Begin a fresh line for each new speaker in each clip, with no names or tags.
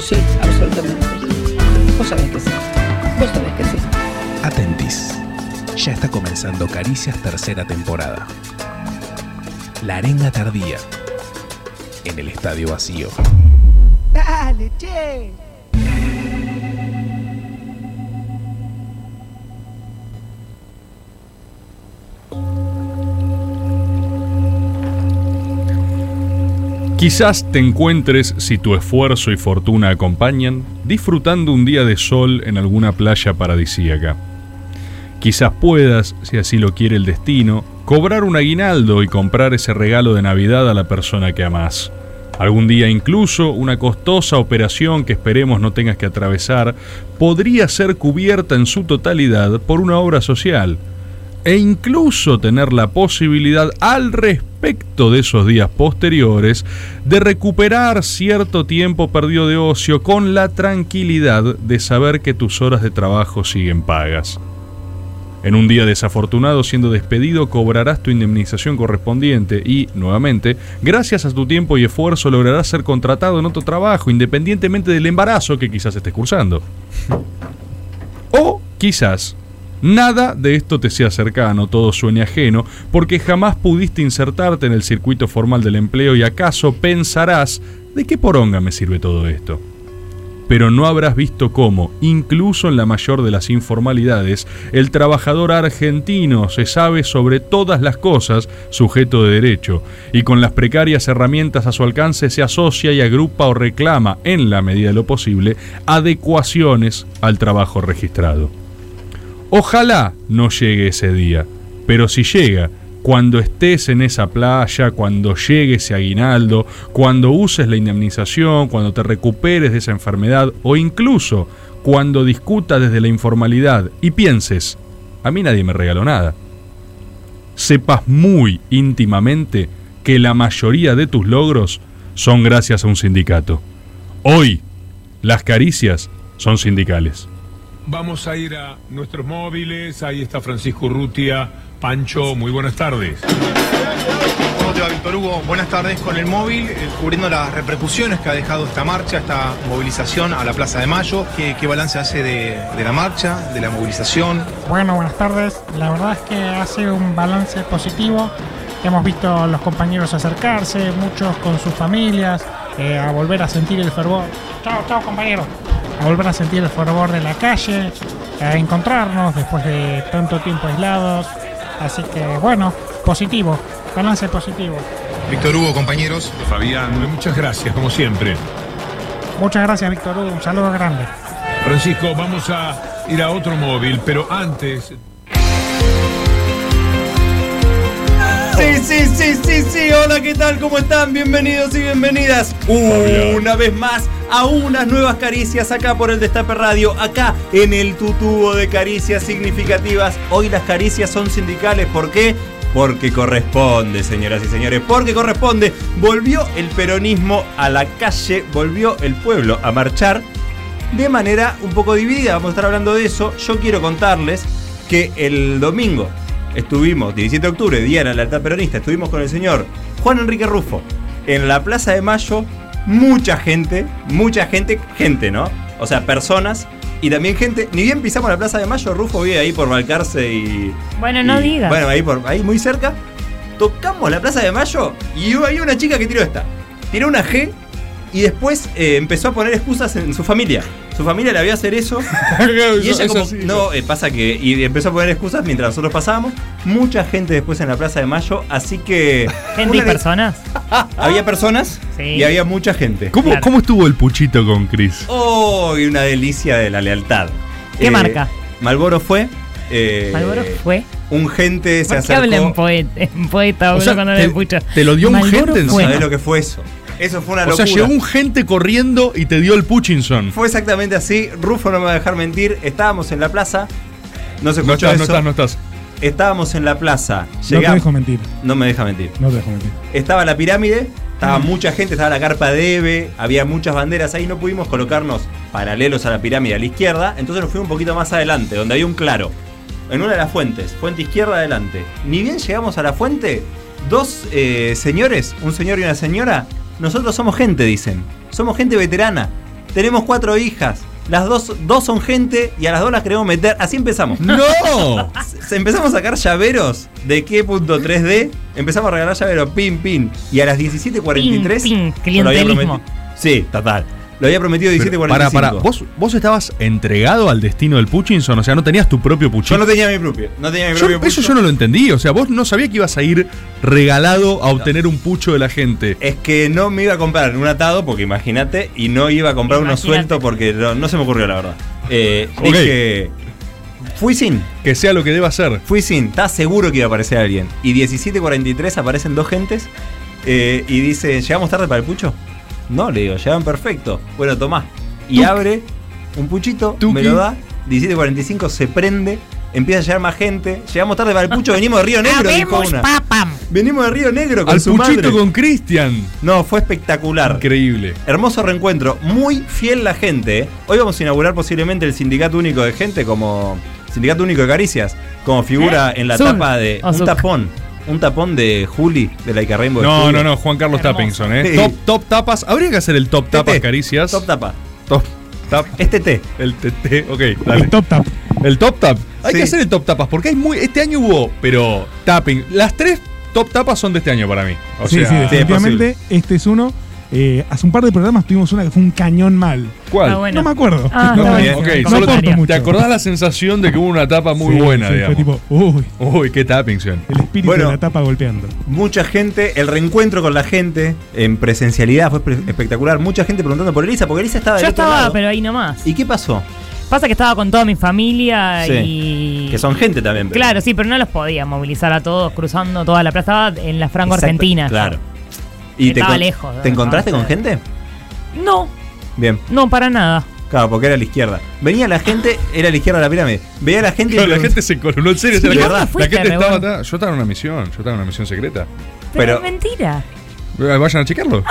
Sí, absolutamente. Vos sabés que sí. Vos sabés que sí.
Atentis. Ya está comenzando Caricias tercera temporada. La arenga tardía. En el estadio vacío.
Dale, che.
Quizás te encuentres, si tu esfuerzo y fortuna acompañan, disfrutando un día de sol en alguna playa paradisíaca. Quizás puedas, si así lo quiere el destino, cobrar un aguinaldo y comprar ese regalo de Navidad a la persona que amás. Algún día incluso una costosa operación que esperemos no tengas que atravesar podría ser cubierta en su totalidad por una obra social e incluso tener la posibilidad al respecto de esos días posteriores de recuperar cierto tiempo perdido de ocio con la tranquilidad de saber que tus horas de trabajo siguen pagas. En un día desafortunado siendo despedido cobrarás tu indemnización correspondiente y, nuevamente, gracias a tu tiempo y esfuerzo lograrás ser contratado en otro trabajo independientemente del embarazo que quizás estés cursando. O quizás Nada de esto te sea cercano, todo suene ajeno, porque jamás pudiste insertarte en el circuito formal del empleo y acaso pensarás, ¿de qué poronga me sirve todo esto? Pero no habrás visto cómo, incluso en la mayor de las informalidades, el trabajador argentino se sabe sobre todas las cosas sujeto de derecho, y con las precarias herramientas a su alcance se asocia y agrupa o reclama, en la medida de lo posible, adecuaciones al trabajo registrado. Ojalá no llegue ese día, pero si llega, cuando estés en esa playa, cuando llegue ese aguinaldo, cuando uses la indemnización, cuando te recuperes de esa enfermedad o incluso cuando discutas desde la informalidad y pienses, a mí nadie me regaló nada, sepas muy íntimamente que la mayoría de tus logros son gracias a un sindicato. Hoy, las caricias son sindicales.
Vamos a ir a nuestros móviles. Ahí está Francisco Urrutia. Pancho, muy buenas tardes.
¿Cómo te va, Víctor Hugo? Buenas tardes con el móvil, eh, cubriendo las repercusiones que ha dejado esta marcha, esta movilización a la Plaza de Mayo. ¿Qué, qué balance hace de, de la marcha, de la movilización?
Bueno, buenas tardes. La verdad es que hace un balance positivo. Hemos visto a los compañeros acercarse, muchos con sus familias, eh, a volver a sentir el fervor. Chao, chao, compañeros. A volver a sentir el fervor de la calle, a encontrarnos después de tanto tiempo aislados. Así que, bueno, positivo, balance positivo.
Víctor Hugo, compañeros.
Fabián, muchas gracias, como siempre.
Muchas gracias, Víctor Hugo. Un saludo grande.
Francisco, vamos a ir a otro móvil, pero antes.
Sí, sí, sí, sí, sí. Hola, ¿qué tal? ¿Cómo están? Bienvenidos y bienvenidas una vez más a unas nuevas caricias acá por el Destape Radio, acá en el tutubo de caricias significativas. Hoy las caricias son sindicales, ¿por qué? Porque corresponde, señoras y señores, porque corresponde. Volvió el peronismo a la calle, volvió el pueblo a marchar de manera un poco dividida. Vamos a estar hablando de eso. Yo quiero contarles que el domingo estuvimos, 17 de octubre, Día de la Lealtad Peronista, estuvimos con el señor Juan Enrique Rufo en la Plaza de Mayo. Mucha gente, mucha gente, gente, ¿no? O sea, personas y también gente. Ni bien pisamos la Plaza de Mayo, Rufo vive ahí por Balcarce y.
Bueno, no
y-
digas.
Bueno, ahí, por, ahí muy cerca. Tocamos la Plaza de Mayo y hubo ahí una chica que tiró esta. Tiró una G y después eh, empezó a poner excusas en su familia. Su familia la vio hacer eso. y ella como, no, eh, pasa que... Y empezó a poner excusas mientras nosotros pasábamos. Mucha gente después en la Plaza de Mayo, así que...
Gente y
una-
personas.
Había personas
Sí.
y había mucha gente.
¿Cómo,
Claro.
¿Cómo estuvo el puchito con Chris?
¡Oh! y una delicia de la lealtad. Eh,
¿Qué marca?
Malboro fue. eh,
Malboro fue.
Un gente se
¿Por qué
acercó.
habla en poeta, en poeta
O
boludo,
sea,
cuando
te-
le escucho?
te lo dio un
Malboro
gente,
fue.
¿Sabés lo que fue eso? Eso fue una
O sea,
locura.
llegó un gente corriendo y te dio el Puchinson.
Fue exactamente así. Rufo no me va a dejar mentir. Estábamos en la plaza. No se
No
escuchó
estás, no
eso.
estás, no estás.
Estábamos en la plaza.
No te
Llegamos.
dejo mentir,
No me deja mentir.
no te dejo mentir.
Estaba la pirámide, estaba
Mm.
mucha gente, estaba la carpa de Eve, había muchas banderas ahí, no pudimos colocarnos paralelos a la pirámide a la izquierda, entonces nos fuimos un poquito más adelante, donde había un claro, en una de las fuentes, fuente izquierda adelante. Ni bien llegamos a la fuente, dos eh, señores, un señor y una señora, nosotros somos gente, dicen, somos gente veterana. Tenemos cuatro hijas. Las dos, dos son gente y a las dos las queremos meter. Así empezamos.
¡No!
Se- se empezamos a sacar llaveros de qué punto 3D. Empezamos a regalar llaveros, pin, pin. Y a las 17.43.
Pin, pin,
yo lo había
clientelismo.
prometido- Sí, total. Lo había prometido
Pero
17.45.
Para, para, ¿Vos, vos estabas entregado al destino del Puchinson, o sea, no tenías tu propio
Yo no
Puchinson.
tenía mi propio. No tenía mi
Yo-
propio
eso
punto.
yo no lo entendí, o sea, vos no sabías que ibas a ir regalado a obtener un pucho de la gente.
Es que no me iba a comprar un atado, porque imagínate, y no iba a comprar uno
Imagínate.
suelto porque no, no se me ocurrió la verdad. Eh,
Ok.
Dije. Fui sin,
Que sea lo que deba ser.
fui sin, estás seguro que iba a aparecer alguien. Y 17.43 aparecen dos gentes eh, y dice, ¿llegamos tarde para el pucho? No, le digo, llegan perfecto. Bueno, tomá. Y abre un puchito, me
Tuki.
lo da, 17.45 se prende, empieza a llegar más gente. Llegamos tarde para el pucho, venimos de Río Negro, dijo
Habemos
una.
papam.
Venimos de Río Negro con
Al
su
puchito
madre.
con Cristian.
No, fue espectacular.
Increíble.
Hermoso reencuentro, muy fiel la gente. ¿eh? Hoy vamos a inaugurar posiblemente el Sindicato Único de Gente como Sindicato Único de Caricias, como figura en la
Zul.
tapa de
O
un
Zuc.
tapón, un tapón de Juli de la Ica Rainbow.
No,
Studio.
no, no, Juan Carlos
Hermoso.
Tappingson, ¿eh?
Sí.
Top, top tapas. Habría que hacer el top
TT,
tapas caricias.
Top tapa.
Top tap.
Este té.
El TT, ok,
El
dale.
top tap.
El top tap. Hay
Sí.
que hacer el top tapas porque hay muy. Este año hubo, pero tapping. Las tres top tapas son de este año para mí. O
sí,
sea,
sí,
sí, es
definitivamente este es uno. Eh, hace un par de programas tuvimos una que fue un cañón mal.
¿cuál?
Ah, bueno.
No me acuerdo.
Ah,
no,
está
Bien,
bueno.
ok,
No
solo
aporto
te,
mucho.
acordás la sensación de que hubo una tapa muy
Sí,
buena,
sí,
digamos.
Fue tipo, uy,
Uy, qué tappingson.
el espíritu
Bueno.
de la tapa golpeando.
Mucha gente, el reencuentro con la gente en presencialidad fue pre- espectacular. Mucha gente preguntando por Elisa, porque Elisa estaba del
Yo
otro
estaba,
lado.
pero ahí nomás.
¿Y qué pasó?
Pasa que estaba con toda mi familia
Sí,
y.
Que son gente también. pero-
Claro, sí, pero no los podía movilizar a todos cruzando toda la plaza. Estaba en la Franco
Exacto,
Argentina.
Claro.
Estaba
con-
lejos,
¿Te
¿no?
encontraste con gente?
No,
Bien.
no, para nada.
Claro, porque era a la izquierda. Venía la gente, era a la izquierda de la pirámide. Veía a la gente y
Claro, la
preguntaba-
gente se colonó en serio. o sea,
¿Y
la,
dónde
la
fuiste,
gente estaba.
Rebón?
ta- Yo estaba en una misión, yo estaba en una misión secreta.
Pero,
Pero-
es mentira.
Eh, Vayan a checarlo.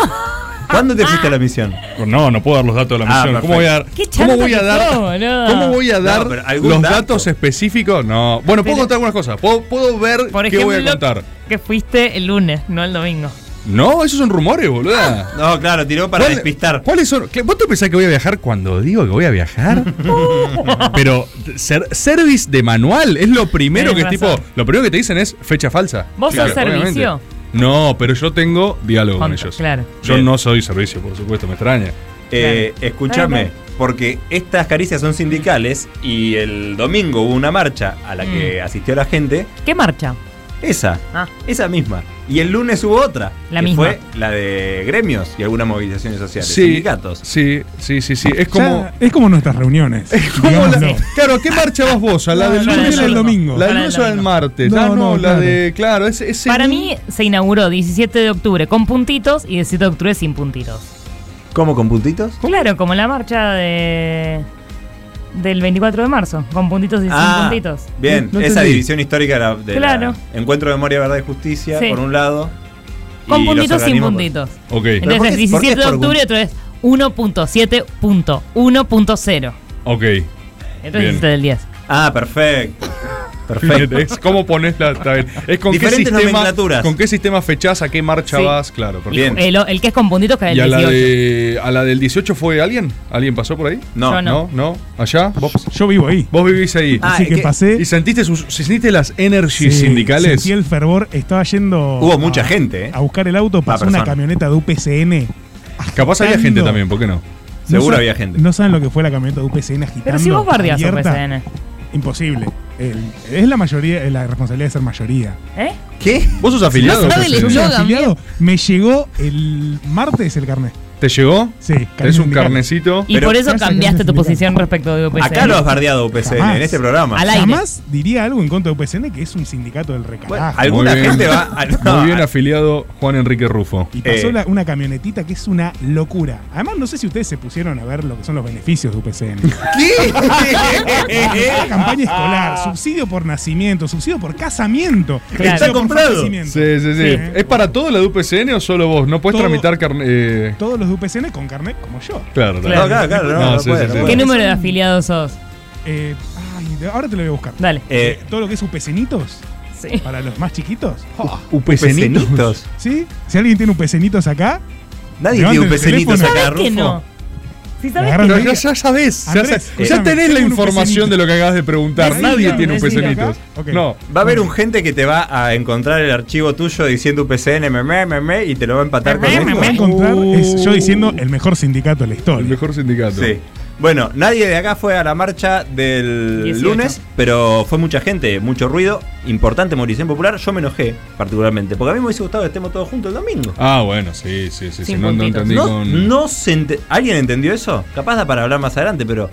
¿Cuándo te fuiste a la misión?
No, no puedo dar los datos de la
Ah,
misión. ¿Cómo
perfecto.
voy a dar,
Qué
cómo
chanta
voy a
que
dar,
sos, boludo.
cómo voy a dar
No, pero algún
los
dato.
datos específicos? No. Bueno, puedo
Pero-
contar algunas cosas. Puedo, puedo ver
Por
qué
ejemplo,
voy a contar.
que fuiste el lunes, no el domingo.
No, esos son rumores, boluda.
No, claro, tiró para
¿Cuál-
despistar.
¿Cuáles son? ¿Qué- ¿Vos te pensás que voy a viajar cuando digo que voy a viajar?
Uh,
Pero ser, service de manual es lo primero
Tenés
que
razón.
tipo, lo primero que te dicen es fecha falsa.
¿Vos sos servicio?
No, pero yo tengo diálogo con
Contra-
ellos.
claro.
Yo
Bien.
no soy servicio, por supuesto, me extraña.
Eh, escúchame,
Claro,
porque estas caricias son sindicales y el domingo hubo una marcha a la que asistió la gente,
¿Qué marcha?
esa,
Mm. Ah.
esa misma. Y el lunes hubo otra,
La
que
misma.
fue la de gremios y algunas movilizaciones sociales, sindicatos.
sí, sí, sí, sí. Es como.
Ya, es como nuestras reuniones.
Es como la-
digámoslo.
claro, ¿a qué marcha vas vos? ¿A la
No,
del
yo la
lunes
del
o el
domingo.
La del
Yo la
lunes
del
o la del
domingo.
martes.
No,
ah, no,
no,
la
claro.
de. Claro, ese. ese
Para
ni-
mí se inauguró 17 de octubre con puntitos y 17 de octubre sin puntitos.
¿Cómo con puntitos?
Claro, como la marcha de del 24 de marzo, con puntitos y sin puntitos.
Ah, Bien,
No
esa
entendí.
división histórica de la, de
Claro.
la- Encuentro de Memoria, Verdad y Justicia,
Sí.
por un lado.
Con
y los
puntitos sin
organismos por-
puntitos.
Ok.
Pero ¿por
Entonces
qué-
es
por qué
17 de
por
octubre y otro es 1.7.1.0.
Ok.
Entonces
Bien.
hiciste del 10.
Ah, perfecto. Perfecto.
Es ¿Cómo pones la.? está bien. Es con qué
Diferentes
sistema.
nomenclaturas.
Con qué sistema fechás, a qué marcha
Sí.
vas, claro. perfecto.
Bien.
El, el que es con puntitos que es
¿Y a
el
la,
18.
de, a la del 18 fue alguien? ¿Alguien pasó por ahí?
No,
Yo
No,
No.
no. ¿Allá? ¿Vos,
Yo vivo ahí.
vos vivís ahí.
Ah,
así
es
que,
que-
pasé.
¿Y sentiste, sus, sentiste las energies
sí,
sindicales?
Sentí el fervor. Estaba yendo.
Hubo
a-
mucha gente, ¿eh?
A buscar el auto. Pasó
persona.
una camioneta de UPCN.
Capaz había gente
agitando.
también, ¿por qué no?
No
Seguro
sa-
había gente.
No saben lo que fue la camioneta de UPCN agitando.
Pero si vos guardias
abierta.
PCN.
Imposible. El- es la mayoría, es la responsabilidad de ser mayoría.
¿Eh?
¿Qué?
¿Vos sos afiliado?
sabe
Sí.
Yo
el
soy
eslogan,
afiliado, me llegó el martes el carnet.
¿Te llegó?
Sí,
Es un
sindical.
carnecito.
Y
Pero-
por eso
Gracias,
cambiaste
gracias,
tu
Miguel.
posición respecto de UPCN.
Acá lo has bardeado UPCN
Jamás.
en este programa.
Al aire.
Jamás diría algo en contra de UPCN que es un sindicato del recarajo.
Bueno, alguna
Muy bien.
gente va. a- no,
Muy bien
a-
afiliado Juan Enrique Rufo.
y pasó
eh.
la- una camionetita que es una locura. Además, no sé si ustedes se pusieron a ver lo que son los beneficios de UPCN.
¿Qué? Ah.
Campaña escolar, subsidio por nacimiento, subsidio por casamiento.
Claro.
subsidio por
comprado.
fallecimiento.
Sí, sí, sí.
Sí.
¿Es para todo la de UPCN o solo vos? ¿No puedes
Todo.
tramitar carne? eh,
Todos los de UPCN con carnet como yo.
Claro,
No, claro, claro, no,
No,
no
sí,
puede,
sí,
no
sí.
puede.
¿Qué número de afiliados sos?
Eh, ay, de- ahora te lo voy a buscar.
Dale.
Eh,
Todo lo que es UPCenitos
Sí.
para los más chiquitos.
UPCNitos.
Upecenitos.
¿Sí? Si alguien tiene UPCenitos acá,
Nadie
Levanten
tiene
el
upecenitos
teléfono.
acá,
¿Sabés que
Rufo.
no? Si sabes
agarran
que-
Pero
Andrés,
ya, ya sabes, ya,
Andrés,
sa- ya
escúchame,
tenés
tengo
la
un
información
pecenito.
de lo que acabas de preguntar.
Decilo,
Nadie tiene un
decilo.
pecenito.
Ok.
No.
Va a haber un gente que te va a encontrar el archivo tuyo diciendo UPCN, me, me, me, me, y te lo va a empatar con
Me, me,
esto.
Voy a
me.
encontrar
Uh.
es yo diciendo el mejor sindicato de la
El
historia.
mejor sindicato.
Sí. Bueno, nadie de acá fue a la marcha del
18.
lunes, pero fue mucha gente, mucho ruido, importante movilización popular. Yo me enojé particularmente, porque a mí me hubiese gustado que estemos todos juntos el domingo.
Ah, bueno, sí, sí, sí. sí.
Sin
No, no
puntitos.
entendí
No,
con.
no se ente- ¿Alguien entendió eso? Capaz da para hablar más adelante, pero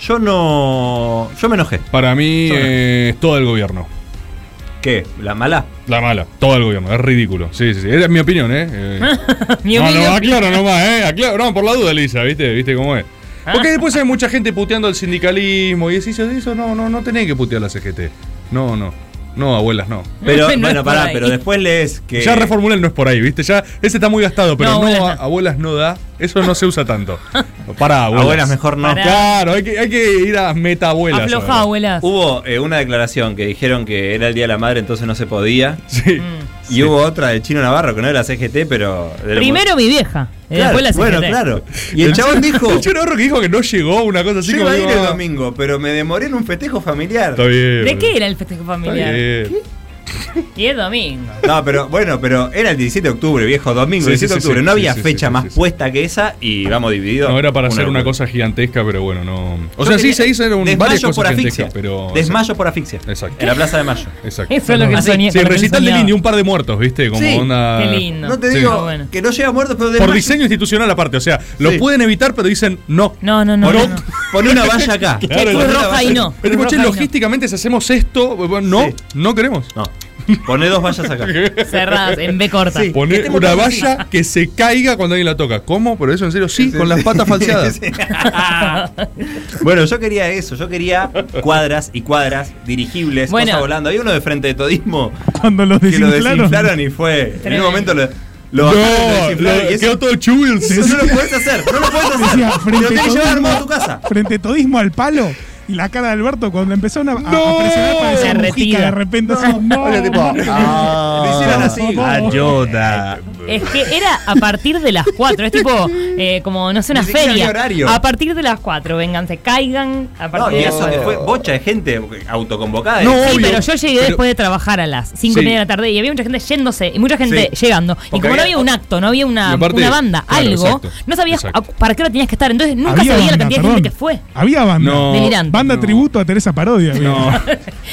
yo no. Yo me enojé.
Para mí
Sobre.
eh, es todo el gobierno.
¿Qué? ¿La mala?
La mala, todo el gobierno, es ridículo. Sí, sí, sí. Esa es mi opinión, ¿eh? Eh,
Mi
no,
humilde
no,
opinión.
aclaro nomás, ¿eh? Aclaro, no, por la duda, Elisa, ¿viste? ¿Viste cómo es?
Ah.
Porque después hay mucha gente puteando al sindicalismo y decís, eso no, no, no tenés que putear a la CGT. No, no. No, abuelas, no.
Pero,
No es
bueno,
por
pará,
ahí.
pero después lees que.
Ya reformulé el no es por ahí, ¿viste? Ya ese está muy gastado, pero
No,
no,
abuelas
a-
no.
abuelas no da. Eso no se usa tanto. Para abuelas.
Abuelas, mejor no.
Pará.
Claro, hay que, hay que ir a meta abuelas.
Afloja,
ahora.
Ah, abuelas.
Hubo eh, una declaración que dijeron que era el Día de la Madre, entonces no se podía.
Sí.
Y hubo otra de Chino Navarro, que no era la CGT, pero... de la-
Primero mi vieja. y
Claro,
Eh, después la
Bueno,
CGT.
claro. Y el chabón dijo,
El chino Horro que dijo que no llegó, una cosa así
yo iba a ir
digo,
el
ah,
domingo, pero me demoré en un festejo familiar.
Está bien.
¿De qué era el festejo
Está
familiar?
bien.
Y es domingo.
No, pero bueno, pero era el 17 de octubre, viejo, domingo,
Sí,
17 de
sí, sí,
octubre.
sí,
no
sí,
había
sí,
fecha
sí,
más
sí, sí.
puesta que esa y vamos divididos.
No era para hacer una
locura.
cosa gigantesca, pero bueno, no. O
Yo
sea, sí
quería-
se hizo un,
desmayo
varias cosas
por asfixia.
gigantescas, pero.
Desmayo por asfixia.
Exacto.
En la Plaza de Mayo.
Exacto.
Eso es lo que
Así,
soñé.
Sí,
con
el
lo que
recital del
soñaba.
Indy, un par de muertos, ¿viste? Como
Sí.
onda.
Qué lindo.
No, te
Sí.
digo
Pero Ah, bueno.
que no llega muerto, pero
Por
desmayo.
diseño institucional aparte, o sea, lo
Sí.
pueden evitar, pero dicen no.
No, no, no.
Poné-
no, no.
Poné una valla acá.
Claro,
Poné
Cruz
una
Roja
valla-
y no.
Pero tipo, che,
Cruz Roja y no.
logísticamente si hacemos esto, bueno, no,
Sí.
no queremos.
No, poné dos vallas acá.
Cerrás, en B corta.
Sí. Que
Poner
estemos
una
todos
valla que se caiga cuando alguien la toca. ¿Cómo? ¿Pero eso en serio? Sí, con las patas falseadas.
Sí. bueno, yo quería eso, yo quería cuadras y cuadras, dirigibles,
Bueno.
cosas volando. Hay uno de frente de todismo
Cuando los
que lo
desinflaron.
desinflaron y fue. En un
Tremendo.
momento lo, lo
No,
bajaron, lo
lo-
desinflaron y
quedó
eso,
todo chubil. sí,
eso
sí.
no lo podés hacer, no lo podés hacer.
Decía,
Te lo
frente
tenés que llevar armado a tu
todismo,
casa.
frente todismo al palo. Y la cara de Alberto cuando empezaron a, a- a presionar para
La
decir
retira.
Mujica de repente. así, no.
Lo hicieron así.
Ayuda.
Es que era a partir de las 4. Es tipo, eh, como, no sé, una
Ni siquiera había
feria.
horario.
A partir de las 4, vénganse, caigan. A
No,
partir
y
de
eso
las
que
4.
fue bocha de gente autoconvocada.
No,
¿eh?
Sí,
obvio.
pero yo llegué
Pero-
después de trabajar a las 5
Sí.
y media de la tarde y había mucha gente yéndose y mucha gente
Sí.
llegando. y
Porque
como no
había-
había un acto, no había
Y
una,
aparte-
una banda,
claro,
algo,
exacto,
no sabías
exacto.
a- para qué hora tenías que estar. Entonces nunca
Había
sabía la
banda,
cantidad de
perdón.
gente que fue.
Había banda.
No.
Delirante.
Banda
No.
tributo a Teresa Parodia. había.
No.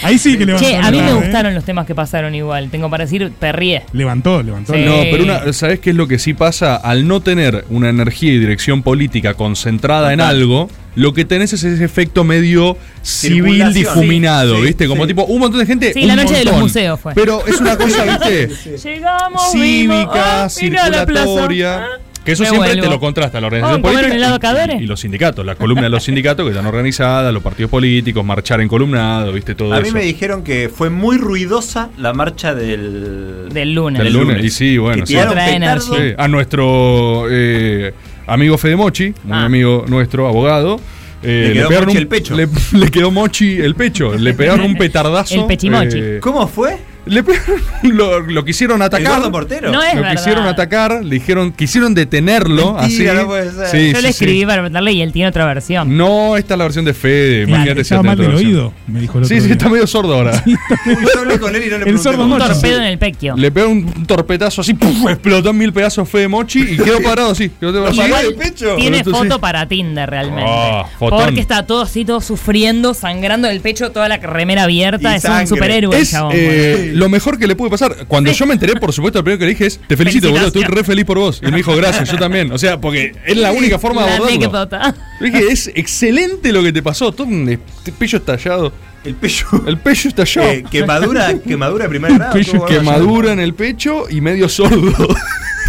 Ahí sí que levantó.
Che,
la
a mí me
tarde, ¿eh?
gustaron los temas que pasaron igual. Tengo para decir, perrié.
Levantó, levantó.
Sí.
No.
No, pero una, ¿sabes qué es lo que sí pasa? Al no tener una energía y dirección política concentrada en algo, lo que tenés es ese efecto medio civil
Circulación.
difuminado,
Sí,
¿viste?
sí,
Como
sí.
tipo, un montón de gente.
Sí,
un
la noche de los
montón.
museos fue.
Pero es una cosa, ¿viste?
Llegamos,
Cívica,
vimos, ah, mirá la plaza,
circulatoria.
ah.
Que eso
Me
siempre
vuelvo.
te lo contrasta la
Oh,
organización
¿comer un
política
helado
y-
Cadere?
y, los sindicatos, la columna de los sindicatos que están organizadas, los partidos políticos, marchar en columnado, viste todo
A
eso.
mí me dijeron que fue muy ruidosa la marcha del.
Del lunes.
Del
Del
lunes.
lunes.
Y sí, bueno,
que
sí.
tiraron
Otra
petardos.
energía.
Sí, a nuestro eh, amigo Fede Mochi, un
Ah.
amigo nuestro, abogado. eh,
Le quedó
pegaron
Mochi
un-
el pecho.
Le, le quedó Mochi el pecho. Le pegaron un petardazo. eh,
El pechimochi.
¿Cómo fue?
le pegaron- lo, lo quisieron
¿El
atacar.
gordo portero?
No es
lo
verdad.
quisieron atacar, le dijeron, quisieron detenerlo.
Mentira,
así.
no puede ser.
Sí,
Yo
sí,
le escribí
sí.
para preguntarle y él tiene otra versión.
No, esta es la versión de Fede.
Claro,
Imagínate si
estaba
tiene
mal
otra
del
versión.
oído, me dijo el otro
Sí, sí,
día.
está medio sordo ahora.
Uy, yo hablé con él y no le
El
pregunté
sordo
por
Mochi.
Un
qué.
torpedo en el pequio.
Le pegó un torpetazo así, ¡puf! explotó en mil pedazos Fede Mochi y quedó parado así. quedó parado.
Igual- el pecho.
Tiene
Pero tú
foto
sí.
para Tinder realmente.
Ah, fotón.
porque está todo así, todo sufriendo, sangrando del pecho, toda la remera abierta.
Y
es
sangre.
un superhéroe el
Es
chabón.
eh, lo mejor que le pude pasar. Cuando yo me enteré, por supuesto, lo primero que le dije es: Te felicito, boludo, estoy re feliz por vos. Y él me dijo, gracias, yo también. O sea, porque es la única forma de
La
abordarlo.
anécdota.
Le dije, es excelente lo que te pasó. Todo un este pello estallado.
El pecho.
El pello estallado.
Eh, quemadura, quemadura de primer grado.
Pello
¿cómo va a
Quemadura en el pecho y medio sordo.
ser?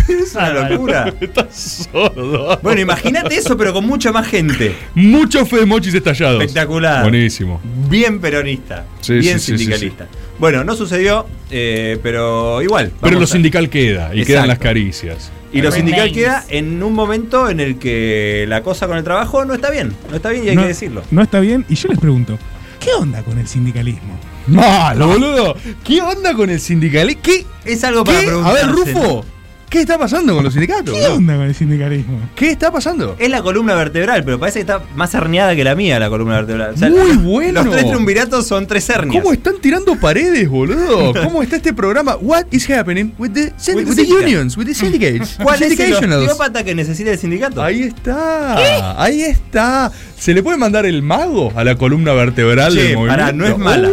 Es una locura.
Estás sordo.
Bueno, imagínate eso, pero con mucha más gente.
Muchos fedemochis estallados.
Espectacular.
Buenísimo.
Bien peronista.
Sí,
bien
sí, sí,
sindicalista. Bueno, no sucedió, eh, pero igual.
Pero
vamos
lo
a-
sindical queda y
Exacto.
quedan las caricias.
Y lo sindical
Remains.
queda en un momento en el que la cosa con el trabajo no está bien. No está bien y hay que decirlo.
no está bien. Y yo les pregunto, ¿qué onda con el sindicalismo?
Malo, boludo. ¿Qué onda con el sindicalismo? ¿Qué?
Es algo para
¿Qué? A
preguntarse.
ver, Rufo. ¿Qué está pasando con los sindicatos?
¿Qué
boludo?
onda con el sindicalismo?
¿Qué está pasando?
Es la columna vertebral, pero parece que está más herniada que la mía la columna vertebral. O sea,
Muy bueno.
Los tres triunviratos son tres hernias.
¿Cómo están tirando paredes, boludo? ¿Cómo está este programa? What is happening with the, syndi-
With the
with the
syndicate.
unions, with the syndicates?
¿Cuál es el
Syndicationals?
osteópata que necesita el sindicato?
Ahí está, ah, ahí está. ¿Se le puede mandar el mago a la columna vertebral
Che,
del movimiento? Uh.
pará, no es mala.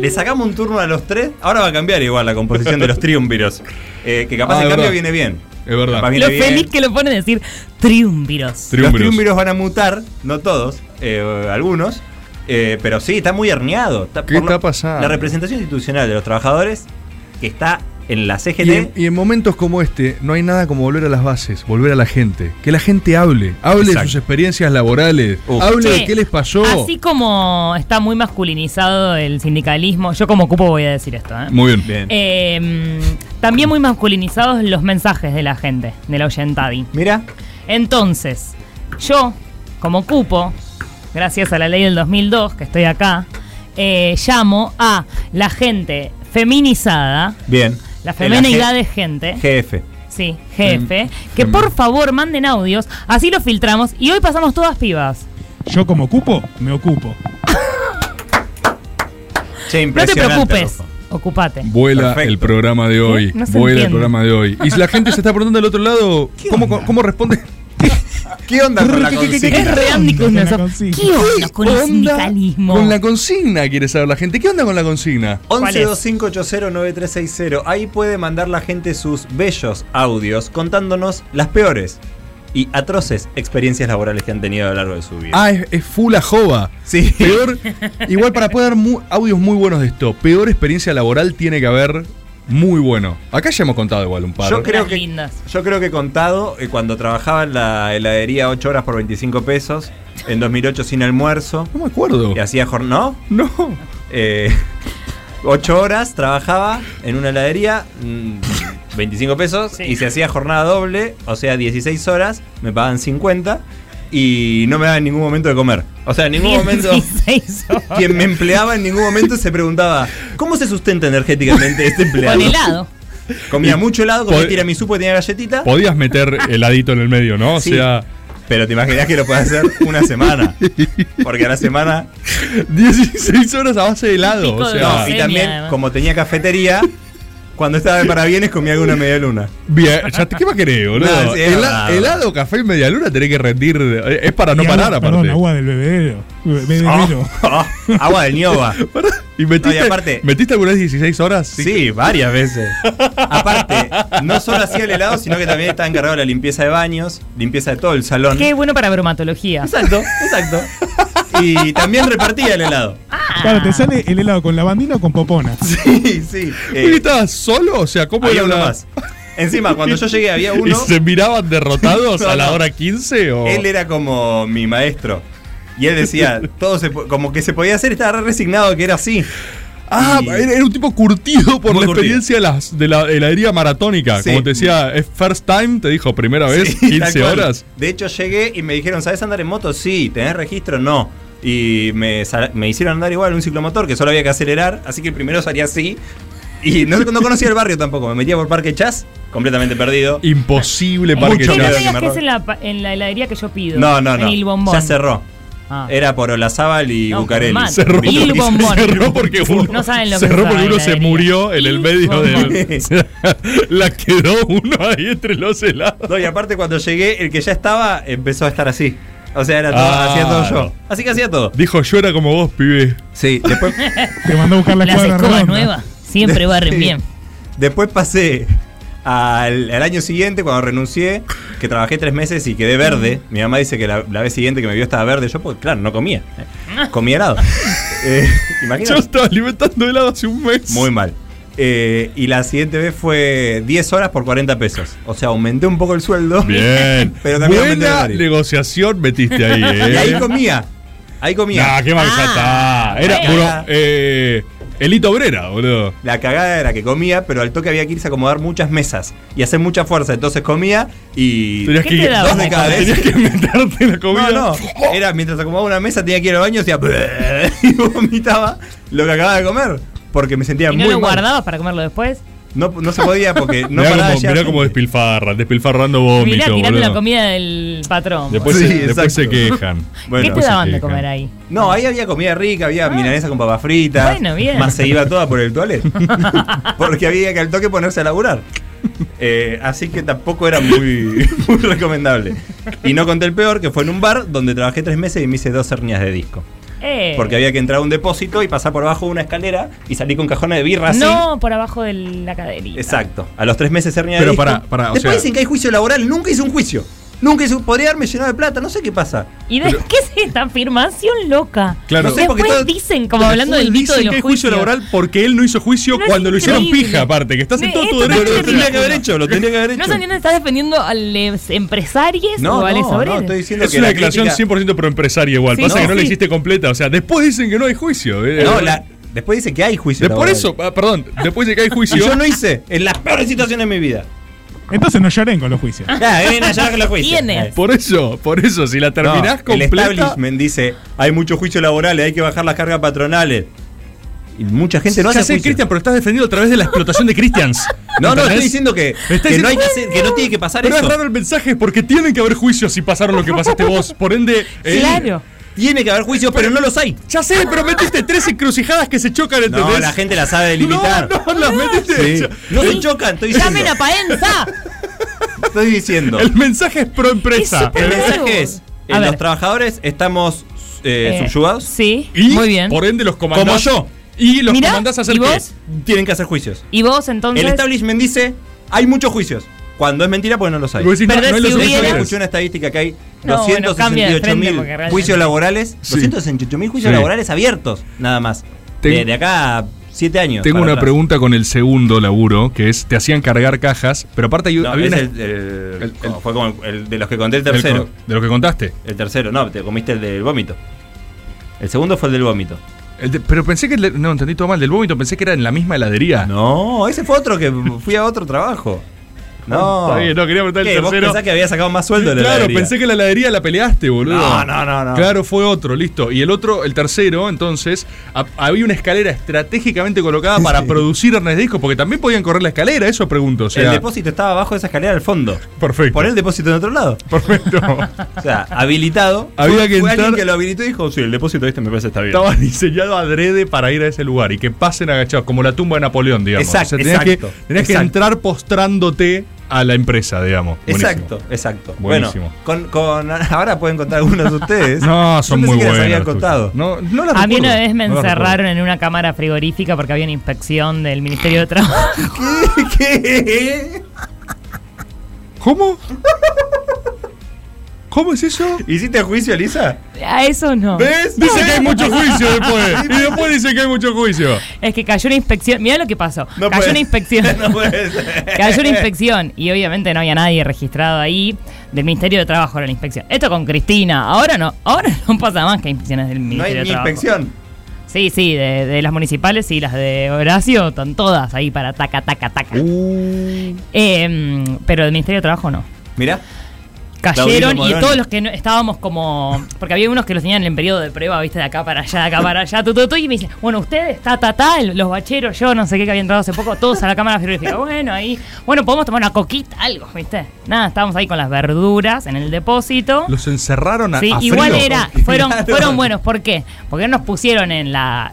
Le sacamos un turno a los tres. Ahora va a cambiar igual la composición de los triunviros. Eh, que capaz
Ah,
el
es
cambio
verdad.
viene bien.
Es verdad.
Capaz viene
Lo
bien.
feliz que lo pone decir triunviros.
Los
Triunviros.
triunviros van a mutar, no todos, eh, algunos. eh, pero sí, está muy herniado.
¿Qué
por lo-
está pasando?
La representación institucional de los trabajadores que está en la CGT.
Y en, y en momentos como este, no hay nada como volver a las bases, volver a la gente. Que la gente hable, hable de
Exacto.
sus experiencias laborales,
Uf.
hable
Che,
de qué les pasó.
Así como está muy masculinizado el sindicalismo, yo como cupo voy a decir esto. ¿eh?
Muy bien.
Eh, mm, también muy masculinizados los mensajes de la gente, de la oyentadi.
Mira,
Entonces, yo, como cupo, gracias a la ley del 2002, que estoy acá, eh, llamo a la gente feminizada,
bien.
la
femenidad
femenidad de gente,
GF.
sí, jefe, que por favor manden audios, así los filtramos y hoy pasamos todas pibas.
Yo como ocupo, me ocupo.
Che,
No te
impresionante.
preocupes,
loco.
ocupate.
Vuela
Perfecto.
el programa de hoy.
¿Qué? No se
Vuela el
entiende.
programa de hoy.
Y si la gente se está preguntando del otro lado, ¿cómo, ¿cómo responde?
¿Qué onda con la
¿Qué, qué, qué, qué,
consigna?
Es re Andy
Con la
Kuznetsov.
consigna.
¿Qué onda con el sindicalismo?
Con la consigna, quiere saber la gente. ¿Qué onda con la consigna?
1125809360. Ahí puede mandar la gente sus bellos audios contándonos las peores y atroces experiencias laborales que han tenido a lo largo de su vida.
Ah, es, es full a jova.
sí.
Peor, igual para poder dar mu- audios muy buenos de esto, peor experiencia laboral tiene que haber muy bueno. Acá ya hemos contado igual un par.
Yo creo,
Unas
que,
lindas.
yo creo que he contado eh, cuando trabajaba en la heladería 8 horas por 25 pesos, en 2008 sin almuerzo,
No me acuerdo.
y hacía jornada,
No.
8 horas trabajaba en una heladería, mm, 25 pesos,
Sí.
y se hacía jornada doble, o sea, 16 horas, me pagaban 50 y no me daban en ningún momento de comer. O sea, en ningún momento...
16 horas.
Quien me empleaba en ningún momento se preguntaba, ¿cómo se sustenta energéticamente este empleado?
Con helado.
Comía mucho helado, comía
Pod-
tiramisú porque tenía galletita.
Podías meter heladito en el medio, ¿no? O
Sí.
sea,
Pero te imaginas que lo puedes hacer una semana. Porque a la semana.
16 horas a base de helado.
Pico
O
de
sea,
No, y
Glicemia,
también,
además.
como tenía cafetería, cuando estaba de parabienes comía alguna media luna.
bien, ya te- ¿qué más querés, boludo?
No, sí, es
Hela-
verdad.
helado, café y media luna tenés que rendir. eh, Es para no
Y
parar,
agua-
aparte.
Perdón, agua del bebedero. Be- Bebedero.
Ah, agua del Nioba.
Pará. ¿Y metiste,
No, y aparte-
metiste alguna vez 16 horas?
Sí, varias veces. Aparte, no solo hacía el helado, sino que también estaba encargado de la limpieza de baños, limpieza de todo el salón.
Qué bueno para bromatología.
Exacto, exacto. Y también repartía el helado.
Ah.
Claro, te sale el helado con lavandina o con popona.
Sí, sí.
¿Y estabas solo? O sea, ¿cómo
había
era
uno
la-
más. Encima, cuando yo llegué había
¿Y
uno.
se miraban derrotados
No,
a la
no.
hora 15? O...
Él era como mi maestro. Y él decía, todo se po- como que se podía hacer, estaba re resignado que era así.
Ah,
Y-
era era un tipo curtido por
Muy
la
curtido.
experiencia de, las, de la heladería maratónica.
Sí.
Como te decía, es first time, te dijo primera vez,
Sí, tal
15
cual.
horas.
De hecho, llegué y me dijeron, ¿sabes andar en moto? Sí, ¿tenés registro? No. Y me, sal- me hicieron andar igual en un ciclomotor que solo había que acelerar, así que el primero salía así. Y no, no conocía el barrio tampoco, me metía por Parque Chas, completamente perdido.
Imposible
¿Por
parque
qué no
Chas.
me
ya.
miedo.
digas que es en la, pa- en la heladería que yo pido?
No, no,
En
no.
el bombón.
Ya cerró.
Ah.
Era por Olazábal y
No,
Bucareli.
mal.
Cerró
Y el bombón.
Cerró porque uno,
No saben lo que
cerró
es
porque
la
uno se
heladería.
murió en
Y
el medio
bombón.
de. o sea, la quedó uno ahí entre los helados.
No, y aparte cuando llegué, el que ya estaba empezó a estar así. O sea, era todo,
Ah,
hacía todo
no.
yo. Así que hacía todo.
Dijo, yo era como vos, pibe.
Sí, después,
Te mandó a buscar la
Las
cuadra
escobas
redonda.
nuevas siempre barren bien.
después pasé al, al año siguiente cuando renuncié, que trabajé tres meses y quedé verde. Mi mamá dice que la, la vez siguiente que me vio estaba verde. Yo, pues claro, no comía. eh. Comía helado. Eh,
Yo
imagínate.
estaba alimentando helado hace un mes.
Muy mal. Eh, y la siguiente vez fue 10 horas por 40 pesos. O sea, aumenté un poco el sueldo.
Bien.
Pero también aumenté el
Buena
horario.
negociación metiste ahí,
Y
¿eh?
ahí comía. Ahí comía.
Nah, qué mal ya
Ah,
está. Era,
bueno.
bro, eh, Elito Obrera, boludo.
La cagada era que comía, pero al toque había que irse a acomodar muchas mesas y hacer mucha fuerza. Entonces comía y.
Tenías
¿Qué
que,
te daba
dos de
de
cada
comer?
vez. Tenías que meterte en la comida.
No, no. Era mientras acomodaba una mesa, tenía que ir al baño, hacía. "Bleh", Y vomitaba lo que acababa de comer. Porque me sentía
¿Y
muy
no lo
mal.
guardabas para comerlo después?
No, no se podía porque no
mirá
paraba
como,
ya.
mirá como despilfarran, despilfarrando
Mirá
vómito,
tirando la
boludo.
comida del patrón.
Después,
Sí,
se, después se
exacto.
quejan.
¿Qué te daban de comer ahí?
No, ahí había comida rica, había milanesa con papas fritas.
Ah. Bueno, bien.
Más se iba toda por el toilet. porque había que al toque ponerse a laburar. Eh, así que tampoco era muy, muy recomendable. Y no conté el peor, que fue en un bar donde trabajé tres meses y me hice dos hernias de disco.
Eh,
Porque había que entrar a un depósito y pasar por abajo de una escalera y salir con cajones de birra así.
no por abajo de la caderita.
Exacto. A los tres meses hernia
Pero
de disco.
pará, pará, o
Después
sea-
dicen que hay juicio laboral. Nunca hice un juicio. Nunca hice un... Podría haberme llenado de plata. No sé qué pasa.
¿Y de qué es esta afirmación loca?
Claro. No sé, porque
Después
todo-
dicen, como hablando del mito
Dicen
de
que
los
hay juicio
juicios.
laboral porque él no hizo juicio
No, es
cuando lo hicieron
increíble.
pija, aparte, que estás en
No,
todo tu
esto
derecho.
también es ridículo.
lo tendría que haber
No se entiende, estás defendiendo a los empresarios o a los obreros.
diciendo
es
que
una
la
declaración
crítica-
100% pro empresario igual.
Sí,
Pasa
no,
que no la
sí.
hiciste completa. O sea, después dicen que no hay juicio. eh.
No, la- después dice que hay juicio
De- por
laboral.
eso, ah, perdón, después de que hay juicio.
Y yo no hice. En las peores situaciones de mi vida.
Entonces no lloren con los juicios.
Ah, Ya, ven allá con los juicios.
¿Quiénes?
Por eso, por eso, si la terminás
No, El
completa.
establishment dice, hay muchos juicios laborales, hay que bajar las cargas patronales. Y mucha gente no
Ya
hace
sé,
juicio.
Cristian, pero estás defendiendo a través de la explotación de Christians.
No, no,
¿Entendés?
estoy diciendo que,
Me está
que
diciendo-
no hay que hacer, que no tiene que pasar
Pero
eso.
es raro el mensaje, porque tienen que haber juicios si pasaron lo que pasaste vos. Por ende. eh,
Claro.
Tiene que haber juicios, pero no los hay.
Ya sé, pero metiste tres encrucijadas que se chocan, ¿entendés?
No, la gente la sabe delimitar.
No, no, las metiste.
Sí. No se chocan, estoy
¡Llamen
diciendo.
a Paenza!
Estoy diciendo.
El mensaje es pro
Es
empresa.
súper-
El
Claro.
mensaje es, eh,
A ver.
los trabajadores estamos eh,
Eh,
subyugados.
Sí,
Y
muy bien.
por ende los comandás.
Como yo.
Y los
Mirá,
comandás a hacer
¿y
qué?
vos?
Tienen que hacer juicios.
Y vos entonces.
El establishment dice, hay muchos juicios. Cuando es mentira, pues no los hay.
Vos decís, no,
Perdés
no es
si
lo
hubiera-
suficiente.
Yo escuché una estadística que hay
No, bueno, cambia de
268.000
frente porque realmente-
juicios laborales.
Sí.
268.000 juicios
Sí.
laborales abiertos, nada más.
Tengo-
de, de acá a 7 años.
Tengo
para
una
atrás.
pregunta con el segundo laburo, que es, te hacían cargar cajas, pero aparte hay-
No,
había
es
una-
el, el-
el-
como- fue como el, el de los que conté el
el
tercero.
co- de lo que contaste.
El tercero, no, te comiste el del vómito. El segundo fue el del vómito.
El de- pero pensé que, le- no, entendí todo mal, del vómito pensé que era en la misma heladería.
No, ese fue otro que fui a otro trabajo. No.
Está bien, no, quería preguntar el
¿Qué? ¿Vos
tercero.
pensás que había sacado más sueldo de la
claro,
heladería?
pensé que la heladería la peleaste, boludo.
No, no, no, no.
Claro, fue otro, listo. Y el otro, el tercero, entonces, a- había una escalera estratégicamente colocada para producir hernias de disco, porque también podían correr la escalera, eso pregunto. O sea,
el depósito estaba abajo de esa escalera al fondo.
Perfecto.
Poner el depósito en otro lado.
Perfecto.
O sea, habilitado.
Había
Fue-
que
fue
entrar-
alguien que lo habilitó y dijo, sí, el depósito este me parece está bien.
Estaba diseñado adrede para ir a ese lugar y que pasen agachados, como la tumba de Napoleón, digamos.
Exacto,
tenías
exacto,
que, tenías que
exacto.
entrar postrándote a la empresa, digamos. Buenísimo.
Exacto, exacto.
Buenísimo.
Bueno, con, con- ahora pueden contar algunos de ustedes.
No,
Yo
son
pensé
muy
que
buenos.
Las habían
los
contado.
tuyos. No, no las
A mí una
recuerdo,
vez me
no las
encerraron en una cámara frigorífica porque había una inspección del Ministerio de Trabajo.
¿Qué?
recuerdo. ¿Cómo? ¿Cómo es eso?
¿Hiciste juicio, Elisa?
A eso no.
¿Ves?
Dice que hay mucho juicio después. Y después dice que hay mucho juicio.
Es que cayó una inspección. Mirá lo que pasó.
No
cayó
puede-
una inspección.
no puede ser.
Cayó una inspección y obviamente no había nadie registrado ahí del Ministerio de Trabajo era la inspección. Esto con Cristina, ahora no, ahora no pasa más que inspecciones del
No hay
Ministerio
ni
de Trabajo.
inspección.
Sí, sí, de, de las municipales y las de Horacio están todas ahí para taca, taca, taca.
Uh.
Eh, mm, pero del Ministerio de Trabajo no.
Mirá.
Cayeron y
Modoni.
todos los que no- estábamos como. Porque había unos que los tenían en el periodo de prueba, viste, de acá para allá, de acá para allá, tu, tu, tu, y me dicen, bueno, ustedes, ta, ta, ta, el- los bacheros, yo, no sé qué, que había entrado hace poco, todos a la cámara frigorífica. Bueno, ahí, bueno, podemos tomar una coquita, algo, viste. Nada, estábamos ahí con las verduras en el depósito.
Los encerraron a,
Sí,
a
igual
frío.
era, fueron, fueron buenos, ¿por qué? Porque no nos pusieron en la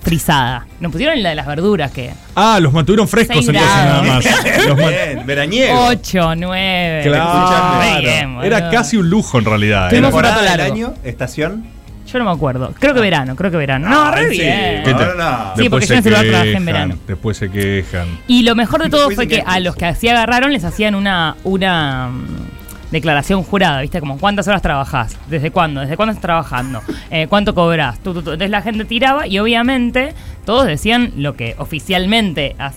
frisada, nos pusieron en la de las verduras, que
Ah, los mantuvieron frescos
Seis
entonces nada
grados.
más. Los man-
Bien, veraniego.
8, 9.
Claro. Era casi un lujo en realidad.
Tuvimos
Era-
un
Temporada
rato
del
largo.
año, estación. Ah.
Yo no me acuerdo. Creo que verano, creo que verano. No, re
en
bien.
serio.
¿Qué te-
Ahora no.
Sí, porque
Después
yo en
se
ese lugar trabajé en
quejan,
verano.
Después se quejan.
Y lo mejor de todo
Después
fue
dicen
que
que hay
a los que así agarraron les hacían una, una mm, declaración jurada, ¿viste? Como cuántas horas trabajás, desde cuándo, desde cuándo estás trabajando, Eh, cuánto cobrás. Tu, tu, tu. Entonces la gente tiraba y obviamente todos decían lo que oficialmente as-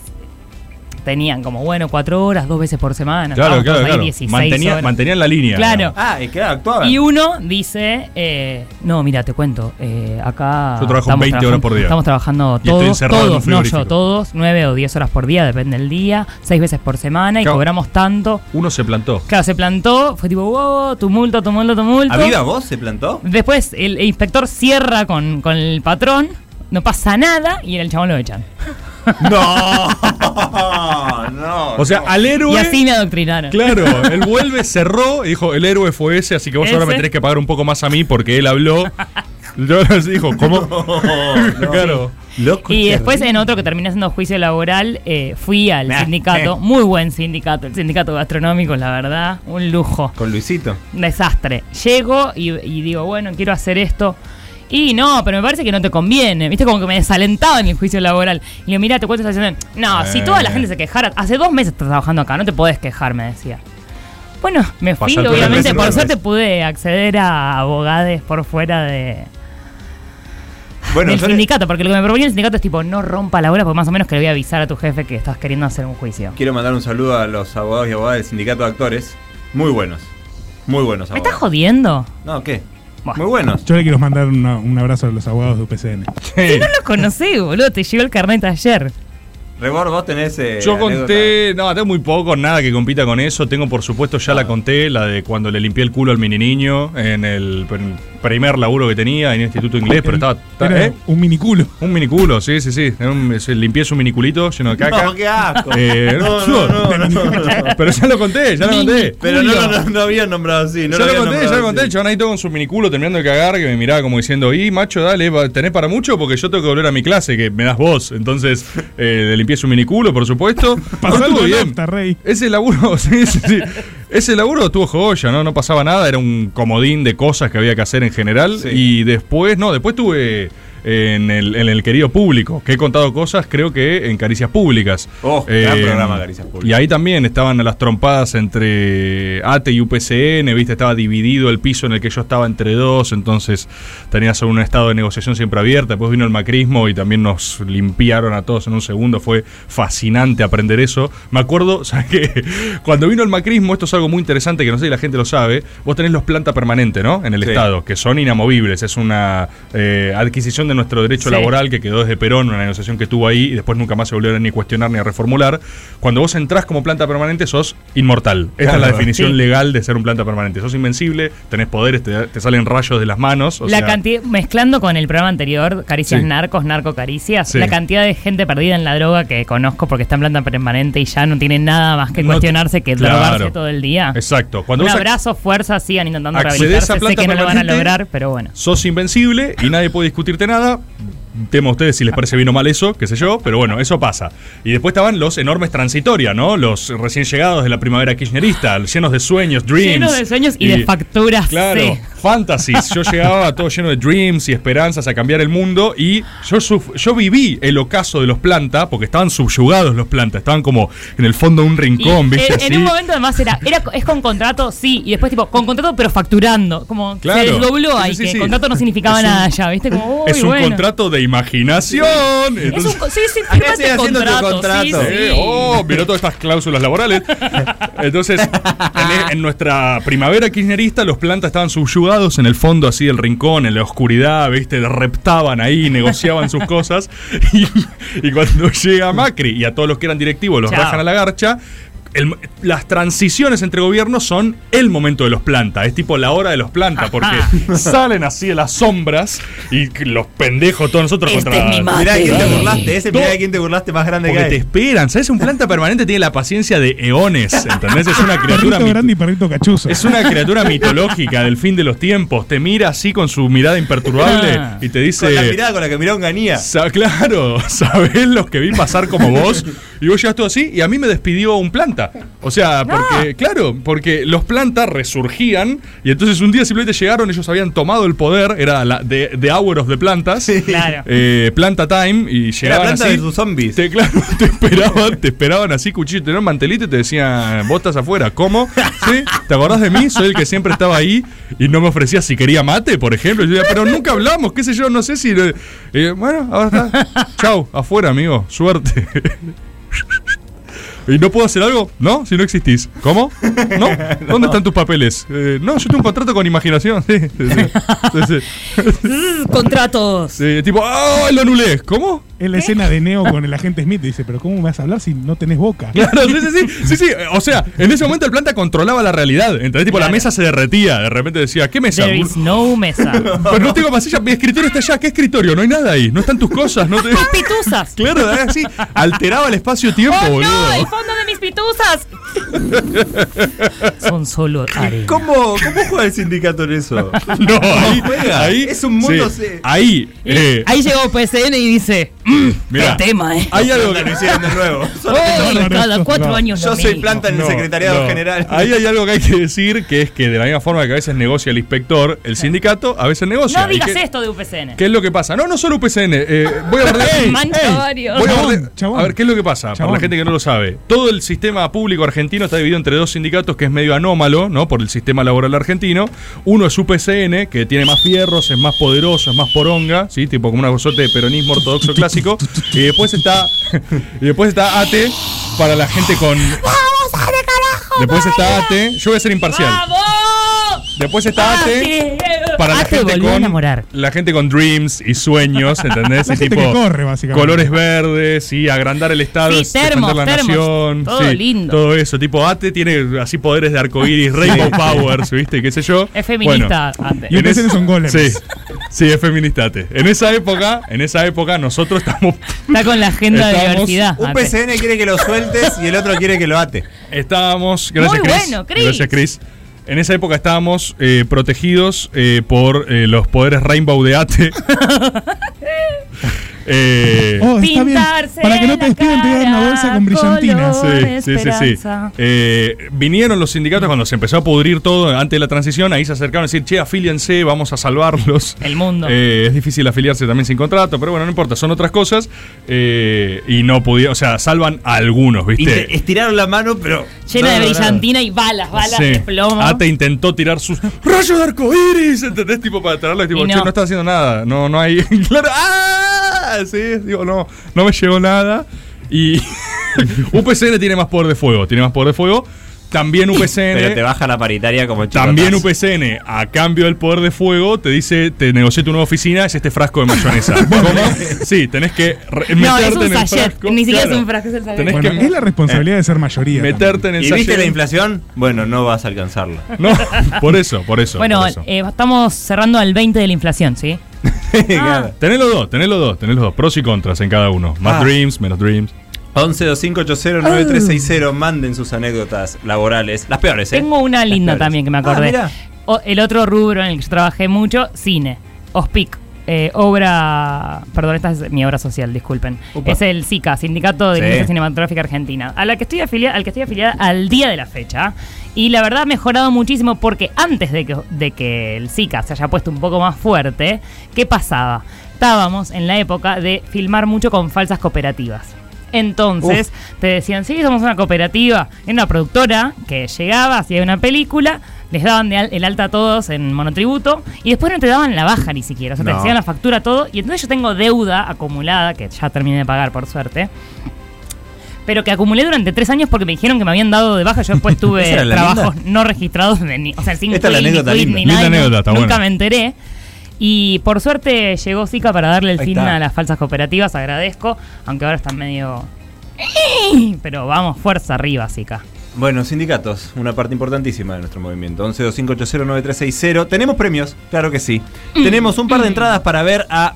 tenían, como bueno, cuatro horas, dos veces por semana.
Claro,
estábamos todos
claro,
ahí
claro.
16
Mantenía-
horas.
Mantenían la línea.
Claro.
digamos.
Ah, y claro, actuaban.
Y uno dice, eh, no, mira, te cuento, eh, acá...
Yo trabajo 20
trabajando-
horas por día.
Estamos trabajando
Y estoy
todos,
encerrado en un
todos, no
frigorífico.
yo, todos, 9 o 10 horas por día, depende del día, 6 veces por semana y
Claro.
cobramos tanto.
Uno se plantó.
Claro, se plantó, fue tipo, wow, tumulto, tumulto, tumulto.
¿A viva voz se plantó?
Después el inspector cierra con, con el patrón, no pasa nada y el chabón lo echan.
¡No! No, Ah, no.
O sea, al héroe.
Y así me adoctrinaron.
Claro, eh, él vuelve, cerró y dijo, el héroe fue ese, así que vos ahora
¿Ese?
me tenés que pagar un poco más a mí porque él habló. Yo les dijo, ¿cómo? claro. Loco.
Y después en otro que terminé haciendo juicio laboral, eh, fui al
Nah,
sindicato,
eh.
muy buen sindicato, el sindicato gastronómico, la verdad, un lujo,
Con Luisito.
un desastre. Llego y, y digo, bueno, quiero hacer esto. Y no, pero me parece que no te conviene. Viste, como que me desalentaba en el juicio laboral. Y le digo, mira, te cuento esta situación. No, si toda la
Eh.
gente se quejara, hace dos meses estás trabajando acá, no te podés quejar, me decía. Bueno, me
Pues
fui,
Pasar todo el
obviamente,
resto
por
del
suerte pude acceder a abogados por fuera de,
Bueno,
del
yo le-
sindicato, porque lo que me proponía el sindicato es tipo, no rompa la bola, porque más o menos que le voy a avisar a tu jefe que estás queriendo hacer un juicio.
quiero mandar un saludo a los abogados y abogadas del sindicato de actores. Muy buenos. Muy buenos
¿Me estás
abogados.
jodiendo?
No, ¿qué? Muy buenos.
Yo le quiero mandar una- un abrazo a los abogados de UPCN.
Si no los conocí, boludo, te llegó el carnet ayer.
Rebor, vos tenés. eh,
Yo
anécdota.
conté, no, tengo muy poco, nada que compita con eso. Tengo, por supuesto, ya la conté, la de cuando le limpié el culo al mini niño en el pr- primer laburo que tenía en el Instituto Inglés, pero estaba. ta-
Era
¿eh?
un miniculo.
Un miniculo, sí, sí, sí. Era un- se- limpié su miniculito lleno de caca.
No, qué asco.
Eh,
no, no, no, no, no, no.
Pero ya lo conté, ya lo conté.
Pero no, no, no, no habían nombrado así. No
ya lo
habían
conté, ya
nombrado
lo conté, el
así.
chabón ahí todo con su miniculo terminando de cagar, que me miraba como diciendo, y macho, dale, va- tenés para mucho porque yo tengo que volver a mi clase, que me das vos. Entonces, eh, le limpié su miniculo, por supuesto. Pero
Pasando
estuvo bien.
nafta, rey.
Ese laburo, sí, sí, sí. Ese laburo estuvo joya, ¿no? No pasaba nada, era un comodín de cosas que había que hacer en general. Y después, no, después tuve en el, en el querido público, que he contado cosas, creo que en Caricias Públicas. Eh,
Oh, gran programa, Caricias Públicas.
Y ahí también estaban las trompadas entre ATE y UPCN, ¿viste? Estaba dividido el piso en el que yo estaba entre dos, entonces tenías un estado de negociación siempre abierta. Después vino el macrismo y también nos limpiaron a todos en un segundo. Fue fascinante aprender eso. Me acuerdo, ¿sabes qué? Cuando vino el macrismo, esto es algo muy interesante que no sé si la gente lo sabe. Vos tenés los planta permanente, ¿no? En el
Sí.
Estado, que son inamovibles. Es una eh, adquisición de nuestro derecho
Sí.
laboral que quedó desde Perón, una negociación que tuvo ahí y después nunca más se volvió ni a cuestionar ni a reformular. Cuando vos entrás como planta permanente, sos inmortal. Esta
Claro.
es la definición
Sí.
legal de ser un planta permanente. Sos invencible, tenés poderes, te, te salen rayos de las manos. o
la
sea,
cantidad, mezclando con el programa anterior, Caricias
Sí.
Narcos, Narco Caricias,
Sí.
la cantidad de gente perdida en la droga que conozco porque está en planta permanente y ya no tienen nada más que
No-
cuestionarse que
claro.
drogarse todo el día.
Exacto. Cuando
Un
vos ac-
abrazo, fuerza, sigan intentando
Accedés a
rehabilitarse. Sé
planta
que no lo van a
permanente.
lograr, pero bueno.
sos invencible y nadie puede discutirte nada. Tema a ustedes si les parece bien o mal eso, qué sé yo, pero bueno, eso pasa. Y después estaban los enormes transitoria, ¿no? Los recién llegados de la primavera kirchnerista, llenos de sueños, dreams.
Lleno de sueños y, de facturas.
Claro,
sí.
fantasies. Yo llegaba todo lleno de dreams y esperanzas a cambiar el mundo y yo, suf- yo viví el ocaso de los plantas porque estaban subyugados los plantas, estaban como en el fondo de un rincón,
Y
¿viste?
en, en
Así.
un momento además era, era es con contrato, sí, y después tipo, con contrato pero facturando. Como
Claro.
se desdobló
Sí,
ahí,
sí,
que
sí.
el contrato no significaba
Es un-
nada ya, ¿viste? Como, uy,
es un
bueno.
contrato de imaginación.
Es un,
Entonces-
co- sí, sí,
Acá
firmate
estoy haciendo tu
contrato.
contrato.
sí,
Eh,
sí.
oh, miró todas estas cláusulas laborales. Entonces, en, en nuestra primavera kirchnerista, los plantas estaban subyugados en el fondo, así del rincón, en la oscuridad, ¿viste? Reptaban ahí, negociaban sus cosas. Y, y cuando llega Macri y a todos los que eran directivos los
Chao.
rajan a la garcha. el- las transiciones entre gobiernos son el momento de los plantas, es tipo la hora de los plantas, porque salen así de las sombras y los pendejos todos nosotros contra
Mirá de quién te
Claro.
burlaste. Ese, mirá de quién te burlaste más grande que
Porque te
hay.
esperan, ¿sabes? Un planta permanente tiene la paciencia de eones, ¿entendés? Es una criatura,
Ah, Perrito
mit-
grande y perrito cachuzo.
es una criatura mitológica del fin de los tiempos. Te mira así con su mirada imperturbable
Ah.
y te dice...
Con la mirada con la que miró Onganía.
"Sa- claro, sabés los que vi pasar como vos. Y vos llegaste así y a mí me despidió un planta. O sea, porque, claro, porque los plantas resurgían y entonces un día simplemente llegaron, ellos habían tomado el poder, era la de, de Hour of the Plantas,
Claro.
eh, Planta Time, y llegaban
planta
así.
versus zombies.
Te, claro, te esperaban, te esperaban así, cuchillo, tenían mantelito y te decían, vos estás afuera, ¿cómo? ¿Sí? ¿Te acordás de mí? Soy el que siempre estaba ahí y no me ofrecía si quería mate, por ejemplo. Y yo decía, pero nunca hablamos, qué sé yo, no sé si... lo- Eh, bueno, ahora está. Chau, afuera, amigo, suerte. ¿Y no puedo hacer algo? No, si no existís. ¿Cómo? ¿No? ¿Dónde están tus papeles? Eh, no, yo tengo un contrato con imaginación. Sí, sí, sí. Sí, sí.
Contratos.
Sí, tipo, ¡ah! Lo anulé. ¿Cómo?
Es la escena de Neo con el agente Smith. Dice, pero ¿cómo me vas a hablar si no tenés boca?
Claro, sí, sí, sí, sí, sí. O sea, en ese momento el planta controlaba la realidad. Entonces, tipo, la mesa se derretía. De repente decía, ¿qué mesa?
There is no mesa.
Pero no tengo masilla, mi escritorio está allá. ¿Qué escritorio? No hay nada ahí. No están tus cosas. No te...
pituzas.
Claro, era así. Alteraba el espacio-tiempo,
¡Oh, no! ¡El
boludo.
fondo de mis pituzas! Son solo arena.
¿Cómo, ¿Cómo juega el sindicato en eso?
No, ahí,
juega?
ahí-
Es un mundo.
sí.
se-
Ahí. eh,
Ahí llegó PSN y dice: "Mm,
Mirá,
¡Qué tema, eh!
Hay algo que
Lo hicieron de nuevo.
Uy, cada cuatro
no.
años
Yo
lo
soy
mismo.
planta en el
No,
secretariado
no.
general.
Ahí hay algo que hay que decir, que es que de la misma forma que a veces negocia el inspector, el sindicato a veces negocia.
No
¿Y
digas
qué,
esto de UPCN.
¿Qué es lo que pasa? No, no solo UPCN. eh, voy a ordenar.
Mancha varios.
Voy a,
Chabón,
orden-
chabón.
a ver, ¿qué es lo que pasa? Para
Chabón.
la gente que no lo sabe, todo el sistema público argentino está dividido entre dos sindicatos que es medio anómalo, ¿no? Por el sistema laboral argentino. Uno es UPCN, que tiene más fierros, es más poderoso, es más poronga, ¿sí? Tipo como una gozote de peronismo ortodoxo clásico. Y después está. y después está AT para la gente con.
¡Vamos a de carajo!
Después está
María!
AT. Yo voy a ser imparcial.
¡Vamos!
Después
Ah,
está ATE
ATE.
para la
ATE
gente
volvió Ah, a
con
enamorar.
la gente con dreams y sueños, ¿entendés?
La
Y
gente que corre, básicamente.
colores verdes y agrandar el estado,
Sí,
es defender
termos,
la
termos,
nación,
todo
sí,
lindo.
todo eso, tipo ATE tiene así poderes de arcoíris, rainbow powers, ¿viste? qué sé yo.
Es feminista,
Bueno,
ATE.
Y
en
ustedes
esa-
son golems.
Sí. Sí, es feminista ATE. En esa época, en esa época nosotros estamos
Está con la agenda de
Estábamos-
diversidad.
Un
ATE.
PCN quiere que lo sueltes y el otro quiere que lo ate.
Estábamos, gracias
Muy
Chris.
bueno, Chris.
Gracias Chris. En esa época estábamos eh, protegidos eh, por eh, los poderes Rainbow de Ate. Eh,
Oh, está bien.
Pintarse
Para que no te
la
despidan, te voy a dar una
cara
bolsa con brillantinas.
color.
sí, sí, sí, sí.
esperanza.
Eh, vinieron los sindicatos cuando se empezó a pudrir todo antes de la transición. Ahí se acercaron a decir, che, afíliense, vamos a salvarlos.
El mundo.
Eh, es difícil afiliarse también sin contrato, pero bueno, no importa, son otras cosas. Eh, y no pudieron, o sea, salvan a algunos, ¿viste?
Y te estiraron la mano, pero.
Llena
No,
de
no, no.
brillantina y balas, balas
Sí.
de plomo.
Ate intentó tirar sus rayos de arcoíris, ¿entendés? Tipo para tirarlo y tipo,
Y
"Che,
no.
no está haciendo nada. No, no hay. claro. ¡Ah! Sí, digo, no, no me llegó nada. Y UPCN tiene más poder de fuego, tiene más poder de fuego. También
Pero te
UPCN.
baja la paritaria como chico.
También UPCN, a cambio del poder de fuego, te dice, te negocié tu nueva oficina, es este frasco de mayonesa. ¿Cómo? Sí, tenés que re-
No,
meterte
es un
en el
sachet.
frasco.
Ni siquiera
Claro.
es un frasco, es el sachet.
Tenés
Bueno,
que
es la responsabilidad de ser mayoría.
meterte en el
¿Y
sachet.
viste la inflación? Bueno, no vas a alcanzarla.
No, por eso, por eso.
Bueno,
por eso.
eh, estamos cerrando al 20 de la inflación, ¿sí? Ah.
Claro.
Tenés los dos, tenés los dos, tenés los dos. Pros y contras en cada uno. Más
Ah.
dreams, menos dreams.
1125809360, manden sus anécdotas laborales, las peores, ¿eh?
Ah. Tengo una linda
Las peores.
también que me
Ah,
acordé.
mirá.
O- el otro rubro en el que yo trabajé mucho, cine. OSPIC. eh, obra. Perdón, esta es mi obra social, disculpen.
Upa.
Es el SICA, Sindicato de
Sí.
Industria Cinematográfica Argentina, a la que estoy afiliada, al que estoy afiliada al día de la fecha. Y la verdad ha mejorado muchísimo porque antes de que, de que el SICA se haya puesto un poco más fuerte, ¿qué pasaba? Estábamos en la época de filmar mucho con falsas cooperativas. Entonces, te decían, sí, somos una cooperativa, era una productora que llegaba, hacía una película, les daban de al- el alta a todos en monotributo y después no te daban la baja ni siquiera, o sea, te
No.
hacían la factura todo y entonces yo tengo deuda acumulada, que ya terminé de pagar por suerte, pero que acumulé durante tres años porque me dijeron que me habían dado de baja, yo después tuve
¿Esa era la
trabajos no registrados, de ni- o sea, sin
Esta es la
quit, ni
anécdota
quit,
linda.
ni nada,
Linda
y no-
anécdota, está
nunca
buena.
me enteré. Y por suerte llegó Zika para darle el
Ahí
fin
está.
a las falsas cooperativas, agradezco, aunque ahora están medio... Pero vamos, fuerza arriba, Zika.
Bueno, sindicatos, una parte importantísima de nuestro movimiento. 1125809360. Tenemos premios, claro que sí.
Mm.
Tenemos un par de entradas para ver a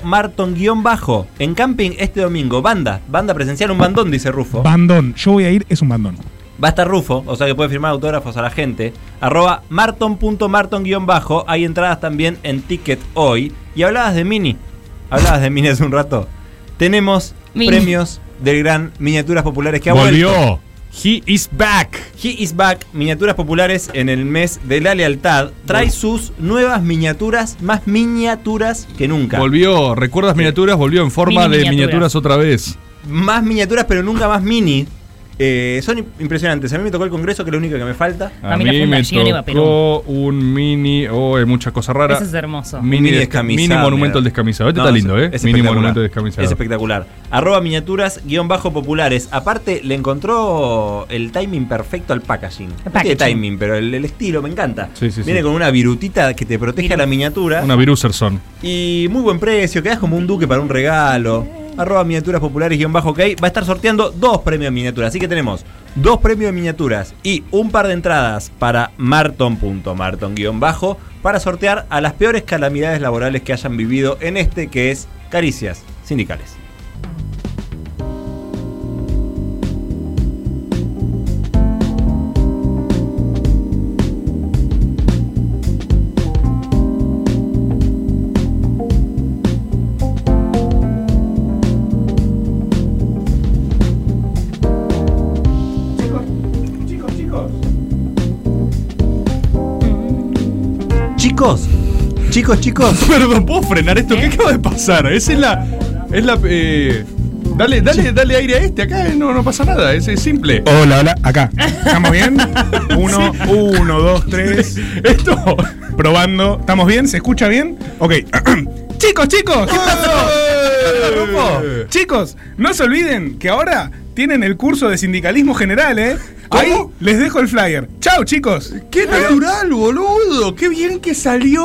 Marton.marton-bajo en camping este domingo. Banda, banda presencial, un bandón, dice Rufo.
Bandón. Yo voy a ir, es un bandón.
Va a estar Rufo, o sea que puede firmar autógrafos a la gente. Arroba marton.marton-bajo. Hay entradas también en Ticket hoy. Y hablabas de Mini. Hablabas de Mini hace un rato. Tenemos
Mini.
premios del gran Miniaturas Populares que ha vuelto.
Volvió. He is back.
He is back, miniaturas populares en el mes de la lealtad. Trae sus nuevas miniaturas, más miniaturas que nunca.
Volvió. ¿Recuerdas miniaturas? Volvió en forma
Mini
de miniaturas
miniaturas
otra vez.
más miniaturas, pero nunca más mini. Eh, son im- impresionantes. A mí me tocó el Congreso, que es lo único que me falta.
A mí me tocó un mini. Oh, hay mucha cosa rara.
Ese es hermoso.
Mini,
Mini, desca-
descamisado.
mini monumento
mira.
al descamisado. Este
No,
está
es-
lindo, ¿eh?
es
mini
espectacular.
monumento al descamisado.
Es espectacular. Arroba miniaturas guión bajo populares. Aparte, le encontró el timing perfecto al packaging. No tiene
packaging.
timing, pero el, el estilo me encanta.
Sí, sí,
Viene
sí.
con una virutita que te protege a la miniatura.
Una Viruserson.
Y muy buen precio, quedás como un duque para un regalo. Arroba miniaturas populares guión bajo ok. Va a estar sorteando dos premios de miniaturas. Así que tenemos dos premios de miniaturas y un par de entradas para marton.marton guión bajo para sortear a las peores calamidades laborales que hayan vivido en este que es Caricias Sindicales. Chicos, chicos, chicos.
Perdón, ¿puedo frenar esto?
¿Eh?
¿Qué acaba de pasar? Esa es la. Es la. eh, dale, dale, dale aire a este. Acá eh, no, no pasa nada. Es, es simple.
Hola, hola, acá. ¿Estamos bien? Uno, uno, dos, tres.
Esto.
Probando. ¿Estamos bien? ¿Se escucha bien? Ok. chicos, chicos. ¿Qué pasó? Grupo. Chicos, no se olviden que ahora tienen el curso de sindicalismo general, ¿eh? Ahí les dejo el flyer. Chao, chicos.
¡Qué natural, boludo! ¡Qué bien que salió!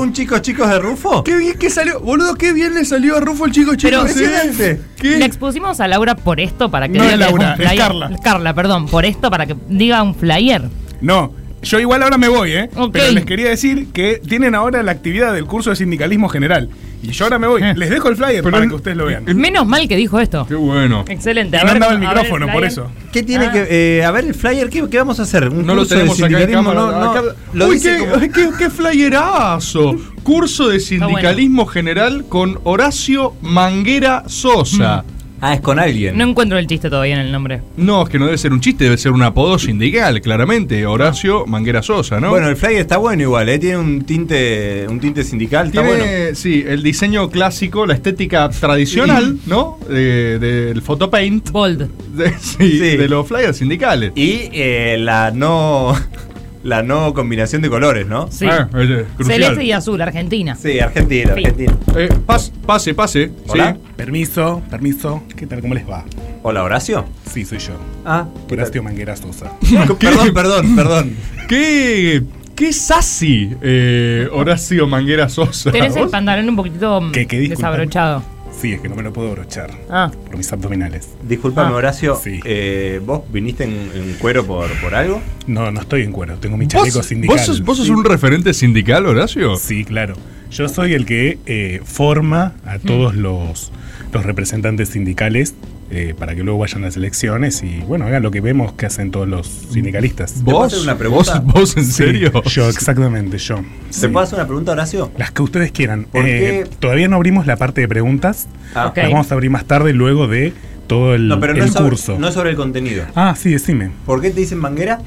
¿Un chicos, chicos de Rufo?
¡Qué bien que salió! Boludo, qué bien le salió a Rufo el chico chico.
Pero-
ese. ¿Qué?
La expusimos a Laura por esto para que
No
diga
es
que
Laura,
un
es
flyer.
Carla.
Carla, perdón, por esto para que diga un flyer.
No, yo igual ahora me voy, ¿eh?
Ok.
Pero les quería decir que tienen ahora la actividad del curso de sindicalismo general. Y yo ahora me voy. Les dejo el flyer para que ustedes lo vean.
Menos mal que dijo esto.
Qué bueno.
Excelente.
No
a ver,
andaba el
a ver
micrófono, por
flyer.
eso.
¿Qué tiene
Ah.
que. eh, a ver, el flyer, ¿qué, qué vamos a hacer? ¿Un
No lo
curso de
tenemos acá en
sindicalismo?
cámara.
No, no,
Acá-
lo
Uy,
hice
qué,
como-
ay, qué- qué flyerazo. Curso de
bueno.
sindicalismo general con Horacio Manguera Sosa.
Ah, es con alguien.
No encuentro el chiste todavía en el nombre.
No, es que no debe ser un chiste, debe ser un apodo sindical, claramente. Horacio Manguera Sosa, ¿no?
Bueno, el flyer está bueno igual, ¿eh? tiene un tinte, un tinte sindical, está
Tiene,
bueno.
sí, el diseño clásico, la estética tradicional, ¿no? Eh, del photopaint,
Bold.
de, sí,
Sí.
de los flyers sindicales.
Y eh, la no la no combinación de colores, ¿no?
Sí.
Ah, es, eh, crucial.
Celeste y azul, Argentina.
Sí, ah, Argentina,
Sí.
Argentina.
Eh, pas- pase, pase.
Hola.
sí.
Permiso, permiso. ¿Qué tal? ¿Cómo les va?
Hola, Horacio.
Sí, soy yo.
Ah, ¿qué tal?
Horacio Manguera Sosa.
Perdón, perdón, perdón.
¿Qué, qué sassy eh, Horacio Manguera Sosa?
Tenés el
¿Vos?
pantalón un poquito mm,
¿Qué- qué, disculpa?
desabrochado.
Sí, es que no me lo puedo brochar
Ah,
por mis abdominales.
Disculpame,
Ah.
Horacio.
Sí.
eh, ¿Vos viniste en, en cuero por, por algo?
No, no estoy en cuero. Tengo mi
¿Vos,
chaleco sindical.
vos sos, vos sos un referente sindical, Horacio?
Sí, claro. Yo soy el que eh, forma
Mm.
a todos los, los representantes sindicales eh, para que luego vayan a las elecciones y, bueno, hagan lo que vemos que hacen todos los sindicalistas.
puedo
¿Vos?
hacer una pregunta?
¿Vos, vos en
Sí,
serio?
Yo, exactamente, yo.
¿Te
Sí.
puedo hacer una pregunta, Horacio?
Las que ustedes quieran.
¿Por
Eh,
qué?
Todavía no abrimos la parte de preguntas.
Ah,
Ok.
Las vamos a abrir más tarde, luego de todo el,
No, pero no
el
es, sobre,
curso.
no es sobre el contenido.
Ah, sí, decime.
¿Por qué te dicen manguera?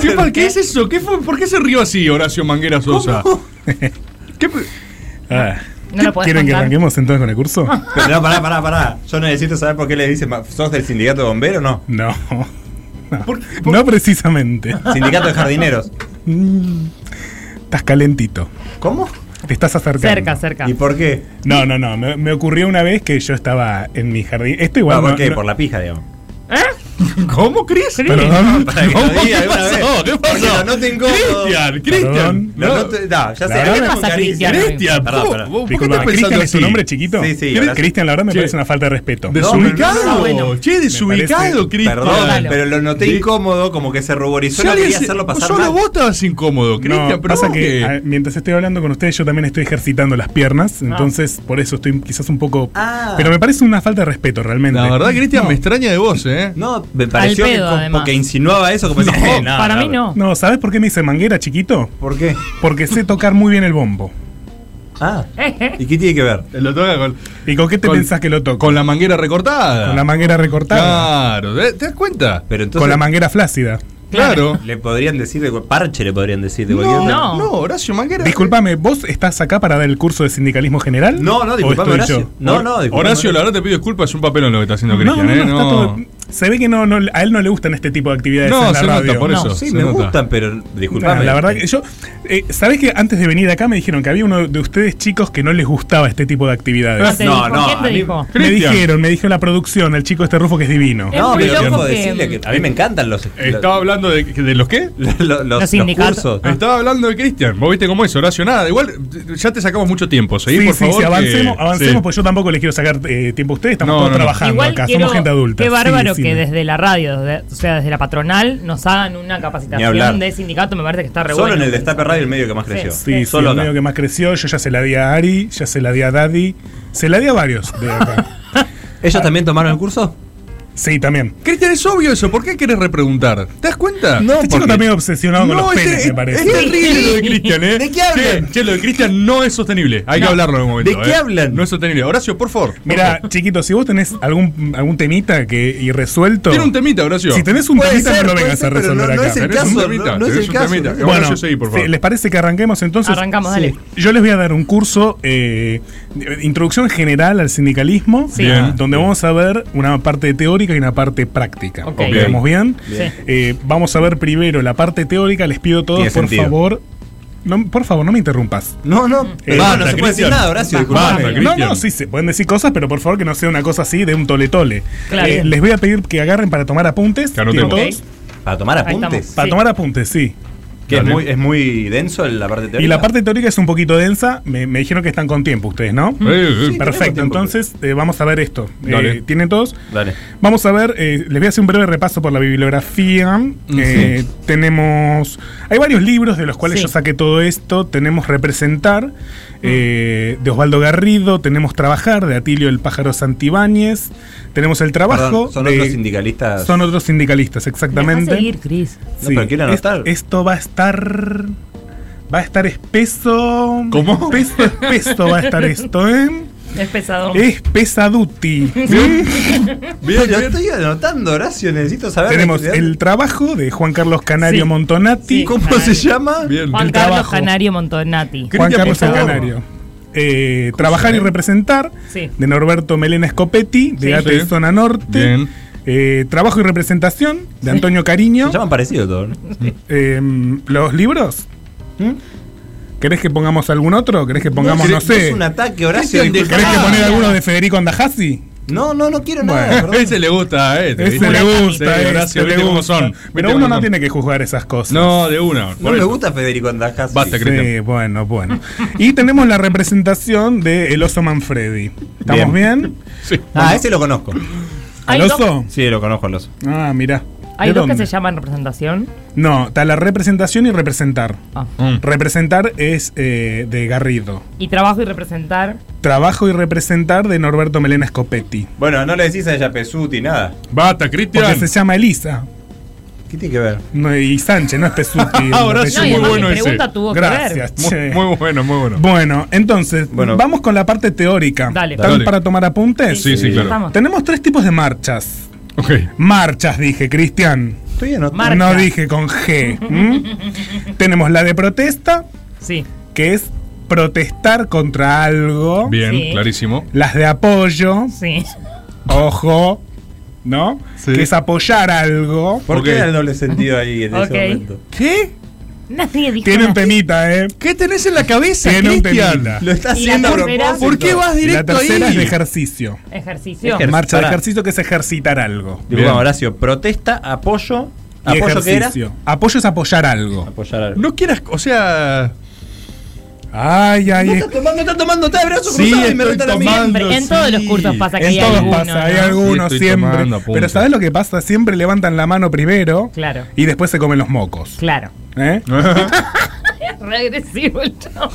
¿Qué, pa- qué es eso? ¿Qué fue- ¿Por qué se rió así Horacio Manguera Sosa? ¿Qué pe-
Ah,
no lo podés
¿Quieren que
contar.
arranquemos entonces con el curso?
Ah.
Pero no, pará, pará, pará. Yo necesito saber por qué le dicen. ma- ¿Sos del sindicato de bomberos o no?
No.
por-
No precisamente.
Sindicato de jardineros.
Mm, Estás calentito.
¿Cómo?
Te estás acercando.
cerca, cerca.
¿Y por qué?
No, no, no. Me, me ocurrió una vez que yo estaba en mi jardín. Esto igual.
Ah, ¿Por
no-
qué?
no-
Por la pija, digamos.
¿Cómo, Cris?
Perdón.
Para que lo
¿Cómo?
diga
¿Qué
alguna
pasó?
vez.
¿Qué
Porque
pasó?
la nota incómoda.
Cristian, Cristian.
Perdón.
La nota- no, ya sé.
verdad
hablamos
me
con
pasa,
Caricia.
Cristian?
Cristian,
Perdón,
¿cómo-
perdón.
vos- ¿por qué
Disculpa,
estás pensando
Cristian es tu
así?
nombre chiquito.
Sí, sí,
Cri-
gracias.
Cristian, la verdad me
Che.
parece una falta de respeto.
Desubicado.
No, pero no,
bueno.
Che, desubicado,
parece-
Cristian.
Perdón,
Perdónalo.
pero lo noté
Sí.
incómodo, como que se ruborizó.
Si
no
alguien
quería
se- pues
hacerlo pasar
Solo
mal.
vos estabas incómodo, Cristian.
No,
pero
pasa
vos
que ah, mientras estoy hablando con ustedes yo también estoy ejercitando las piernas, entonces por eso estoy quizás un poco...
Ah.
Pero me parece una falta de respeto realmente.
La verdad, Cristian, me extraña de vos, ¿eh?
No, me pareció
pedo,
que,
además.
como que insinuaba eso. Como
No,
decía, eh, no,
Para mí no.
No, ¿sabes por qué me hice manguera chiquito?
¿Por qué?
Porque sé tocar muy bien el bombo.
Ah,
Eh, eh.
¿y qué tiene que ver?
Lo toca con,
¿Y con qué te
Con-
pensás que lo toco?
con la manguera recortada.
Con la manguera recortada.
Claro, ¿te, te das cuenta?
Pero entonces,
con la manguera flácida.
Claro.
Le podrían decir de cu- parche, le podrían decir de cualquier
No,
otra-
no.
Horacio Manguera.
Disculpame, ¿vos estás acá para dar el curso de sindicalismo general?
No, no, disculpame,
¿O estoy
Horacio.
yo?
No, no, disculpame, Horacio, la verdad te pido disculpas, es un papelón lo que está haciendo Cristian,
no,
¿eh?
no, está todo- se ve que no, no, a él no le gustan este tipo de actividades.
No,
en la
se nota,
radio.
por No, eso,
sí, se me nota. gustan, pero disculpame.
Nah, la verdad que yo. eh, ¿Sabés que antes de venir acá me dijeron que había uno de ustedes chicos que no les gustaba este tipo de
Ah,
actividades?
te No, dijo. no, ¿Quién te
a mí-
dijo?
Me
Cristian.
dijeron, me dijo la producción, el chico este rufo que es divino.
Es No, muy pero loco
Quiero
decirle
que a mí me encantan los.
Estaba hablando de, de los qué?
los, sindicatos. cursos. Ah.
Estaba hablando de Cristian. Vos viste cómo es, Horacio. Nada, igual ya te sacamos mucho tiempo. Seguí,
sí,
por
sí,
favor.
sí,
que-
avancemos, avancemos
sí.
porque yo tampoco les quiero sacar eh, tiempo a ustedes, estamos
No,
todos
no, no.
trabajando
Igual
acá,
Quiero-
somos gente adulta.
Qué bárbaro
Sí,
que
sí.
desde la radio, desde- o sea, desde la patronal, nos hagan una capacitación
hablar.
de sindicato, me parece que está re
Solo
bueno.
en el Destape Radio el medio que más creció.
Sí, sí,
solo
el
acá.
medio que más creció, yo ya se la di a Ari, ya se la di a Daddy, se la di a varios de acá. Ah.
¿Ellos también tomaron el curso?
Sí, también.
Cristian, es obvio eso. ¿Por qué quieres repreguntar? ¿Te das cuenta?
No, este chico
porque-
también obsesionado con
No,
los
es-
penes,
es-
me parece.
Es terrible lo de Cristian, ¿eh?
¿De qué hablan?
Che, che, lo de Cristian no es sostenible. Hay
No.
que hablarlo en un momento.
¿De qué
eh.
hablan?
No es sostenible. Horacio, por favor.
Mira, chiquito, si vos tenés algún, algún temita que irresuelto.
Tiene un temita, Horacio.
Si tenés un
Puede
temita,
ser,
no lo
puede
vengas
ser,
a
pero
resolver
no- no
acá.
es el
Tenés
caso,
un
no-
temita,
no es
tenés
el
un
caso.
temita.
Horacio,
Bueno,
seguí, por
sí,
favor.
¿les parece que arranquemos entonces?
Arrancamos, dale.
Yo les voy a dar un curso, eh, de- introducción general al sindicalismo,
Sí. Bien.
donde vamos a ver una parte teórica y una parte práctica.
Ok.
¿Estamos bien?
Bien.
Eh, vamos a ver primero la parte teórica. Les pido a todos,
Tiene
por
sentido.
favor. no- por favor, no me interrumpas. Eh,
No, no. Va, Eh, no se puede decir nada, Horacio. disculpame.
No, no, sí, se pueden decir cosas, pero por favor que no sea una cosa así de un toletole.
Claro.
Eh, les voy a pedir que agarren para tomar apuntes. ¿Tienen todos?
¿Para tomar apuntes?
Para tomar apuntes, sí.
Que es
Dale.
muy, eh, es muy denso la parte teórica.
Y la parte teórica es un poquito densa. Me, me dijeron que están con tiempo ustedes, ¿no?
sí, sí, tenemos
Perfecto,
tiempo.
entonces eh, vamos a ver esto. Eh,
Dale.
¿Tienen todos?
Dale.
Vamos a ver, eh, les voy a hacer un breve repaso por la bibliografía. Eh, Tenemos. Hay varios libros de los cuales
Sí.
yo saqué todo esto. Tenemos Representar,
Mm.
eh, de Osvaldo Garrido. Tenemos Trabajar, de Atilio el Pájaro Santibáñez. Tenemos El Trabajo.
Perdón, son
de-
eh,
otros sindicalistas.
Son otros sindicalistas, exactamente.
Dejá seguir, Cris.
No, pero quiero
Es-
anotar.
esto va a estar. Va a estar espeso. ¿Cómo? Espeso, espeso va a estar esto, ¿eh?
Es pesado.
¿Eh?
Es pesaduti. ¿Mm?
Bien, yo estoy anotando, Horacio, necesito saber.
Tenemos el trabajo de Juan Carlos Canario
Sí.
Montonati.
Sí, ¿Cómo Canario. se
llama?
Juan
El
Carlos
trabajo.
Canario Montonati.
Juan Carlos el Canario. Eh, trabajar y representar
Sí.
de Norberto Melena Scopetti, de
Sí.
Arte
Sí.
y Zona Norte.
Bien.
Eh, trabajo y representación de Antonio Cariño.
Se llaman parecido todo. ¿no? ¿Mm?
Eh, ¿Los libros? ¿Querés que pongamos algún otro? ¿Querés que pongamos, no,
¿Querés-
sé?
Es un ataque, Horacio.
¿Querés
disculpa.
que poner alguno de Federico Andajasi?
No, no, no quiero nada.
Bueno, ese le gusta a este.
Ese le gusta,
Sí,
ese
Horacio,
le
viste cómo
gusta.
son. Viste
Pero
cómo
uno no
son.
tiene que juzgar esas cosas.
No, de una.
No
por
me
eso.
gusta Federico Andajasi.
Basta, Cristian.
Sí, bueno, bueno. Y tenemos la representación de El Oso Manfredi. ¿Estamos bien?
Ah, ese lo conozco.
Hay
¿Al oso?
Sí, lo conozco al oso.
Ah, mira.
Hay
¿De
dos que
dónde?
se llaman representación.
No, está la representación y representar.
Ah.
Mm.
Representar es eh, de Garrido.
Y trabajo y representar.
Trabajo y representar de Norberto Melena Scopetti.
Bueno, no le decís a ella Pesuti nada.
Basta,
Porque se llama Elisa.
¿Qué tiene que ver?
No, y Sánchez, no este es Pesuti.
Ahora sí,
Pesuti.
muy bueno ese.
Gracias, che.
Muy, muy bueno, muy bueno.
Bueno, entonces, vamos con la parte teórica.
Dale.
¿Están
Dale.
para tomar apuntes?
Sí, sí, Sí. claro. Estamos.
Tenemos tres tipos de marchas. Marchas, dije, Cristian.
Estoy anotando.
Marcha.
No dije con G. ¿Mm? Tenemos la de protesta,
Sí.
que es protestar contra algo.
Bien,
Sí.
clarísimo.
Las de apoyo,
Sí.
ojo, ¿no? Que es apoyar algo.
¿Por qué era el doble sentido ahí en
Ok.
ese momento?
¿Qué?
Nadie dijo
Tienen
nada.
temita, ¿eh?
¿Qué tenés en la cabeza,
Tienen
Cristian?
temita.
Lo está
¿Y la haciendo a tercera? propósito.
¿Por qué vas
La
directo
tercera
ahí?
es de ejercicio.
Ejercicio.
Ejer-
Marcha de
Pará.
ejercicio que es ejercitar algo.
Disculpa, Horacio, protesta, apoyo.
Y
¿Apoyo qué era?
ejercicio. Apoyo es apoyar algo.
Apoyar algo.
No quieras, o sea.
Ay, ay,
No
eh.
ay.
está tomando, está tomando, está de brazo
Sí,
cruzado y me
estoy
retan a mí.
tomando, Siempre,
en todos los cursos pasa
Eh.
que
En
hay
todos
alguno,
pasa, hay
¿no?
algunos
Sí, estoy
siempre.
tomando apuntes.
Pero ¿sabes lo que pasa? Siempre levantan la mano primero
Claro,
y después se comen los mocos.
claro.
¿eh?
re agresivo el chavo.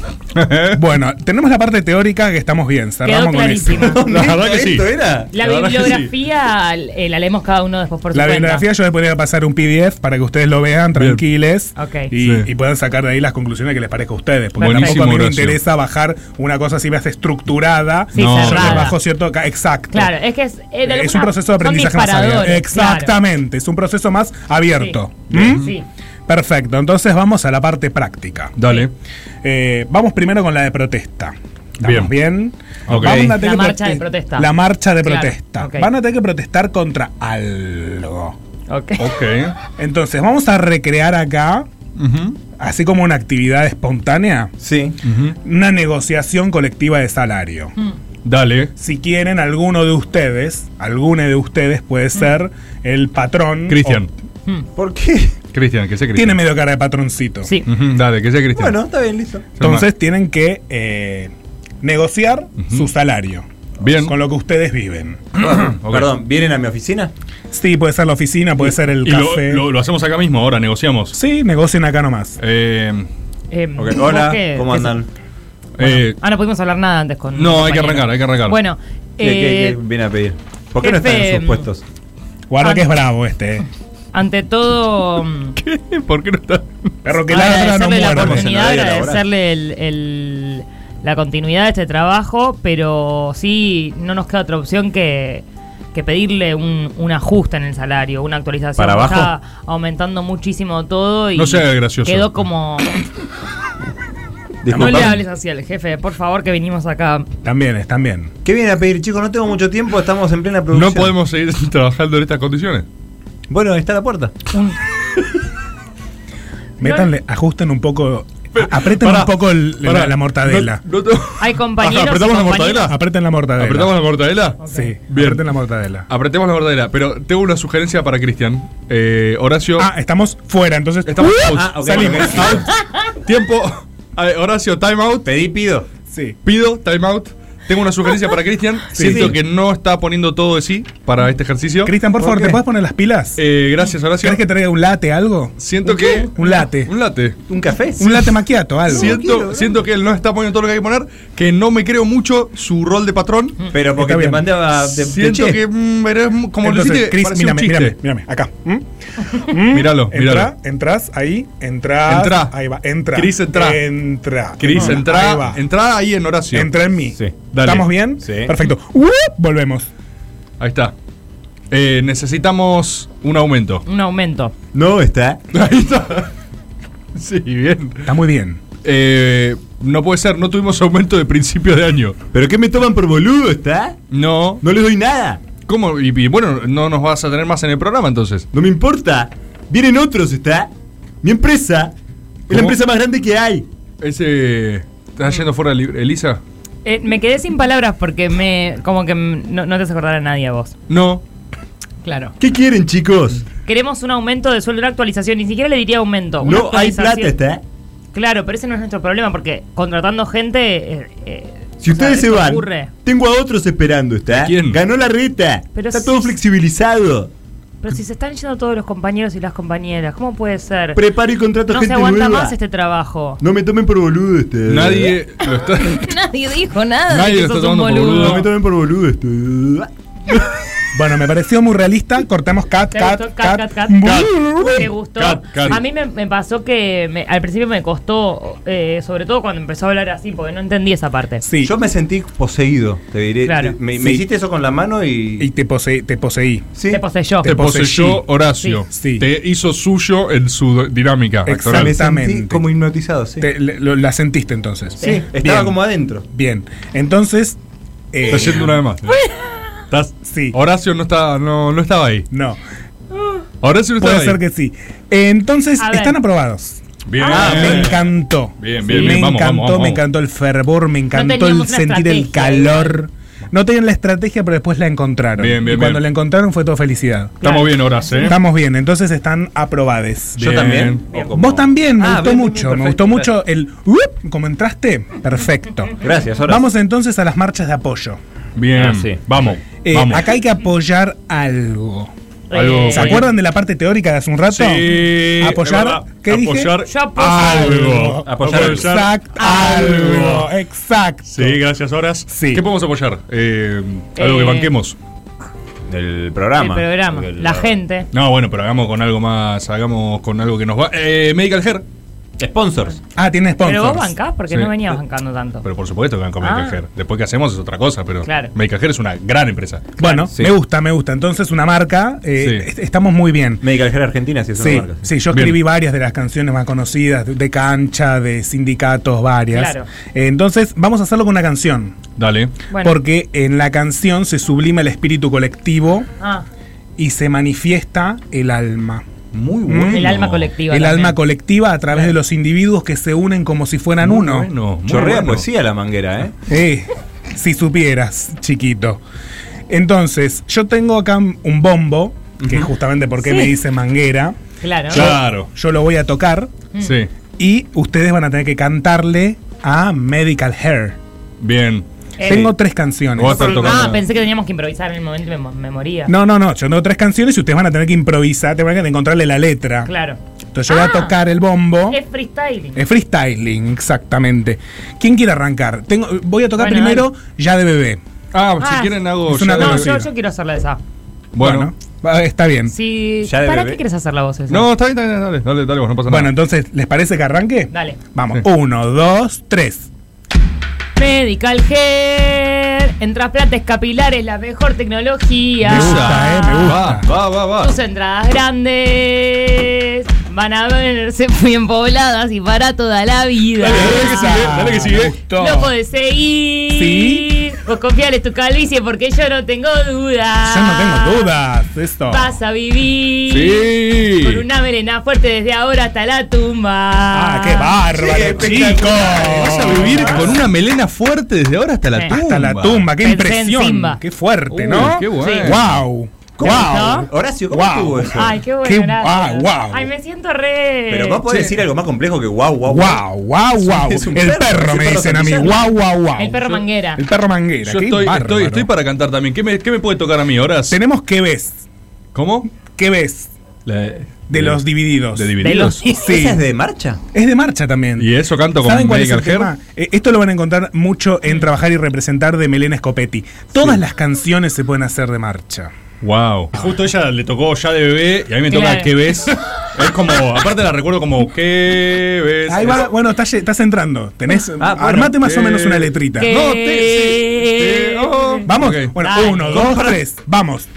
bueno, tenemos la parte teórica que estamos bien. Cerramos con eso.
clarísima.
la verdad que sí.
La bibliografía eh, la leemos cada uno después por su
La
cuenta.
bibliografía yo les podría pasar un PDF para que ustedes lo vean tranquiles
Ok.
y,
Sí.
y puedan sacar de ahí las conclusiones que les parezca a ustedes. Porque
Buenísimo,
tampoco a mí me
Horacio.
interesa bajar una cosa así más estructurada.
Sí,
yo
cerrada.
le bajo cierto... ca- Exacto.
Claro, es que es, eh, de
es
alguna-
un proceso de
son
aprendizaje más abierto.
disparadores, claro.
Exactamente, es un proceso más abierto.
Sí.
¿Mm?
Sí.
Perfecto, entonces vamos a la parte práctica.
Dale.
Eh, vamos primero con la de protesta. ¿Estamos bien?
Ok.
Vamos
La
que
marcha de
prote-
protesta.
La marcha de
Claro,
protesta.
ok.
Van a tener que protestar contra algo.
Ok.
Entonces, vamos a recrear acá, así como una actividad espontánea,
Sí.
una negociación colectiva de salario.
Dale.
Si quieren, alguno de ustedes, alguno de ustedes puede ser el patrón.
Cristian.
¿Por qué?
Cristian, que sea
o- tiene
Cristian.
medio cara de patroncito.
Sí.
Ujú, Dale, que sea Cristian.
Bueno, está bien, listo.
Entonces tienen que eh, negociar su salario.
Bien.
Con lo que ustedes viven.
Ok.
Perdón, ¿vienen a mi oficina?
Sí, puede ser la oficina, puede ser el
Y lo,
café.
lo- lo hacemos acá mismo, ahora negociamos.
Sí, negocien acá nomás.
Eh,
Eh,
Ok,
¿vos
Hola,
qué-
¿cómo
qué
andan?
eh,
Ah, no pudimos hablar nada antes con.
No, hay que
compañero.
arrancar, hay que arrancar.
Bueno,
¿Qué, qué-
eh,
qué viene a pedir? ¿Por qué no
jefe,
están en sus
mm,
puestos?
Guarda
Ah,
que es
no.
bravo este. eh.
ante todo. mm,
¿Por qué no está?
Perro que ladra no
agradecerle la
muerde.
oportunidad,
en horario laboral.
agradecerle el- el- la continuidad de este trabajo, pero sí no nos queda otra opción que, que pedirle un, un ajuste en el salario, una actualización.
¿Para abajo?
Está aumentando muchísimo todo y
No sea gracioso.
quedó como... No
Disculpa.
le hables así al jefe, por favor, que vinimos acá.
También, es, también.
¿Qué vienen a pedir, chicos? No tengo mucho tiempo, estamos en plena producción.
No podemos seguir trabajando en estas condiciones.
Bueno, ahí está la puerta.
Métanle, ajusten un poco. a- Aprieten
Pará,
un poco el-
pará.
la, la mortadela.
No- no tengo-
Hay compañeros
Ajá, ¿Apretamos
y
la
compañeras.
mortadela?
Aprieten la mortadela.
¿Apretamos la mortadela?
Sí,
Bien.
aprieten la mortadela.
Apretemos la mortadela. Pero tengo una sugerencia para Cristian. Eh, Horacio.
Ah, estamos fuera, entonces. ¡Uh!
Estamos out.
Ah, ok.
Salimos.
Tiempo. A ver, Horacio, time out.
Pedí, pido.
Sí.
Pido time out. Tengo una sugerencia para Cristian. Siento
sí.
que no está poniendo todo de sí para este ejercicio.
Cristian, por,
¿Por
favor,
qué?
¿te puedes poner las pilas?
Eh, gracias, Horacio.
¿Querés que traiga un late, algo?
Siento que.
Un late.
Un late.
¿Un café?
Un late maquiato, algo.
Siento, siento que él no está poniendo todo lo que hay que poner, que no me creo mucho su rol de patrón.
Pero
Mm. Está
porque te
bien.
mandé a. te- te
Siento
eché.
que mm, eres mu- como
Entonces,
lo hiciste,
Chris,
parece un
mírame,
chiste.
mírame, mírame, acá.
¿Mm? Míralo, míralo.
Entra, entras ahí, entras.
Entrá.
Ahí va, entra.
Chris, entrá.
Entra.
Cris,
Ahí
entra,
va.
entra ahí en Horacio.
Entra en mí.
Sí.
Dale.
¿Estamos bien?
Sí.
Perfecto. Uh, volvemos.
Ahí está. Eh, necesitamos un aumento.
Un aumento.
No está.
Ahí está. Sí, bien.
Está muy bien.
Eh, no puede ser, no tuvimos aumento de principio de año.
¿Pero qué me toman por boludo? ¿Está?
No.
No les doy nada.
¿Cómo? Y, y bueno, no nos vas a tener más en el programa entonces.
No me importa. Vienen otros, ¿está? Mi empresa. Es
¿Cómo?
la empresa más grande que hay.
Ese. ¿Estás yendo fuera, Eli- Elisa?
Eh, me quedé sin palabras porque me. como que mm, no, no te hace acordar a nadie a vos.
No.
Claro.
¿Qué quieren, chicos?
Queremos un aumento de sueldo, una actualización. Ni siquiera le diría aumento. una
No hay
actualización.
plata, este, ¿eh? ¿está?
Claro, pero ese no es nuestro problema porque contratando gente. eh, eh,
Si
o
ustedes
sea,
se
esto
van,
ocurre.
tengo a otros esperando, ¿está?
¿Quién?
Ganó la reta.
Pero
está
si-
todo flexibilizado.
Pero si se están yendo todos los compañeros y las compañeras, ¿cómo puede ser?
Preparo y contrato
no se
gente
aguanta
nueva.
más este trabajo.
No me tomen por boludo, este.
Nadie lo está.
Nadie dijo nada.
Nadie
de
lo
que
está
sos
tomando por
un boludo.
boludo.
No me tomen por boludo, este.
Bueno, me pareció muy realista. Cortamos cat,
¿Te
cat,
gustó? Cat,
cat.
cat, cat. ¿Te gustó?
Cat, cat.
A mí me, me pasó que me- al principio me costó, eh, sobre todo cuando empezó a hablar así, porque no entendí esa parte.
Sí.
Yo me sentí poseído, te diré.
Claro.
Te- me, me
Sí.
hiciste eso con la mano y.
Y te, poseí, te poseí.
sí.
Te poseyó.
Te
Te
poseyó
poseyó.
Horacio.
Sí. Sí.
Te hizo suyo en su d- dinámica
Exacto.
actoral.
Me sentí
Exactamente.
como hipnotizado, sí.
Te- le- lo- la sentiste entonces.
sí. Estaba
Bien.
como adentro.
Bien. Entonces. eh,
Está yendo una vez más. Estás-
Sí.
Horacio no, está, no, no estaba ahí.
No,
Horacio no estaba
puede ser
ahí.
que sí. Entonces,
A ver.
están aprobados.
Bien.
Ah,
Me encantó.
Bien, bien,
me
bien. Vamos,
encantó,
vamos, vamos.
me encantó el fervor, me encantó el
teníamos una
sentir el
estrategia, ¿eh?
calor. No tenían la estrategia, pero después la encontraron.
Bien, bien,
y cuando
bien.
la encontraron fue todo felicidad.
Estamos bien, Horacio. ¿eh?
Estamos bien, entonces están aprobades.
Yo
Bien.
también. O como-
Vos también, me
Ah,
gustó
bien, bien,
mucho, me
perfecto,
gustó mucho el ¡Uip! como entraste, perfecto.
Gracias, ahora.
Vamos entonces a las marchas de apoyo.
Bien.
Ah, sí.
Mm, Vamos.
Eh,
vamos.
acá hay que apoyar algo.
Algo
¿Se acuerdan de la parte teórica de hace un rato?
Sí,
Apoyar.
es verdad.
¿Qué dije?
Apoyar Yo apoyo. algo. Apoyar Ah. algo.
Exacto. Algo. Exacto.
Sí, gracias, Horas. ¿Qué podemos apoyar? Eh, algo
Eh,
que banquemos.
El programa.
El programa. La gente.
No, bueno, pero hagamos con algo más, hagamos con algo que nos va. Eh, Medical Hair.
Sponsors.
Ah, tiene
Pero vos bancás porque
Sí.
no venías bancando tanto.
Pero por supuesto que van con
Ah.
Medical Hair. Después que hacemos es otra cosa, pero
Claro.
Medical Hair es una gran empresa.
Bueno, me gusta, me gusta. Entonces, una marca. eh,
Sí.
est- Estamos muy bien.
Medical Hair Argentina, si es
Sí,
una marca.
sí, yo escribí varias de las canciones más conocidas, de, de cancha, de sindicatos, varias.
Claro.
Eh, entonces, vamos a hacerlo con una canción.
Dale.
Bueno.
Porque en la canción se sublima el espíritu colectivo
Ah,
y se manifiesta el alma.
Muy
bueno. El alma colectiva
El
también.
alma colectiva a través de los individuos que se unen como si fueran
Muy
uno.
bueno, muy Chorrea bueno. poesía la manguera, ¿eh?
Eh, si supieras, chiquito. Entonces, yo tengo acá un bombo, que es justamente porque
Sí.
me dice manguera.
claro. Mm.
Yo, yo lo voy a tocar.
Sí.
Y ustedes van a tener que cantarle a Medical Hair.
Bien.
Eh,
Tengo tres canciones.
Ah, pensé que teníamos que improvisar en el momento y me, mo- me moría.
No, no, no. Yo tengo tres canciones y ustedes van a tener que improvisar, van a tener que encontrarle la letra.
Claro.
Entonces yo voy a tocar el bombo.
Ah. Es freestyling.
Es freestyling, exactamente. ¿Quién quiere arrancar? Tengo, voy a tocar
Bueno,
primero Ya de bebé.
Ah,
Ah,
Es una
no,
conocida.
yo, yo quiero hacerla de esa.
Bueno, va- está bien.
Si,
Ya de
¿Para
bebé.
qué quieres hacer la voz esa?
No, está bien, está bien, dale, dale, dale, vos, no pasa nada.
Bueno, entonces, ¿les parece que arranque?
Dale.
Vamos, uno, dos, tres.
Medical Hair. En trasplantes capilares, la mejor tecnología. Ah.
Me gusta, eh, me gusta.
Va, va, va.
Tus entradas grandes van a verse bien pobladas y para toda la vida.
Dale que sigue.
Lo podés seguir.
Sí.
Vos confiales tu calvicie porque yo no tengo duda.
Yo no
Ah.
tengo dudas. Esto.
Vas a vivir
Sí.
con una melena fuerte desde ahora hasta la tumba. Ah,
qué bárbaro, chicos.
Vas a vivir con una melena fuerte desde ahora hasta la
Sí.
tumba.
Hasta la tumba, qué
Pensé en
impresión.
Simba.
Qué fuerte,
Uy,
¿no?
qué bueno. Sí.
Wow.
¿Cómo
Wow.
está? Horacio, ¿cómo estuvo eso?
Ay, qué bueno.
Qué-
gracias.
ah, guau.
Ay, me siento re.
Pero vos podés decir algo más complejo que wow, wow,
wow. Wow, wow.
Es un
El
perro, es
perro,
un
me
perro
dicen a mí.
camisano.
Wow, wow, wow.
El perro manguera.
El perro manguera.
Yo
qué
estoy,
bárbaro.
estoy, estoy para cantar también. ¿Qué me, qué me puede tocar a mí, Horas?
Tenemos qué ves.
¿Cómo? eh,
¿Qué ves?
De,
los divididos.
¿De divididos?
Sí.
marcha?
Es de marcha también.
Y eso canto con
¿Saben cuál es el
Medical Hair.
tema? Eh, esto lo van a encontrar mucho en Trabajar y Representar de Melena Scopetti. Todas las canciones se pueden hacer de marcha.
Wow. Justo ella le tocó ya de bebé y a mí me
Claro.
toca ¿Qué ves? Es como, aparte la recuerdo como ¿Qué ves?
Ahí va, bueno, estás, estás entrando. Tenés,
bueno.
armate más o
Eh,
menos una letrita.
¿qué?
No, te- sí, te- oh. Vamos, bueno,
Dale.
uno, dos,
Compra-
tres, vamos.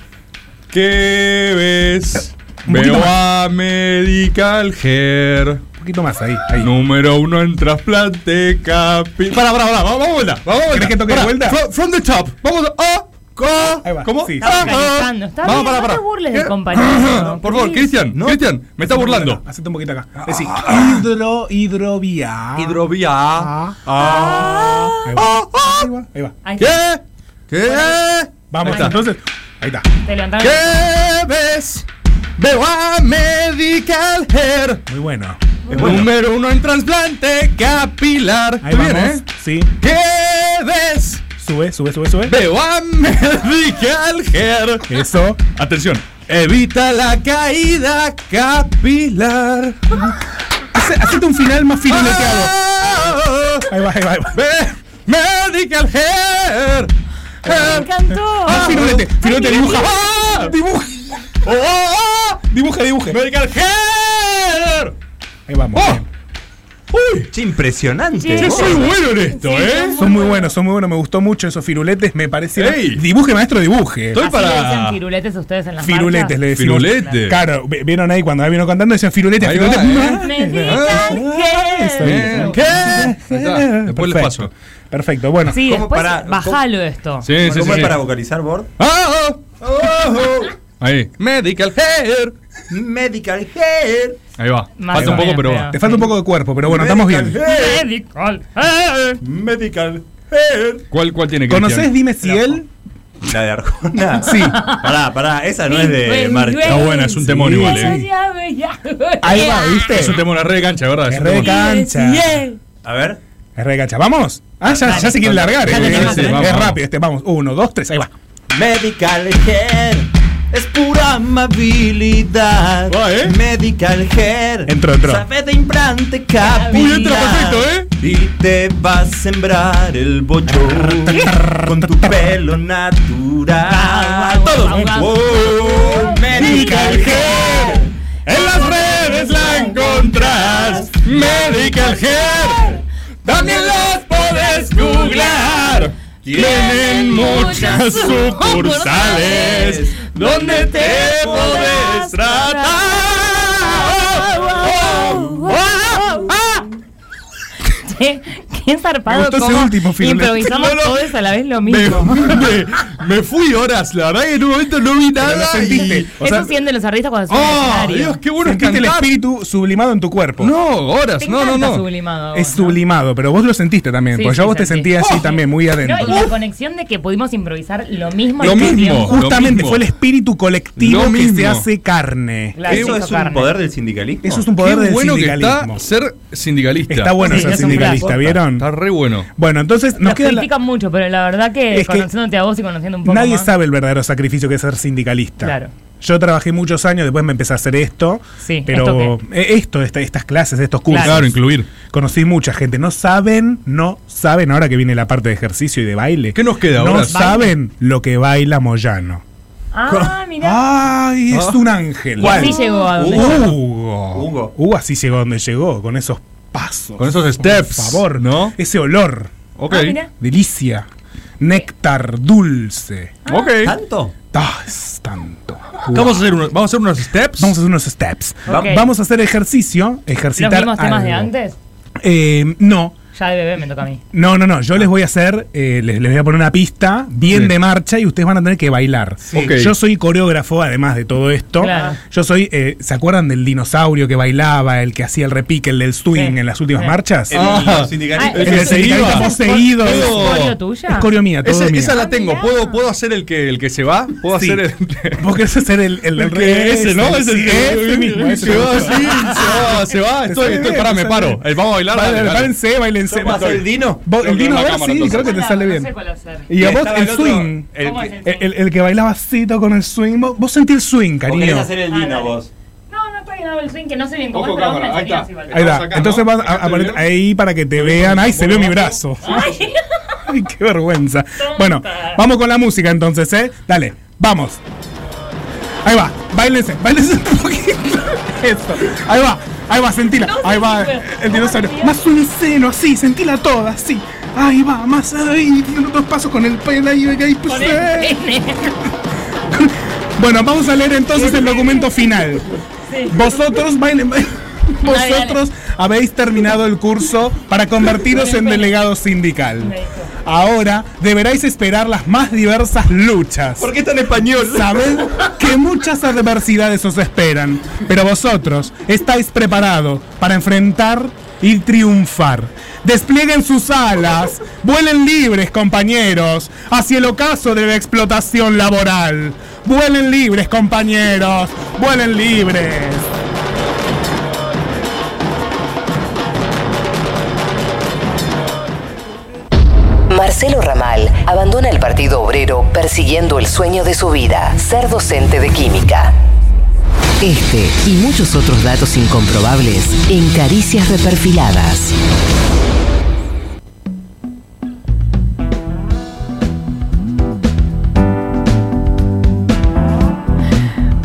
¿Qué ves?
Un poquito
Veo
más.
a Medical Hair. Un
poquito más ahí.
Número uno en trasplante capi. Para, para, para, vamos, vamos vuelta. Vamos vuelta.
¿Querés que toque de
Pará,
vuelta?
From, from the top. Vamos a. ah, ah, ¿Cómo?
Está
Ah, ah.
organizando. Está
Vamos,
bien,
pará,
no
pará.
te burles del compañero.
Por favor, Cristian, Cristian, me está burlando.
Hacete un poquito acá. Es decir, Ah. hidro, hidrovía.
Hidrovía.
Ah.
Ah.
Ahí va. Ahí va, ahí va.
Ahí
está. ¿Qué?
Vamos,
Ahí está.
entonces. Ahí está.
Te levantaron.
¿Qué ves? Veo a Medical Hair.
Muy bueno.
Número uno en trasplante capilar.
Ahí
Estoy
vamos.
bien,
Sí.
¿eh? ¿Qué ves?
Sube, sube, sube, sube.
Veo a Medical Hair.
Eso.
Atención. Evita la caída capilar.
Hace- Hacete un final más fileteado. Ahí va, ahí va, ahí va.
Ah. Medical Hair.
Me encantó.
Ah, firulete, firulete, dibuja. Ah, dibuja.
Oh,
Dibuja, dibuja.
Medical Hair.
Ahí vamos. bien.
¡Uy!
¡Qué impresionante!
Che, soy bueno
en esto,
¿Eh? Son muy buenos, son muy buenos. Me gustó mucho esos firuletes. Me parecieron. Dibuje, maestro, dibuje.
Así le decían firuletes a ustedes en las
Firuletes le decimos.
Firulete.
Claro, vi- vieron ahí cuando vino cantando, decían firulete,
Ahí
firulete.
va, ¿eh?
marchas? Medical
Eso,
Hair.
eso.
Después les paso.
Perfecto, bueno.
Sí,
¿Cómo
después
para-
bajalo esto.
Sí, sí, sí, sí.
para vocalizar, Bord?
oh,
Ah, ah, ah, ah. Ahí. Medical Hair.
Medical Hair.
Ahí va.
Más
Falta
o
un poco,
menos,
pero
pero-
va.
Te falta un poco de cuerpo, pero bueno, estamos bien.
Medical Hair.
Medical Hair.
¿Cuál, cuál tiene que
¿Conoces Dime si él?
La de Arjona.
Sí.
Pará,
Ah,
pará, esa no es de
Bueno,
Marta.
bueno. Está buena,
es un temón igual, eh.
Ahí va, ¿viste?
Es un tema, una red de cancha, ¿verdad?
Es
un
re de
tema.
cancha.
A ver.
Es re de cancha. ¿Vamos? Ah, ya, ya se quiere largar. eh.
Ya tenemos,
Es
tenemos.
rápido este. Vamos. Uno, dos, tres. Ahí va.
Medical Hair.
es pura amabilidad.
Ah, ¿eh?
Medical hair.
Entró, entró.
Sabe de implante capilar.
Uy, entra perfecto, ¿eh?
Y te va a sembrar el bocho con tu pelo natural. Todo.
Medical Hair. En las redes la encontrás. Medical Hair. También las podés googlear. Tienen muchas sucursales donde te podés tratar.
Che, Qué
Me
zarpado
gustó ese
cómo
último, Firulais.
improvisamos
No, no.
todos a la vez lo
Me,
mismo.
me- me fui horas, la verdad que en un momento no vi nada. sentiste.
Eso sienten los artistas cuando suben al
¡Oh,
escenario.
Dios, qué bueno
Sentiste
el
el
espíritu sublimado en tu cuerpo. No, horas,
Te encanta sublimado.
Es sublimado, pero vos lo sentiste también,
Sí,
porque yo
sí,
vos te
sentí.
sentías así
Oh.
también, muy
No,
adentro.
y la conexión de que pudimos improvisar lo mismo.
Lo
al mismo
mismo,
tiempo.
justamente
mismo.
fue el espíritu colectivo
Lo
que se
mismo.
hace carne.
Claro,
¿Eso
hizo
es
carne.
un poder del sindicalismo?
Eso es un poder
Qué
del
bueno
sindicalismo.
que está ser sindicalista.
Está bueno
Sí,
ser
es un
sindicalista,
crack.
¿vieron? Está
re bueno.
Bueno, entonces nos
Nos
queda la-
critican mucho, pero la verdad que
Es que
conociéndote a vos y conociendo un poco
Nadie
más,
sabe el verdadero sacrificio que es ser sindicalista.
Claro.
Yo trabajé muchos años, después me empecé a hacer esto,
Sí,
pero
¿esto
eh, esto, esta- estas clases, estos cursos.
Claro, incluir.
Conocí mucha gente. No saben, no saben, ahora que viene la parte de ejercicio y de baile. ¿Qué
nos queda
No
ahora?
saben lo que baila Moyano.
Ah,
mirá. Ay, es un ángel.
Y así llegó a donde
Uh.
llegó.
Hugo. Hugo. Hugo así llegó a donde llegó, con esos pasos.
Con esos steps,
Por favor, ¿no? Ese olor.
Ok. Ah, mirá.
Delicia. Néctar dulce.
Ah,
Ok.
¿Tanto? es tanto.
Vamos a hacer unos, vamos a hacer unos steps.
Vamos a hacer unos steps.
Ok.
Vamos a hacer ejercicio.
¿Los
Ejercitar.
mismos temas de
algo.
antes?
Eh, no.
Ya de bebé me toca a mí.
No, no, no. Yo les voy a hacer, eh, les, les voy a poner una pista bien
Ah. Sí.
de marcha y ustedes van a tener que bailar.
Ok.
Yo soy coreógrafo, además de todo esto.
Claro.
Yo soy, eh, ¿se acuerdan del dinosaurio que bailaba, el que hacía el repique, el del swing en las últimas
Sí.
marchas?
El Ah. sindicalista.
El
Ese
del
es
sindicalista
Iva.
poseído.
¿Ese es coreo
tuya?
Es coreo mía, todo
Esa,
mío.
esa la tengo. ¿Puedo, ¿Puedo hacer el que, el que se va? ¿Puedo
Sí.
hacer el.?
Vos querés hacer el, el,
El que ese, ¿no? Ese
sí,
que-
ese mismo, ese
Se va,
mismo.
sí, se va, se va. Estoy,
Te sale
estoy,
bien,
pará,
te
me
sale
paro.
bien.
Eh, Vamos a bailar.
Vale,
dale, dale.
Bailense, bailense.
¿Yo puedo hacer el Dino?
Vos,
Yo
el Dino,
creo
a
que
ver,
la cámara,
sí, creo que te
entonces.
sale bien. Y
Y
a vos
estaba
el
el otro,
swing.
el ¿Cómo que- es
El, el- el que bailaba cito con el swing. Vos, vos sentí el swing, cariño.
Ah,
vos? No, no estoy dando el swing, que no sé bien cómo
Ojo,
es, pero vos
cámara,
me
ahí
enseñás
está.
igual.
Ahí está. Entonces vas a, a poner ahí para que te vean. Ay, se vio mi brazo.
Ay.
Ay, qué vergüenza. Bueno, vamos con la música entonces, ¿eh? Dale, vamos. Ahí va, bailense, bailense un poquito. Eso. Ahí va, ahí va, sentila. Ahí va el dinosaurio. Más un seno, así, sentila toda, así. Ahí va, más ahí, dos pasos con el pelo ahí, ahí pues, eh. Bueno, vamos a leer entonces el documento final. Vosotros bailen. bailen.
Dale, dale.
Vosotros habéis terminado el curso para convertiros en delegado sindical. Ahora deberáis esperar las más diversas luchas. ¿Por qué tan español? Sabed que muchas adversidades os esperan, pero vosotros estáis preparados para enfrentar y triunfar. Desplieguen sus alas, vuelen libres, compañeros, hacia el ocaso de la explotación laboral. Vuelen libres, compañeros, vuelen libres.
Marcelo Ramal abandona el Partido Obrero persiguiendo el sueño de su vida, ser docente de química. Este y muchos otros datos incomprobables en Caricias Reperfiladas.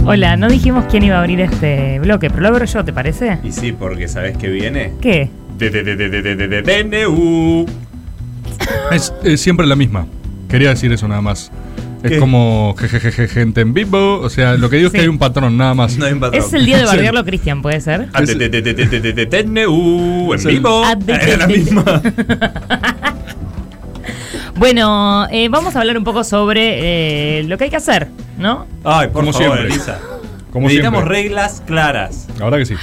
Hola, no dijimos quién iba a abrir este bloque, pero lo abro yo, ¿te parece?
Y sí, porque ¿sabes qué viene?
¿Qué?
De- de- de- de- de- de- de- de- DNU.
Es, eh, siempre la misma. Quería decir eso nada más. Es como jejeje, gente en vivo. O sea, lo que digo es que hay un patrón, nada más. No hay un
Es el día de bardearlo, Cristian, ¿puede ser?
Ah, de- de- de- de- de- de- de- DNU en
Sí.
vivo.
Ah, de-
Era la misma.
Bueno, eh, vamos a hablar un poco sobre eh, lo que hay que hacer, ¿no?
Ay, por
Como
favor,
siempre.
Elisa.
Como
Necesitamos
siempre.
reglas claras.
Ahora que sí.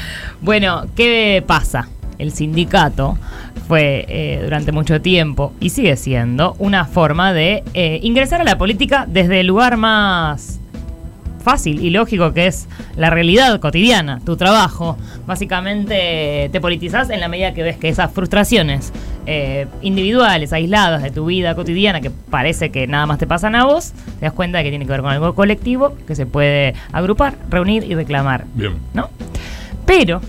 Bueno, ¿qué pasa? El sindicato fue eh, durante mucho tiempo y sigue siendo una forma de eh, ingresar a la política desde el lugar más fácil y lógico que es la realidad cotidiana, tu trabajo. Básicamente te politizás en la medida que ves que esas frustraciones eh, individuales, aislados de tu vida cotidiana, que parece que nada más te pasan a vos, te das cuenta de que tiene que ver con algo colectivo, que se puede agrupar, reunir y reclamar.
Bien.
¿No? Pero,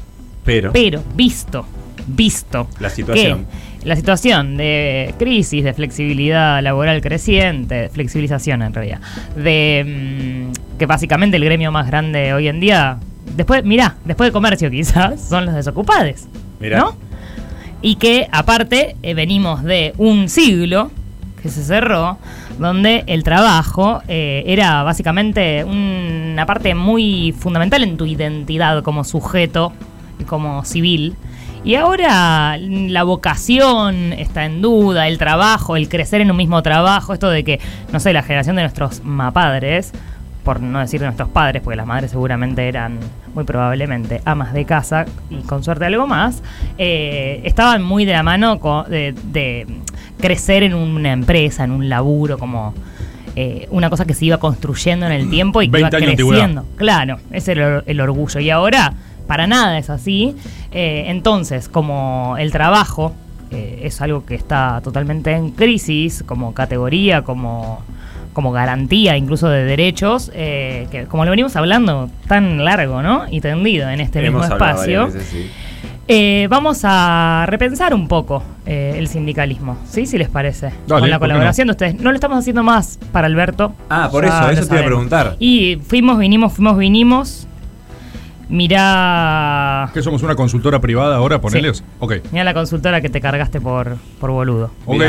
Pero.
pero, visto, visto.
La situación.
que la situación de crisis, de flexibilidad laboral creciente, flexibilización en realidad, de mm, que básicamente el gremio más grande hoy en día, después, mirá, después de comercio quizás, son los desocupados.
Mirá.
¿No? Y que aparte eh, venimos de un siglo que se cerró, donde el trabajo eh, era básicamente una parte muy fundamental en tu identidad como sujeto y como civil. Y ahora mm, la vocación está en duda, el trabajo, el crecer en un mismo trabajo, esto de que, no sé, la generación de nuestros mapadres, por no decir de nuestros padres, porque las madres seguramente eran muy probablemente amas de casa y con suerte algo más, eh, estaban muy de la mano co- de, de crecer en una empresa, en un laburo, como eh, una cosa que se iba construyendo en el tiempo y que iba
20 años de antigüedad.
creciendo. Claro, ese era el, or- el orgullo. Y ahora, para nada es así. Eh, entonces, como el trabajo eh, es algo que está totalmente en crisis, como categoría, como como garantía incluso de derechos, eh, que como lo venimos hablando tan largo ¿no? y tendido en este
Hemos
mismo
hablado
espacio,
varias veces, sí.
eh, vamos a repensar un poco eh, el sindicalismo, ¿sí? Si les parece.
Dale,
Con la
¿por qué
colaboración de ustedes. No lo estamos haciendo más para Alberto.
Ah, por eso,
lo
eso te iba a
sabemos.
preguntar.
Y fuimos, vinimos, fuimos, vinimos. Mirá,
Que somos una consultora privada ahora, poneles.
Sí.
Ok.
mirá la consultora que te cargaste por, por boludo.
Ok.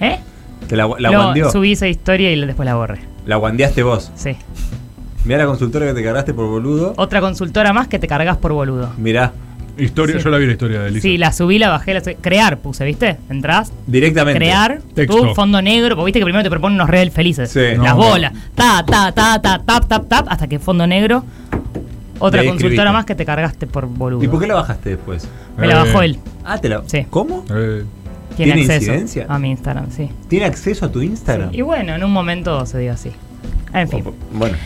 ¿Eh?
Te la, la
Luego
guandeó.
subí esa historia y después la borré.
La guandeaste vos.
Sí.
Mirá la consultora que te cargaste por boludo.
Otra consultora más que te cargas por boludo.
Mirá.
Historia,
Sí.
yo la vi la historia de Elisa.
Sí, la subí, la bajé, la subí. Crear puse, ¿viste? Entrás.
Directamente.
Crear.
Texto.
Tu fondo negro, porque viste que primero te proponen unos real felices.
Sí.
Las
No.
bolas. Ta, ta, ta, ta, tap, tap, tap, hasta que fondo negro. Otra
Y ahí
consultora
escribiste.
más que te cargaste por boludo.
¿Y por qué la bajaste después?
Me
Eh.
la bajó él.
Ah, te la. ¿Cómo?
Tiene,
¿Tiene
acceso
incidencia?
a mi Instagram, sí.
¿Tiene acceso a tu Instagram?
Y bueno, en un momento se dio así. En fin.
Bueno.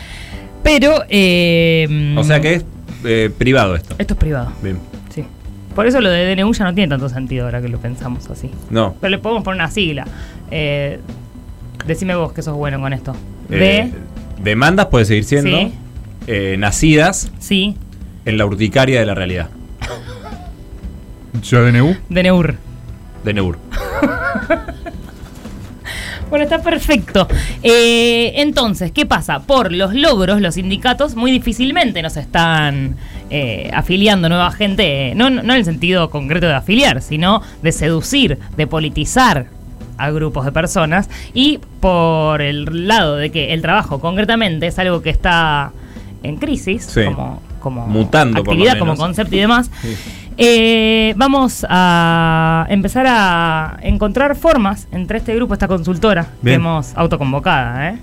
Pero. eh,
O sea que es eh, privado esto.
Esto es privado.
Bien.
Sí. Por eso lo de DNU ya no tiene tanto sentido ahora que lo pensamos así.
No.
Pero le podemos poner una sigla. Eh, decime vos que sos bueno con esto.
Eh, Demandas puede seguir siendo.
Sí.
eh, nacidas.
Sí.
En la urticaria de la realidad.
¿Yo DNU?
De Neur.
De Neur.
Bueno, está perfecto. Eh, entonces, ¿qué pasa? Por los logros, los sindicatos muy difícilmente nos están eh, afiliando nueva gente, eh, no, no en el sentido concreto de afiliar, sino de seducir, de politizar a grupos de personas y por el lado de que el trabajo concretamente es algo que está en crisis,
Sí.
como, como
Mutando, por lo
actividad, como
menos.
concepto y demás, eh, vamos a empezar a encontrar formas entre este grupo, esta consultora que
Bien.
hemos autoconvocada, ¿eh?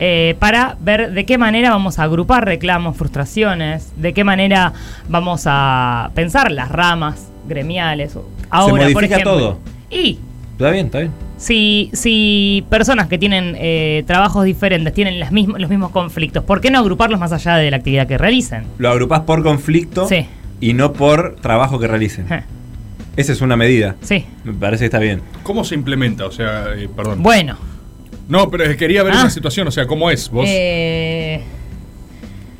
Eh, para ver de qué manera vamos a agrupar reclamos, frustraciones, de qué manera vamos a pensar las ramas gremiales. Ahora,
Se
por
modifica
ejemplo.
todo.
Y
Está bien, está bien.
si, si personas que tienen eh, trabajos diferentes tienen las mism- los mismos conflictos, ¿por qué no agruparlos más allá de la actividad que realicen?
Lo agrupás por conflicto
Sí.
y no por trabajo que realicen.
Eh.
Esa es una medida.
Sí.
Me parece que está bien.
¿Cómo se implementa? O sea, eh, perdón.
Bueno. Ah.
No, pero quería ver una situación, o sea, ¿cómo es? Vos.
Eh,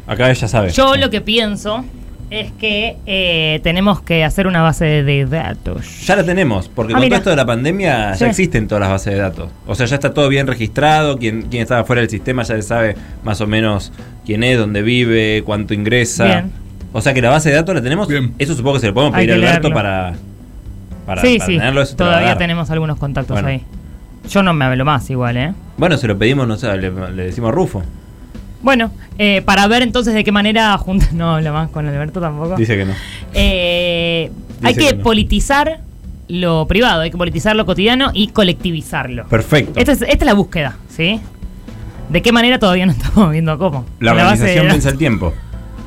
Acá ella sabe.
Yo lo que pienso es que eh, tenemos que hacer una base de datos.
Ya la tenemos, porque
Ah,
con
mira.
todo esto de la pandemia
Sí.
ya existen todas las bases de datos. O sea, ya está todo bien registrado, quien, quien estaba fuera del sistema ya sabe más o menos quién es, dónde vive, cuánto ingresa.
Bien.
O sea que la base de datos la tenemos. Eso supongo que se lo podemos
Hay
pedir a
que
Alberto
leerlo.
para, para,
sí,
para
sí.
tenerlo. eso te lo va a
Todavía
dar.
tenemos algunos contactos
Bueno.
ahí. Yo no me hablo más igual, ¿eh?
Bueno, se lo pedimos, no sé, le, le decimos a Rufo.
Bueno, eh, para ver entonces de qué manera juntas. No hablo más con Alberto tampoco.
Dice que no.
Eh, hay
Dice
que,
que no.
politizar lo privado, hay que politizar lo cotidiano y colectivizarlo.
Perfecto.
Esta es, esta es la búsqueda, ¿sí? ¿De qué manera todavía no estamos viendo cómo?
La
base de
organización
datos.
vence el tiempo.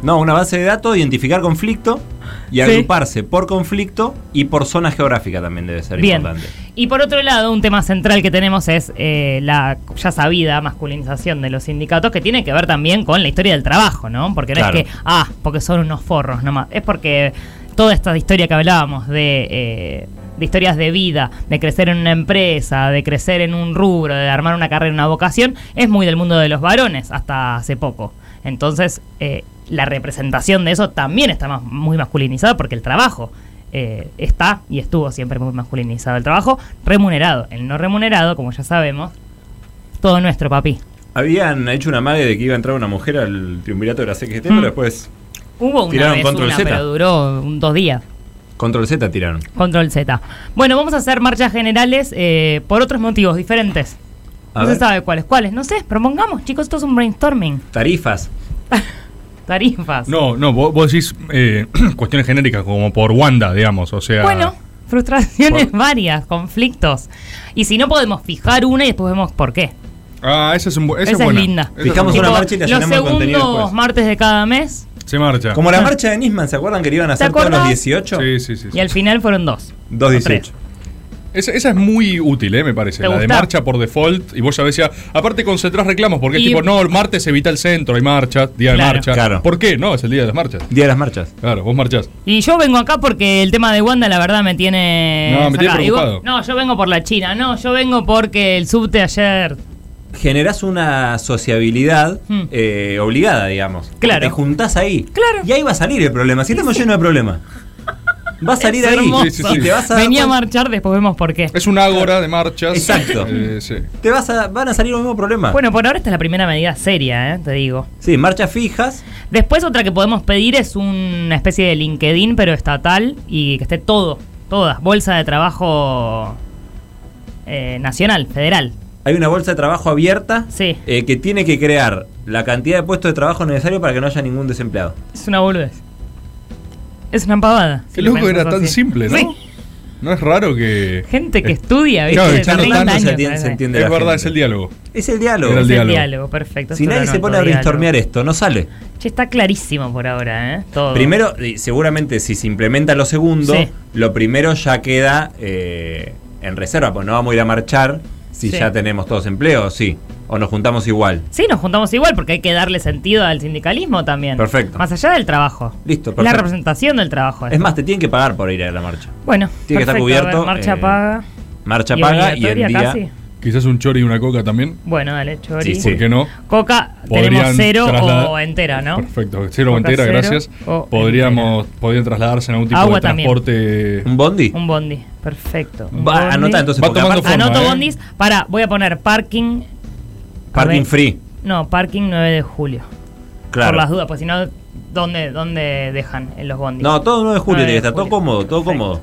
No, una base de datos, identificar conflicto y
Sí.
agruparse por conflicto y por zona geográfica también debe ser
Bien.
importante.
Y por otro lado, un tema central que tenemos es eh, la ya sabida masculinización de los sindicatos, que tiene que ver también con la historia del trabajo, ¿no? Porque no
Claro.
es que, ah, porque son unos forros nomás. Es porque toda esta historia que hablábamos de eh, de historias de vida, de crecer en una empresa, de crecer en un rubro, de armar una carrera, una vocación, es muy del mundo de los varones hasta hace poco. Entonces, eh, la representación de eso también está más- muy masculinizada porque el trabajo eh, está y estuvo siempre muy masculinizado. El trabajo remunerado, el no remunerado, como ya sabemos, todo nuestro, papi.
Habían hecho una magia de que iba a entrar una mujer al triunvirato de la CGT,
Mm.
pero después
Hubo una
Tiraron
vez
Control
una,
Z.
pero duró un- dos días.
Control Z tiraron.
Control Z. Bueno, vamos a hacer marchas generales eh, por otros motivos diferentes.
A
no
ver.
se sabe cuáles. ¿Cuáles? No sé, propongamos, chicos, esto es un brainstorming.
Tarifas.
Tarifas.
No, no, vos, vos decís eh, cuestiones genéricas como por Wanda, digamos, o sea...
Bueno, frustraciones varias, conflictos. Y si no podemos fijar una y después vemos por qué.
Ah, esa es, un, bu- esa
Esa es
buena.
linda.
Esa es
Fijamos
buena.
una marcha y la
Los
llenamos de contenido
segundos
después.
martes de cada mes
Se marcha.
Como la marcha de Nisman, ¿se acuerdan que le iban a
¿Te
hacer todos los
Ah. acordás?
18?
Sí, sí, sí.
y al final fueron dos.
2.18.
Esa, esa es muy útil, eh, me parece.
¿Te
La de
gusta?
marcha por default. Y vos ya decías, aparte concentrás reclamos, porque es
Y-
tipo, no, el martes evita el centro, hay marcha, día de
Claro.
marcha.
Claro.
¿Por qué? No, es el día de las marchas.
Día de las marchas.
Claro, vos marchás.
Y yo vengo acá porque el tema de Wanda, la verdad, me tiene.
No, me tiene
sacada. Y vos-
preocupado.
no, yo vengo por la China. No, yo vengo porque el subte ayer.
Generás una sociabilidad
Hmm.
eh, obligada, digamos.
Claro.
Te juntás ahí.
Claro.
Y ahí va a salir el problema. Si estamos llenos de problemas. Va a salir
Es
ahí.
hermoso.
Y te vas a dar
Venía a
cuenta-
marchar, después vemos por qué.
Es una ágora de marchas.
Exacto.
Eh, sí.
te vas a, van a salir los mismos problemas.
Bueno, por ahora esta es la primera medida seria, ¿eh? te digo.
Sí, marchas fijas.
Después otra que podemos pedir es una especie de LinkedIn, pero estatal, y que esté todo, todas, bolsa de trabajo eh, nacional, federal.
Hay una bolsa de trabajo abierta
Sí.
eh, que tiene que crear la cantidad de puestos de trabajo necesario para que no haya ningún desempleado.
Es una boludez. Es una pavada.
Qué
si lo
loco era
pensás
tan
así.
simple, ¿no?
Sí,
No es raro que.
gente que estudia, ¿viste?
Claro,
De
que ya no
30
tanto se
años,
atiende- se
¿sabes?
entiende
Es
la
verdad,
gente.
es el diálogo.
Es el diálogo.
¿eh? Era el
Es el
diálogo.
diálogo, perfecto.
Si
esto
nadie se
lo anoto,
pone a
diálogo.
brainstormear esto, no sale.
Che, está clarísimo por ahora, ¿eh? Todo.
Primero, eh, seguramente si se implementa lo segundo,
Sí.
lo primero ya queda eh, en reserva, pues no vamos a ir a marchar si
Sí.
ya tenemos todos empleos, sí. O nos juntamos igual.
Sí, nos juntamos igual porque hay que darle sentido al sindicalismo también.
Perfecto.
Más allá del trabajo.
Listo,
La
perfecto.
representación del trabajo.
Es más, te tienen que pagar por ir a la marcha.
Bueno,
Tiene que estar
perfecto, a ver,
cubierto,
marcha
eh,
paga.
Marcha paga y en
obligatoria
día.
casi.
Quizás un chori y una coca también.
Bueno, dale, chori.
Sí, ¿Por qué no?
Coca, tenemos
Podrían
cero
trasladar-
o entera, ¿no?
Perfecto, cero o
Coca
entera,
cero
gracias.
o
Podríamos, podrían trasladarse en algún tipo
Agua
de
también.
transporte.
¿Un bondi?
Un bondi, perfecto. Un
Va,
bondi.
anota entonces.
Va
porque
tomando
aparte-
forma,
Anoto
¿eh?
bondis. Pará, voy a poner parking. a
Parking
ver.
free.
No, parking 9 de julio.
Claro.
Por las dudas, pues si no, ¿dónde, ¿dónde dejan en los bondis?
No, todo 9 de julio
9
tiene
de
que estar, todo
julio.
cómodo, todo cómodo.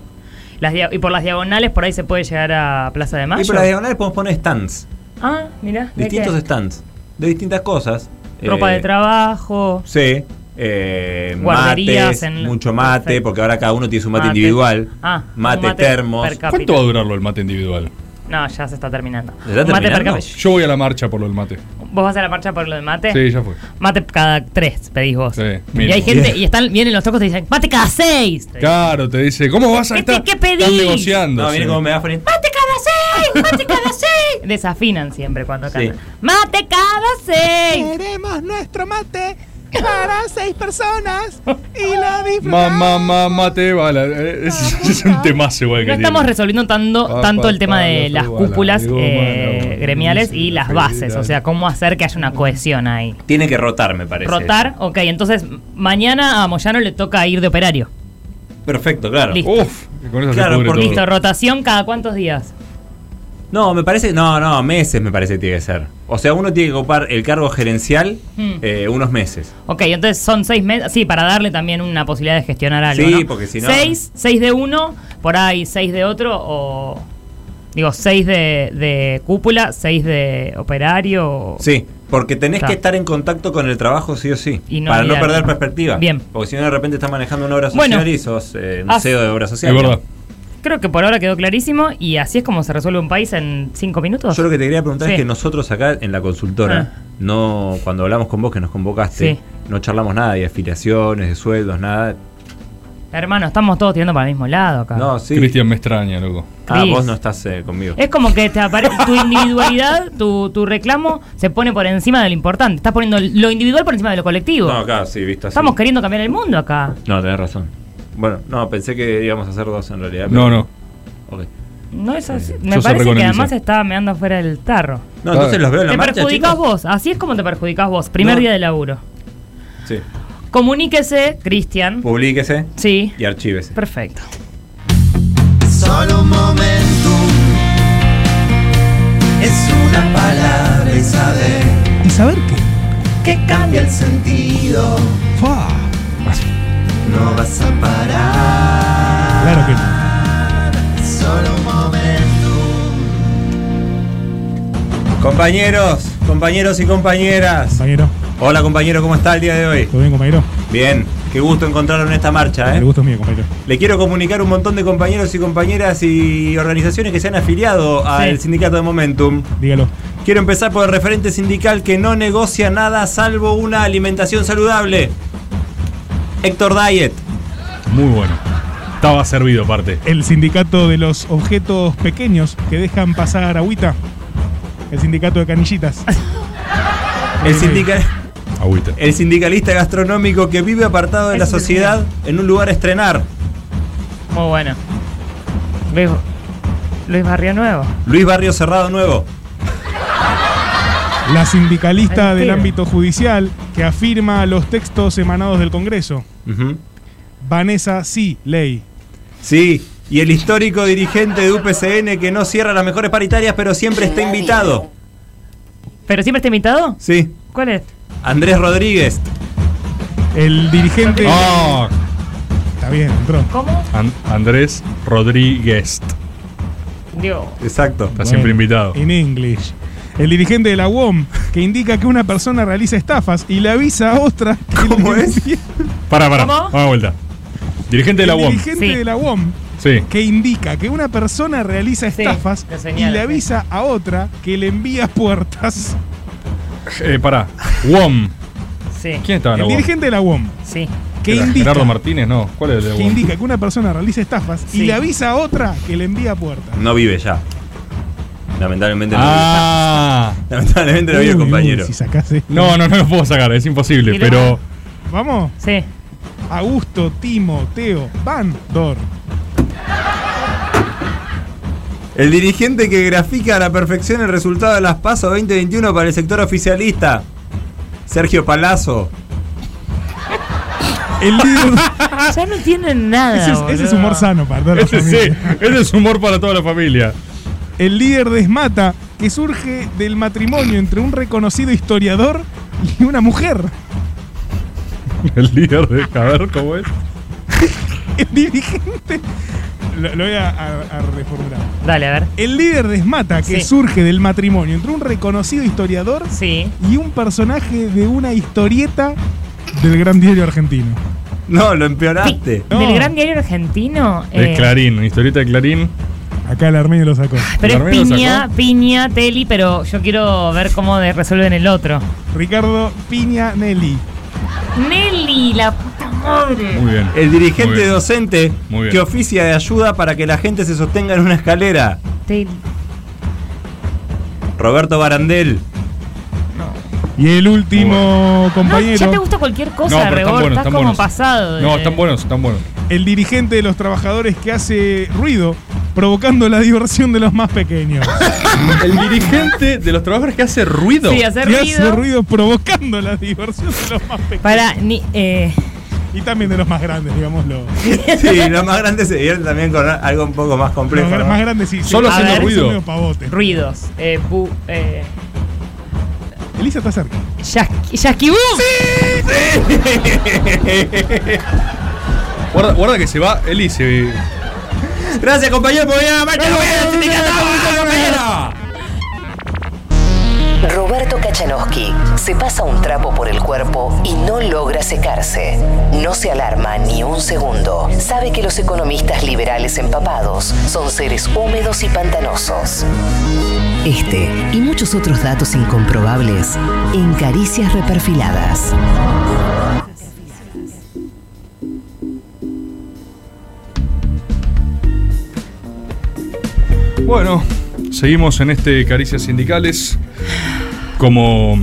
Las dia- y por las diagonales, por ahí se puede llegar a Plaza de Mayo.
Y por las diagonales podemos poner stands,
Ah, mirá. mirá
distintos
que-
stands, de distintas cosas.
Ropa
Eh,
de trabajo.
Sí. Eh,
Guarderías
mates,
en-
mucho mate,
Perfecto.
porque ahora cada uno tiene su mate,
Mate.
individual.
Ah, un
mate,
mate
termos.
per cápita.
¿Cuánto va a durarlo el mate individual?
No, ya se está terminando.
¿Se está
Un mate per
terminando?
cápita.
Yo voy a la marcha por lo del mate.
¿Vos vas a la marcha por lo de mate?
Sí, ya fue.
Mate cada tres, pedís vos.
Sí,
y
mínimo.
hay gente, y están, vienen los tocos y te dicen, mate cada seis. Te dicen,
Claro, te dice, ¿cómo vas a
¿Qué
estar?
te- qué pedís?
Están negociando.
No, viene
sí.
como megáfono y-
¡Mate cada seis! ¡Mate cada seis! Desafinan siempre cuando
Sí.
cantan. ¡Mate cada seis!
Queremos nuestro mate para seis personas y lo
Ma,
disfrutamos.
ma, ma, mate, bala. Eh, Es, es un temazo igual que
No estamos
tiene.
resolviendo tanto,
Pa,
tanto
pa,
el tema
pa,
de
la
las
suba, la
cúpulas
goma,
eh,
la
gremiales y las
federal.
bases, o sea, cómo hacer que haya una cohesión ahí.
Tiene que rotar, me parece.
Rotar, ok, entonces mañana a Moyano le toca ir de operario.
Perfecto, claro.
Listo.
Uf, Uh, con eso
Claro,
se
por
cubre todo.
Listo, rotación cada cuántos días.
No, me parece. No, no, meses me parece que tiene que ser. O sea, uno tiene que ocupar el cargo gerencial
Hmm.
eh, unos meses.
Ok, entonces son seis meses. Sí, para darle también una posibilidad de gestionar algo.
Sí,
¿no?
porque si no-
Seis, seis de uno, por ahí seis de otro, o. Digo, seis de, de cúpula, seis de operario. o-
Sí, porque tenés
Está.
que estar en contacto con el trabajo sí o sí.
Y no
para no
olvidar.
perder perspectiva.
Bien.
Porque si no, de repente estás manejando una obra social
Bueno.
y sos eh, un
Ah,
CEO de obra social.
Es verdad.
Creo que por ahora quedó clarísimo y así es como se resuelve un país en cinco minutos.
Yo lo que te quería preguntar
Sí. Ah.
es que nosotros acá en la consultora, no cuando hablamos con vos que nos convocaste,
Sí.
no charlamos nada de afiliaciones, de sueldos, nada.
Hermano, estamos todos tirando para el mismo lado acá.
No, sí.
Cristian me extraña, loco.
Ah,
Cris.
vos no estás eh, conmigo.
Es como que te aparece tu individualidad, tu, tu reclamo se pone por encima de lo importante. Estás poniendo lo individual por encima de lo colectivo.
No, acá sí, visto así.
Estamos queriendo cambiar el mundo acá.
No, tenés razón. Bueno, no, pensé que íbamos a hacer dos en realidad.
No,
pero-
no.
Ok.
No es así.
Yo
Me
se
parece que
recoloniza.
además estaba meando fuera del tarro.
No, entonces los veo en la
Te
marcha,
perjudicás vos. Así es como te perjudicás vos. Primer
No.
día de laburo.
Sí.
Comuníquese, Cristian.
Publíquese
Sí.
y archívese.
Perfecto.
Solo un momento es una palabra y saber
¿Y saber qué?
que cambia el sentido. No vas a parar.
Claro que no.
Solo un momento.
Compañeros, compañeros y compañeras.
Compañero.
Hola compañero, ¿cómo está el día de hoy?
¿Todo bien, compañero?
Bien, qué gusto encontrarlo en esta marcha, ¿eh?
El gusto es mío, compañero.
Le quiero comunicar un montón de compañeros y compañeras y organizaciones que se han afiliado al sindicato de Momentum.
Dígalo.
Quiero empezar por el referente sindical que no negocia nada salvo una alimentación saludable. Héctor Diet.
Muy bueno. Estaba servido aparte.
El sindicato de los objetos pequeños que dejan pasar agüita. El sindicato de canillitas.
El, sindica- el sindicalista gastronómico que vive apartado de la sociedad en un lugar a estrenar.
Muy bueno. Luis, Luis Barrio Nuevo.
Luis Barrio Cerrado Nuevo.
La sindicalista
Ay,
del
pibe.
ámbito judicial que afirma los textos emanados del Congreso. Vanessa sí, ley.
Sí, y el histórico dirigente de UPCN que no cierra las mejores paritarias pero siempre está invitado.
¿Pero siempre está invitado?
Sí.
¿Cuál es?
Andrés Rodríguez.
El dirigente.
Ah,
Está bien, entró.
¿Cómo?
An- Andrés Rodríguez.
Dios.
Exacto.
Está siempre invitado.
En English. El dirigente de la UOM que indica que una persona realiza estafas y le avisa a otra. ¿Cómo es?
Para, para.
¿Cómo?
Vamos de vuelta. Dirigente de la
El
UOM.
dirigente de la UOM
Sí.
que indica que una persona realiza estafas
lo
y
señala,
le
sí.
avisa a otra que le envía puertas.
Eh, pará. UOM.
Sí.
¿Quién estaba en la
El
UOM?
dirigente de la UOM
Sí.
que
Era
indica,
Gerardo Martínez, no. ¿Cuál es el de
que
UOM?
indica que una persona realiza estafas y le avisa a otra que le envía puertas.
No vive ya. Lamentablemente no
Ah.
vive. Lamentablemente no vive,
Uy, uy,
compañero.
si
sacás esto.
No, no, no lo puedo sacar, es imposible,
Y lo-
pero.
¿Vamos?
Sí.
Augusto, Timo, Teo, Van, Dor.
El dirigente que grafica a la perfección el resultado de las PASO 2021 para el sector oficialista. Sergio Palazzo.
El líder.
ya no tienen nada.
Ese es, ese es humor sano para toda la
Ese sí,
familia.
ese es humor para toda la familia.
El líder de Esmata que surge del matrimonio entre un reconocido historiador y una mujer.
El líder de. A ver cómo es.
El dirigente. Lo, lo voy a, a- a reformular.
Dale, a ver.
El líder de Esmata que
Sí.
surge del matrimonio entre un reconocido historiador y un personaje de una historieta del gran diario argentino.
No, lo empeoraste.
Del gran diario argentino.
De
eh,
Clarín, historieta de Clarín.
Acá el armenio lo sacó.
Pero es piña, piña, teli, pero yo quiero ver cómo de- resuelven el otro.
Ricardo Piña Nelly.
Nelly, la puta madre.
Muy bien.
El dirigente
Muy bien.
docente
Muy bien.
que oficia de ayuda para que la gente se sostenga en una escalera.
Teli.
Roberto Barandel.
Y el último
No,
compañero.
ya te gusta cualquier cosa,
No, pero están
Rebor.
buenos,
Estás
están
como
buenos.
pasado. de-
buenos, están buenos.
El dirigente de los trabajadores que hace ruido, provocando la diversión de los más pequeños.
El dirigente Este de los trabajadores que hace ruido.
Sí, hace
Que
ruido.
hace ruido provocando la diversión de los más pequeños.
Para, ni. Eh.
Y también de los más grandes, digámoslo.
Sí, los más grandes se divierten también con algo un poco más complejo.
Los
¿no?
más grandes sí. sí.
Solo
A
haciendo
ver,
ruido.
son medio pavotes.
Ruidos. Eh, bu, eh.
Elisa está cerca.
Yasqui- Yasquibú.
Guarda, guarda que se va Eli y se.
Gracias, compañero, por venir a la marcha. Nos vemos en el sindicato, compañero.
Roberto Kachanowski se pasa un trapo por el cuerpo y no logra secarse. No se alarma ni un segundo. Sabe que los economistas liberales empapados son seres húmedos y pantanosos. Este y muchos otros datos incomprobables en Caricias Reperfiladas.
Bueno, seguimos en este Caricias Sindicales. Como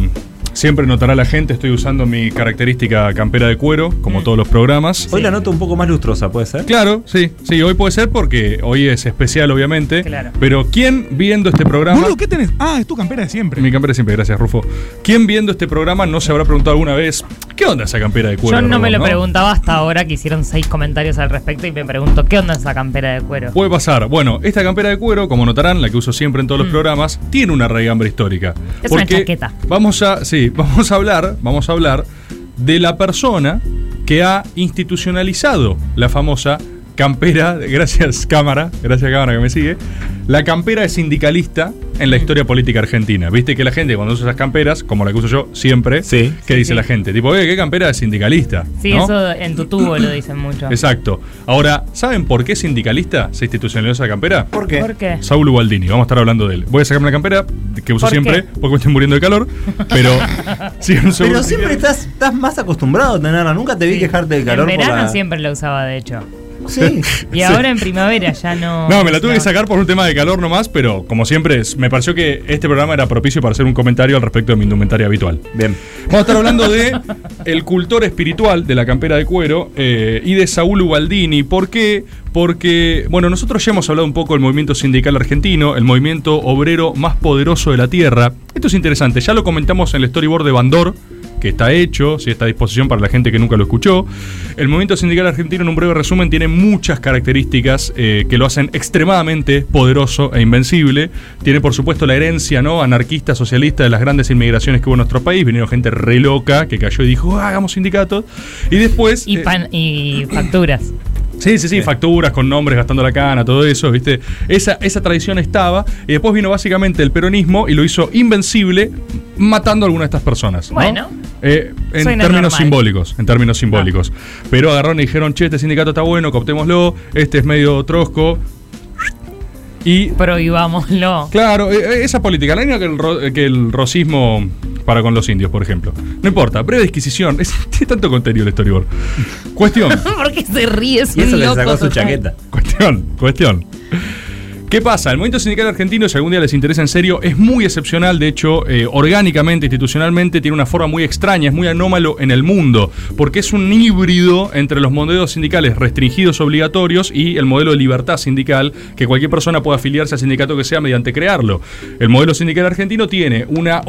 Siempre notará la gente, estoy usando mi característica campera de cuero, como todos los programas.
Mm. Hoy la noto un poco más lustrosa, ¿puede ser?
Claro, sí, sí, hoy puede ser porque hoy es especial, obviamente.
Claro.
Pero ¿quién viendo este programa?
Boludo, ¿qué tenés? Ah, es tu campera de siempre.
Mi campera de siempre, gracias, Rufo. ¿Quién viendo este programa no se habrá preguntado alguna vez qué onda esa campera de cuero?
Yo no me
Rubén,
lo preguntaba hasta ahora que hicieron seis comentarios al respecto y me pregunto, ¿qué onda esa campera de cuero?
Puede pasar. Bueno, esta campera de cuero, como notarán, la que uso siempre en todos los programas, tiene una raigambre histórica.
Mm. Es una chaqueta.
Vamos a, sí, vamos a hablar, vamos a hablar de la persona que ha institucionalizado la famosa campera, gracias cámara, gracias cámara que me sigue, la campera de sindicalista en
Mm.
la historia política argentina. Viste que la gente cuando usa esas camperas, como la que uso yo siempre, ¿qué dice la gente? Tipo, eh, ¿qué campera de sindicalista?
Sí,
¿No?
eso en tu tubo lo dicen mucho.
Exacto. Ahora, ¿saben por qué sindicalista se institucionalizó esa campera? ¿Por
qué? ¿Por qué?
Saúl Ubaldini, vamos a estar hablando de él. Voy a sacarme la campera que uso
¿Por
siempre
qué?
porque me estoy muriendo de calor, pero sí, un segundo,
Pero
si
siempre
quieren.
estás, estás más acostumbrado a tenerla. Nunca te vi quejarte del calor.
en
por
verano
la-
siempre la usaba, de hecho.
Sí.
Y ahora en primavera ya no.
No, me la tuve que sacar por un tema de calor nomás, pero como siempre, es- me pareció que este programa era propicio para hacer un comentario al respecto de mi indumentaria habitual.
Bien.
Vamos a estar hablando de el cultor espiritual de la campera de cuero eh, y de Saúl Ubaldini. ¿Por qué? Porque, bueno, nosotros ya hemos hablado un poco del movimiento sindical argentino, el movimiento obrero más poderoso de la tierra. Esto es interesante, ya lo comentamos en el storyboard de Bandor, que está hecho, si está a disposición para la gente que nunca lo escuchó. El movimiento sindical argentino, en un breve resumen, tiene muchas características eh, que lo hacen extremadamente poderoso e invencible. Tiene, por supuesto, la herencia ¿no? anarquista, socialista de las grandes inmigraciones que hubo en nuestro país. Vinieron gente re loca que cayó y dijo, "Ah, hagamos sindicatos. Y después... eh,
Y, pan- y facturas.
Sí, sí, sí, facturas con nombres, gastando la cana, todo eso, ¿viste? Esa, esa tradición estaba. Y después vino básicamente el peronismo y lo hizo invencible matando a alguna de estas personas. ¿no?
Bueno.
Eh, en
Suena
términos
normal.
simbólicos, en términos simbólicos. Pero agarraron y dijeron, che, este sindicato está bueno, cooptémoslo, este es medio trosco. Y.
Prohibámoslo.
Claro, eh, eh, esa política, la misma que el, ro- eh, que el rosismo para con los indios, por ejemplo. No importa, breve disquisición. Es, tiene tanto contenido el storyboard. Cuestión.
Porque se ríe, es un loco total.
Cuestión, cuestión. ¿Qué pasa? El movimiento sindical argentino, si algún día les interesa en serio, es muy excepcional. De hecho, eh, orgánicamente, institucionalmente, tiene una forma muy extraña, es muy anómalo en el mundo, porque es un híbrido entre los modelos sindicales restringidos obligatorios y el modelo de libertad sindical, que cualquier persona puede afiliarse al sindicato que sea mediante crearlo. El modelo sindical argentino tiene una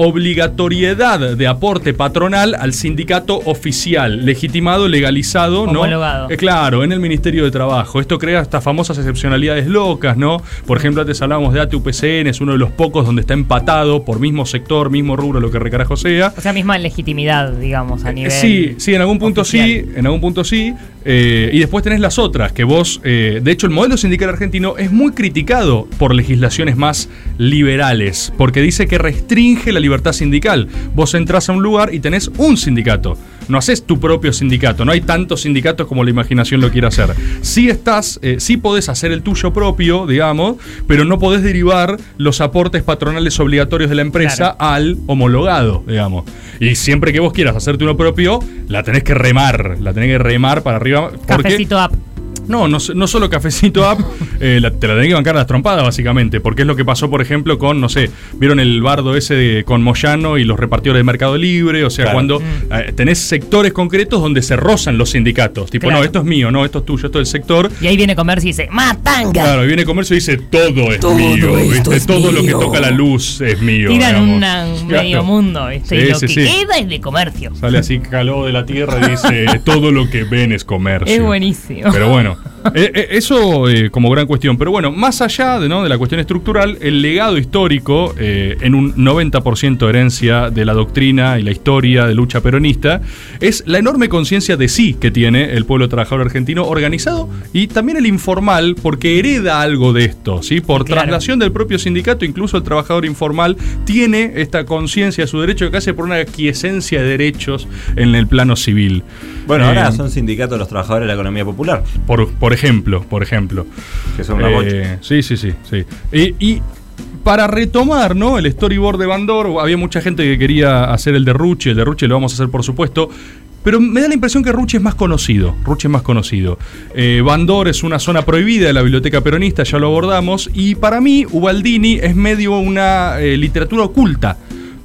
obligatoriedad de aporte patronal al sindicato oficial, legitimado, legalizado,
Homologado.
¿no? Eh, claro, en el Ministerio de Trabajo. Esto crea estas famosas excepcionalidades locas, ¿no? Por ejemplo, antes hablábamos de ATUPCN, es uno de los pocos donde está empatado por mismo sector, mismo rubro, lo que recarajo sea.
O sea, misma legitimidad, digamos, a nivel.
Eh, Sí, sí, en algún punto sí, en algún punto sí. eh, y después tenés las otras, que vos, eh, de hecho el modelo sindical argentino es muy criticado por legislaciones más liberales, porque dice que restringe la libertad sindical. Vos entras a un lugar y tenés un sindicato, no haces tu propio sindicato, no hay tantos sindicatos como la imaginación lo quiere hacer. Sí estás, eh, sí podés hacer el tuyo propio, digamos, pero no podés derivar los aportes patronales obligatorios de la empresa al homologado, digamos. Y siempre que vos quieras hacerte uno propio, la tenés que remar, la tenés que remar para arriba. porque-
Cafecito app.
no, no, s- no solo Cafecito App, eh, la- te la tenés que bancar a las trompadas, básicamente, porque es lo que pasó, por ejemplo, con, no sé, vieron el bardo ese de- con Moyano y los repartidores de Mercado Libre, o sea,
Claro.
cuando
Mm.
eh, tenés sectores concretos donde se rozan los sindicatos, tipo,
Claro.
no, esto es mío, no, esto es tuyo, esto es del sector.
Y ahí viene comercio y dice, ¡Matanga!
Claro, y viene comercio y dice, todo es mío, ¿viste? todo lo que toca la luz es mío.
Tiran
digamos.
una- un
Claro.
medio mundo,
Sí,
¿viste? y lo
sí,
que
sí.
queda es de comercio.
Sale así caló de la tierra y dice, todo lo que ven es comercio.
Es buenísimo.
Pero bueno, eh, eh, eso eh, como gran cuestión. Pero bueno, más allá de, ¿no? de la cuestión estructural, el legado histórico, eh, en un 90% herencia de la doctrina y la historia de lucha peronista, es la enorme conciencia de sí que tiene el pueblo trabajador argentino organizado y también el informal, porque hereda algo de esto, ¿sí? Por traslación del propio sindicato, incluso el trabajador informal tiene esta conciencia de su derecho que hace por una quiesencia de derechos en el plano civil.
Bueno, ahora
Eh,
son sindicatos los trabajadores de la economía popular.
por, por ejemplo, por ejemplo. Eh,
Que son una bocha.
Sí, sí, sí, sí. Y, y para retomar, ¿no? El storyboard de Bandor, había mucha gente que quería hacer el de Ruche, el de Ruche lo vamos a hacer por supuesto. Pero me da la impresión que Ruche es más conocido. Ruche es más conocido. Eh, Bandor es una zona prohibida de la biblioteca peronista, ya lo abordamos. Y para mí, Ubaldini es medio una eh, literatura oculta.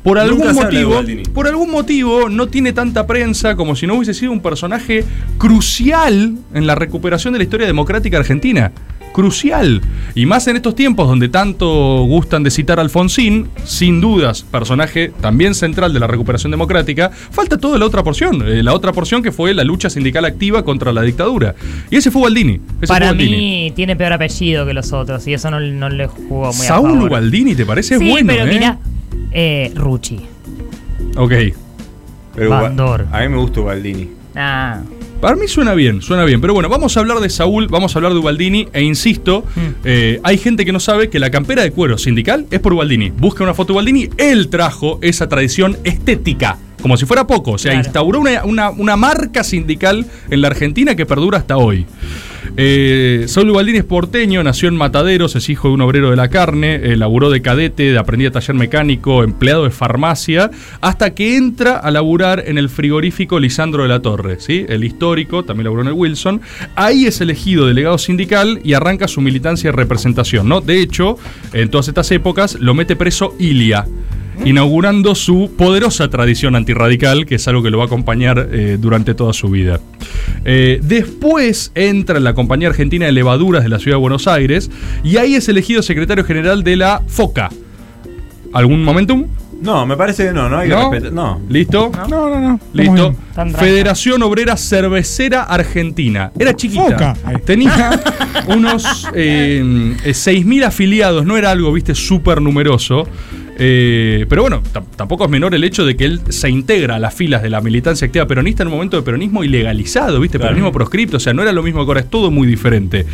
Por algún,
Nunca se habla de
motivo,
Baldini.
por algún motivo no tiene tanta prensa como si no hubiese sido un personaje crucial en la recuperación de la historia democrática argentina. Crucial. Y más en estos tiempos donde tanto gustan de citar a Alfonsín, sin dudas, personaje también central de la recuperación democrática, falta toda la otra porción. eh, la otra porción que fue la lucha sindical activa contra la dictadura. Y ese fue Baldini. ese
Para
fue Baldini.
mí tiene peor apellido que los otros y eso no, no le jugó Oh, muy a
Saúl
favor.
Baldini, ¿te parece?
sí,
bueno,
pero
¿eh?
mira, eh, Rucci.
Ok.
Pero
Van
Uba- A mí me gusta Ubaldini.
Ah.
Para mí suena bien, suena bien. Pero bueno, vamos a hablar de Saúl, vamos a hablar de Ubaldini. E insisto, eh, hay gente que no sabe que la campera de cuero sindical es por Ubaldini. Busca una foto de Ubaldini, él trajo esa tradición estética. Como si fuera poco, o sea, instauró una, una- una marca sindical en la Argentina que perdura hasta hoy. Eh, Saúl Ubaldini es porteño, nació en Mataderos, es hijo de un obrero de la carne, eh, laburó de cadete, de aprendiz de taller mecánico, empleado de farmacia, hasta que entra a laburar en el frigorífico Lisandro de la Torre, ¿sí? el histórico, también laburó en el Wilson. Ahí es elegido delegado sindical y arranca su militancia y representación. ¿no? De hecho, en todas estas épocas lo mete preso Ilia. Inaugurando su poderosa tradición antirradical, que es algo que lo va a acompañar eh, durante toda su vida. Eh, después entra en la Compañía Argentina de Levaduras de la Ciudad de Buenos Aires y ahí es elegido secretario general de la FOCA. ¿Algún momentum?
No, me parece que no, no hay que respetar- no.
¿Listo?
No, no, no.
Listo.
Tan raro.
Federación Obrera Cervecera Argentina. Era chiquita.
Foca.
Tenía unos eh, eh, 6.000 afiliados. No era algo, viste, súper numeroso. Eh, pero bueno, tam- tampoco es menor el hecho de que él se integra a las filas de la militancia activa peronista en un momento de peronismo ilegalizado, ¿viste? Peronismo proscripto. O sea, no era lo mismo que ahora, es todo muy diferente.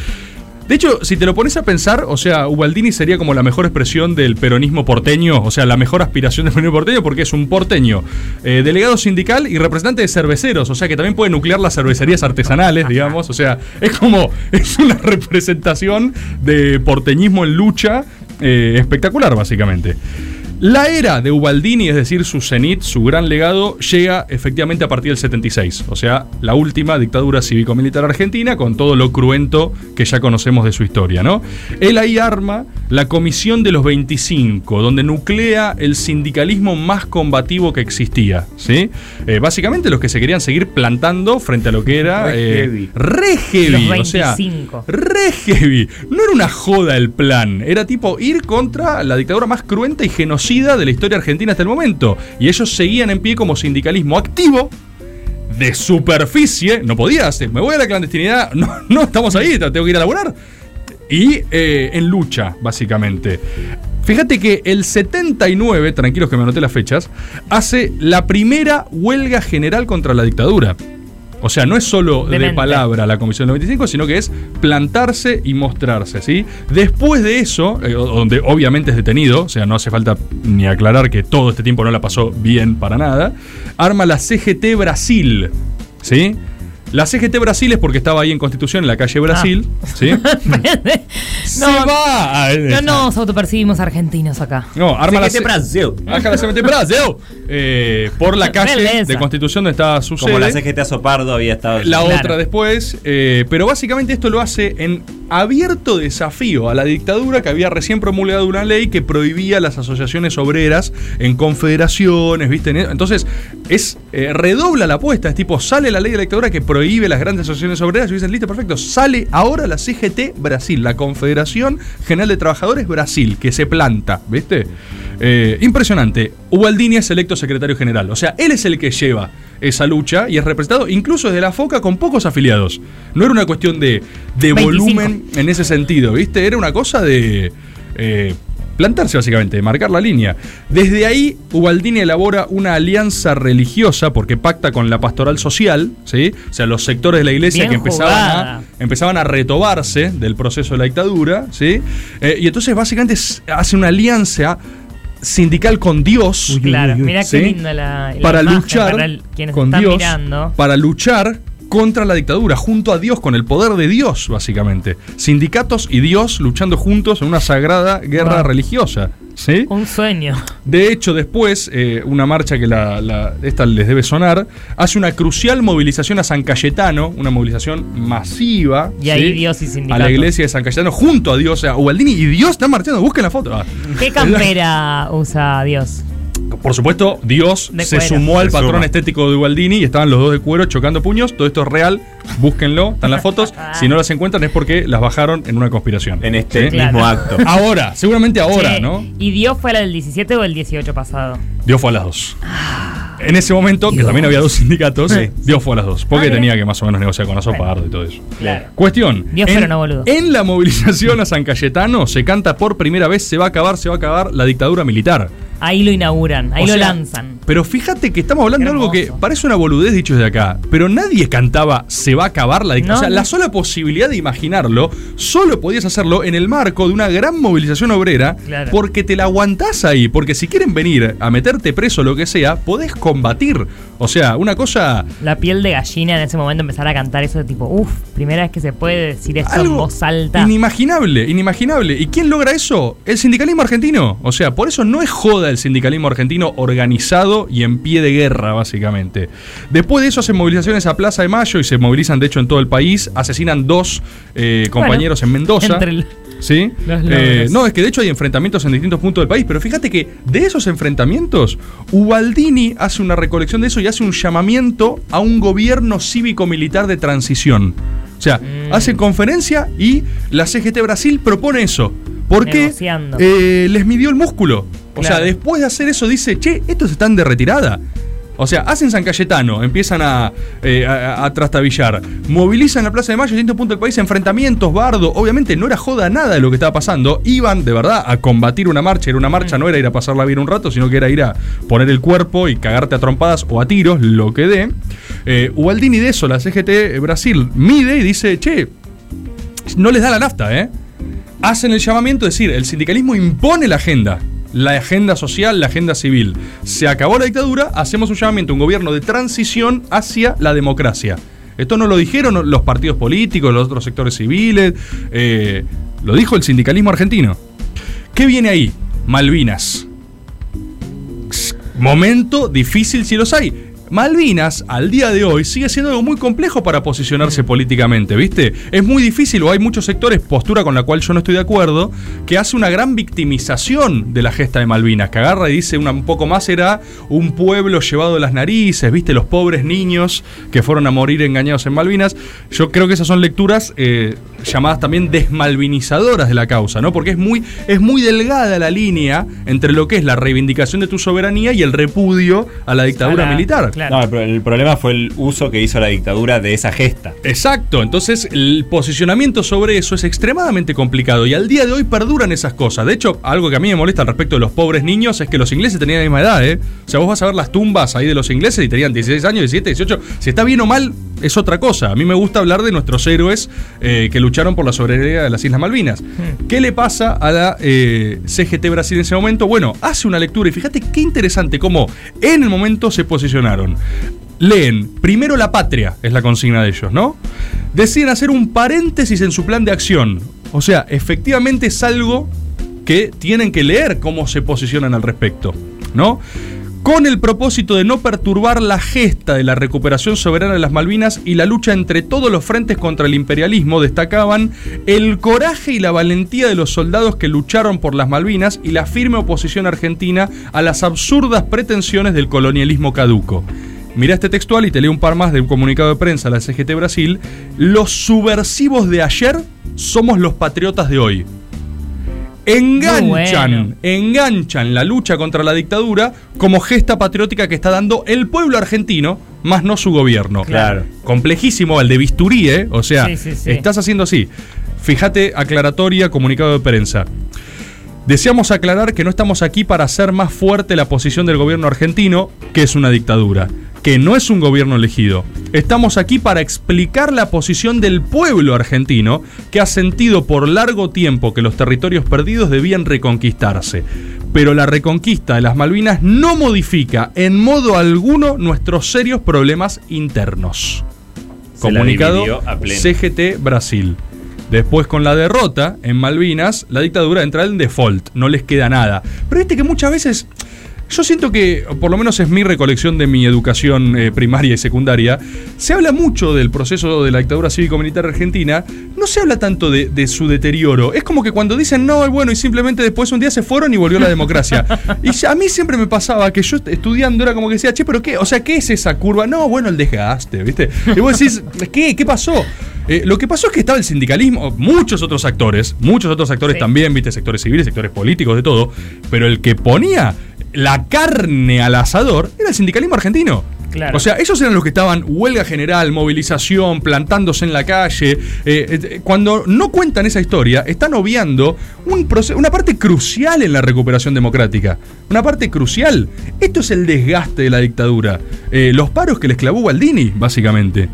De hecho, si te lo pones a pensar, o sea, Ubaldini sería como la mejor expresión del peronismo porteño, o sea, la mejor aspiración del peronismo porteño porque es un porteño, eh, delegado sindical y representante de cerveceros, o sea, que también puede nuclear las cervecerías artesanales, digamos, o sea, es como, es una representación de porteñismo en lucha eh, espectacular, básicamente. La era de Ubaldini, es decir, su cenit, su gran legado, llega efectivamente a partir del 76, o sea, la última dictadura cívico-militar argentina, con todo lo cruento que ya conocemos de su historia, ¿no? Él ahí arma la Comisión de los 25, donde nuclea el sindicalismo más combativo que existía, ¿sí? Eh, básicamente los que se querían seguir plantando frente a lo que era...
Re
eh,
heavy.
re heavy, o sea, re heavy. No era una joda el plan. Era tipo ir contra la dictadura más cruenta y genocida de la historia argentina hasta el momento. Y ellos seguían en pie como sindicalismo activo. De superficie, no podía hacer, me voy a la clandestinidad, no, no estamos ahí, tengo que ir a laburar. Y eh, en lucha, básicamente. Fíjate que el 79, tranquilos que me anoté las fechas, hace la primera huelga general contra la dictadura. O sea, no es solo de
Demente.
palabra la Comisión del 95, sino que es plantarse y mostrarse, ¿sí? Después de eso, eh, donde obviamente es detenido, o sea, no hace falta ni aclarar que todo este tiempo no la pasó bien para nada, arma la CGT Brasil, ¿sí? La CGT Brasil es porque estaba ahí en Constitución, en la calle Brasil, ¿sí? Se va a-
No nos autopercibimos argentinos acá.
No, arma la
CGT Brasil.
Arma la CGT Brasil. Eh, por la calle
Beleza.
de Constitución donde estaba su
Como la
sede.
CGT Sopardo había estado.
La otra después. eh, pero básicamente esto lo hace en abierto desafío a la dictadura que había recién promulgado una ley que prohibía las asociaciones obreras en confederaciones, ¿viste? En- e-, Entonces, es eh, redobla la apuesta. Es tipo, sale la ley de la dictadura que prohíbe las grandes asociaciones obreras y dicen, listo, perfecto. Sale ahora la CGT Brasil, la Confederación General de Trabajadores Brasil, que se planta, ¿viste? Eh, impresionante. Ubaldini es electo secretario general. O sea, él es el que lleva esa lucha y es representado incluso desde la foca con pocos afiliados. No era una cuestión de, de
25.
volumen en ese sentido, ¿viste? Era una cosa de. eh, plantarse básicamente, de marcar la línea. Desde ahí, Ubaldini elabora una alianza religiosa porque pacta con la pastoral social, ¿sí? O sea, los sectores de la iglesia
Bien
que empezaban a,
jugada.
empezaban a retobarse del proceso de la dictadura, ¿sí? Eh, y entonces básicamente s- hace una alianza sindical con Dios.
Claro, mirá
¿sí?
qué linda la, la
para
imagen
luchar
para el- quienes
con
están
Dios,
mirando.
para luchar contra la dictadura, junto a Dios, con el poder de Dios, básicamente. Sindicatos y Dios luchando juntos en una sagrada guerra
Wow.
religiosa. ¿sí?
Un sueño.
De hecho, después, eh, una marcha que la, la- esta les debe sonar, hace una crucial movilización a San Cayetano, una movilización masiva.
Y ahí
¿sí?
Dios y
A
sindicatos.
la iglesia de San Cayetano, junto a Dios, o sea, Ubaldini y Dios están marchando, busquen la foto. Ah.
¿Qué campera usa Dios?
Por supuesto, Dios
De
se
cuero.
sumó al
Se
patrón
suma.
estético de Ubaldini y estaban los dos de cuero chocando puños. Todo esto es real, búsquenlo, están las fotos. Si no las encuentran es porque las bajaron en una conspiración. En
este mismo acto.
Ahora, seguramente ahora,
Che,
¿no?
¿Y Dios fue la del 17 o el 18 pasado?
Dios fue a las dos. En ese momento, que también había dos sindicatos, Dios fue a las dos. Porque
Ah, mira.
tenía que más o menos negociar con la sopa y todo eso.
Claro.
Cuestión.
Dios,
en,
pero no boludo.
En la movilización a San Cayetano se canta por primera vez, se va a acabar, se va a acabar la dictadura militar.
Ahí lo inauguran, ahí
O
lo
sea,
lanzan.
Pero fíjate que estamos hablando de algo que parece una boludez dicho desde acá, pero nadie cantaba se va a acabar la dictadura.
No,
o sea,
no.
la sola posibilidad de imaginarlo, solo podías hacerlo en el marco de una gran movilización obrera,
Claro.
porque te la aguantás ahí, porque si quieren venir a meterte preso o lo que sea, podés combatir. O sea, una cosa...
La piel de gallina en ese momento empezar a cantar eso de tipo, uff, primera vez que se puede decir eso en
Algo
voz alta.
Inimaginable, inimaginable. ¿Y quién logra eso? El sindicalismo argentino. O sea, por eso no es joda el sindicalismo argentino organizado y en pie de guerra, básicamente. Después de eso hacen movilizaciones a Plaza de Mayo y se movilizan, de hecho, en todo el país. Asesinan dos eh, compañeros en Mendoza.
entre el-
¿Sí?
Los
Eh,
logros.
no, es que de hecho hay enfrentamientos en distintos puntos del país, pero fíjate que de esos enfrentamientos, Ubaldini hace una recolección de eso y hace un llamamiento a un gobierno cívico-militar de transición. O sea, hace conferencia y la CGT Brasil propone eso. Porque
Negociando.
eh, les midió el músculo. O
Claro.
sea, después de hacer eso dice, che, estos están de retirada. O sea, hacen San Cayetano, empiezan a, eh, a- a trastabillar, movilizan la Plaza de Mayo, distintos puntos del país, enfrentamientos, bardo. Obviamente no era joda nada de lo que estaba pasando. Iban de verdad a combatir una marcha. Era una
Mm.
marcha, no era ir a pasarla bien un rato, sino que era ir a poner el cuerpo y cagarte a trompadas o a tiros, lo que dé. Eh, Ubaldini de eso, la CGT Brasil, mide y dice, che, no les da la nafta, ¿eh? Hacen el llamamiento, es decir, el sindicalismo impone la agenda. La agenda social, la agenda civil. Se acabó la dictadura, hacemos un llamamiento, un gobierno de transición hacia la democracia. Esto no lo dijeron los partidos políticos, los otros sectores civiles, eh, lo dijo el sindicalismo argentino. ¿Qué viene ahí? Malvinas. Momento difícil si los hay. Malvinas, al día de hoy, sigue siendo algo muy complejo para posicionarse políticamente, ¿viste? Es muy difícil, o hay muchos sectores, postura con la cual yo no estoy de acuerdo, que hace una gran victimización de la gesta de Malvinas, que agarra y dice una- un poco más era un pueblo llevado de las narices, ¿viste? Los pobres niños que fueron a morir engañados en Malvinas. Yo creo que esas son lecturas eh, llamadas también desmalvinizadoras de la causa, ¿no? Porque es muy, es muy delgada la línea entre lo que es la reivindicación de tu soberanía y el repudio a la dictadura militar.
No, pero el problema fue el uso que hizo la dictadura de esa gesta.
Exacto, entonces el posicionamiento sobre eso es extremadamente complicado y al día de hoy perduran esas cosas. De hecho, algo que a mí me molesta al respecto de los pobres niños es que los ingleses tenían la misma edad, ¿eh? O sea, vos vas a ver las tumbas ahí de los ingleses y tenían 16 años, 17, 18. Si está bien o mal, es otra cosa. A mí me gusta hablar de nuestros héroes eh, que lucharon por la soberanía de las Islas Malvinas. ¿Qué le pasa a la eh, CGT Brasil en ese momento? Bueno, hace una lectura y fíjate qué interesante cómo en el momento se posicionaron. Leen, primero la patria es la consigna de ellos, ¿no? Deciden hacer un paréntesis en su plan de acción. O sea, efectivamente es algo que tienen que leer cómo se posicionan al respecto, ¿no? Con el propósito de no perturbar la gesta de la recuperación soberana de las Malvinas y la lucha entre todos los frentes contra el imperialismo, destacaban el coraje y la valentía de los soldados que lucharon por las Malvinas y la firme oposición argentina a las absurdas pretensiones del colonialismo caduco. Mirá este textual y te leo un par más de un comunicado de prensa de la CGT Brasil. Los subversivos de ayer somos los patriotas de hoy. Enganchan,
Muy bueno.
enganchan la lucha contra la dictadura como gesta patriótica que está dando el pueblo argentino, más no su gobierno.
Claro.
Complejísimo el de bisturí, ¿eh? O sea,
Sí, sí, sí.
estás haciendo así. Fíjate, aclaratoria, comunicado de prensa. Deseamos aclarar que no estamos aquí para hacer más fuerte la posición del gobierno argentino, que es una dictadura, que no es un gobierno elegido. Estamos aquí para explicar la posición del pueblo argentino, que ha sentido por largo tiempo que los territorios perdidos debían reconquistarse. Pero la reconquista de las Malvinas no modifica en modo alguno nuestros serios problemas internos.
Se la
Comunicado
dividió a pleno.
CGT Brasil. Después con la derrota en Malvinas, la dictadura entra en default, no les queda nada. Pero viste que muchas veces Yo siento que, o por lo menos es mi recolección de mi educación eh, primaria y secundaria, se habla mucho del proceso de la dictadura cívico-militar argentina, no se habla tanto de, de su deterioro. Es como que cuando dicen no, es bueno, y simplemente después un día se fueron y volvió la democracia. y a mí siempre me pasaba que yo estudiando era como que decía, che, pero ¿qué? O sea, ¿qué es esa curva? No, bueno, el desgaste, ¿viste? Y vos decís, ¿qué? ¿Qué pasó? Eh, lo que pasó es que estaba el sindicalismo, muchos otros actores, muchos otros actores
Sí.
también, viste, sectores civiles, sectores políticos, de todo, pero el que ponía la carne al asador era el sindicalismo argentino.
Claro.
O sea, esos eran los que estaban huelga general, movilización, plantándose en la calle. Eh, eh, cuando no cuentan esa historia, están obviando un proce- una parte crucial en la recuperación democrática. Una parte crucial. Esto es el desgaste de la dictadura. Eh, los paros que les clavó Baldini, básicamente.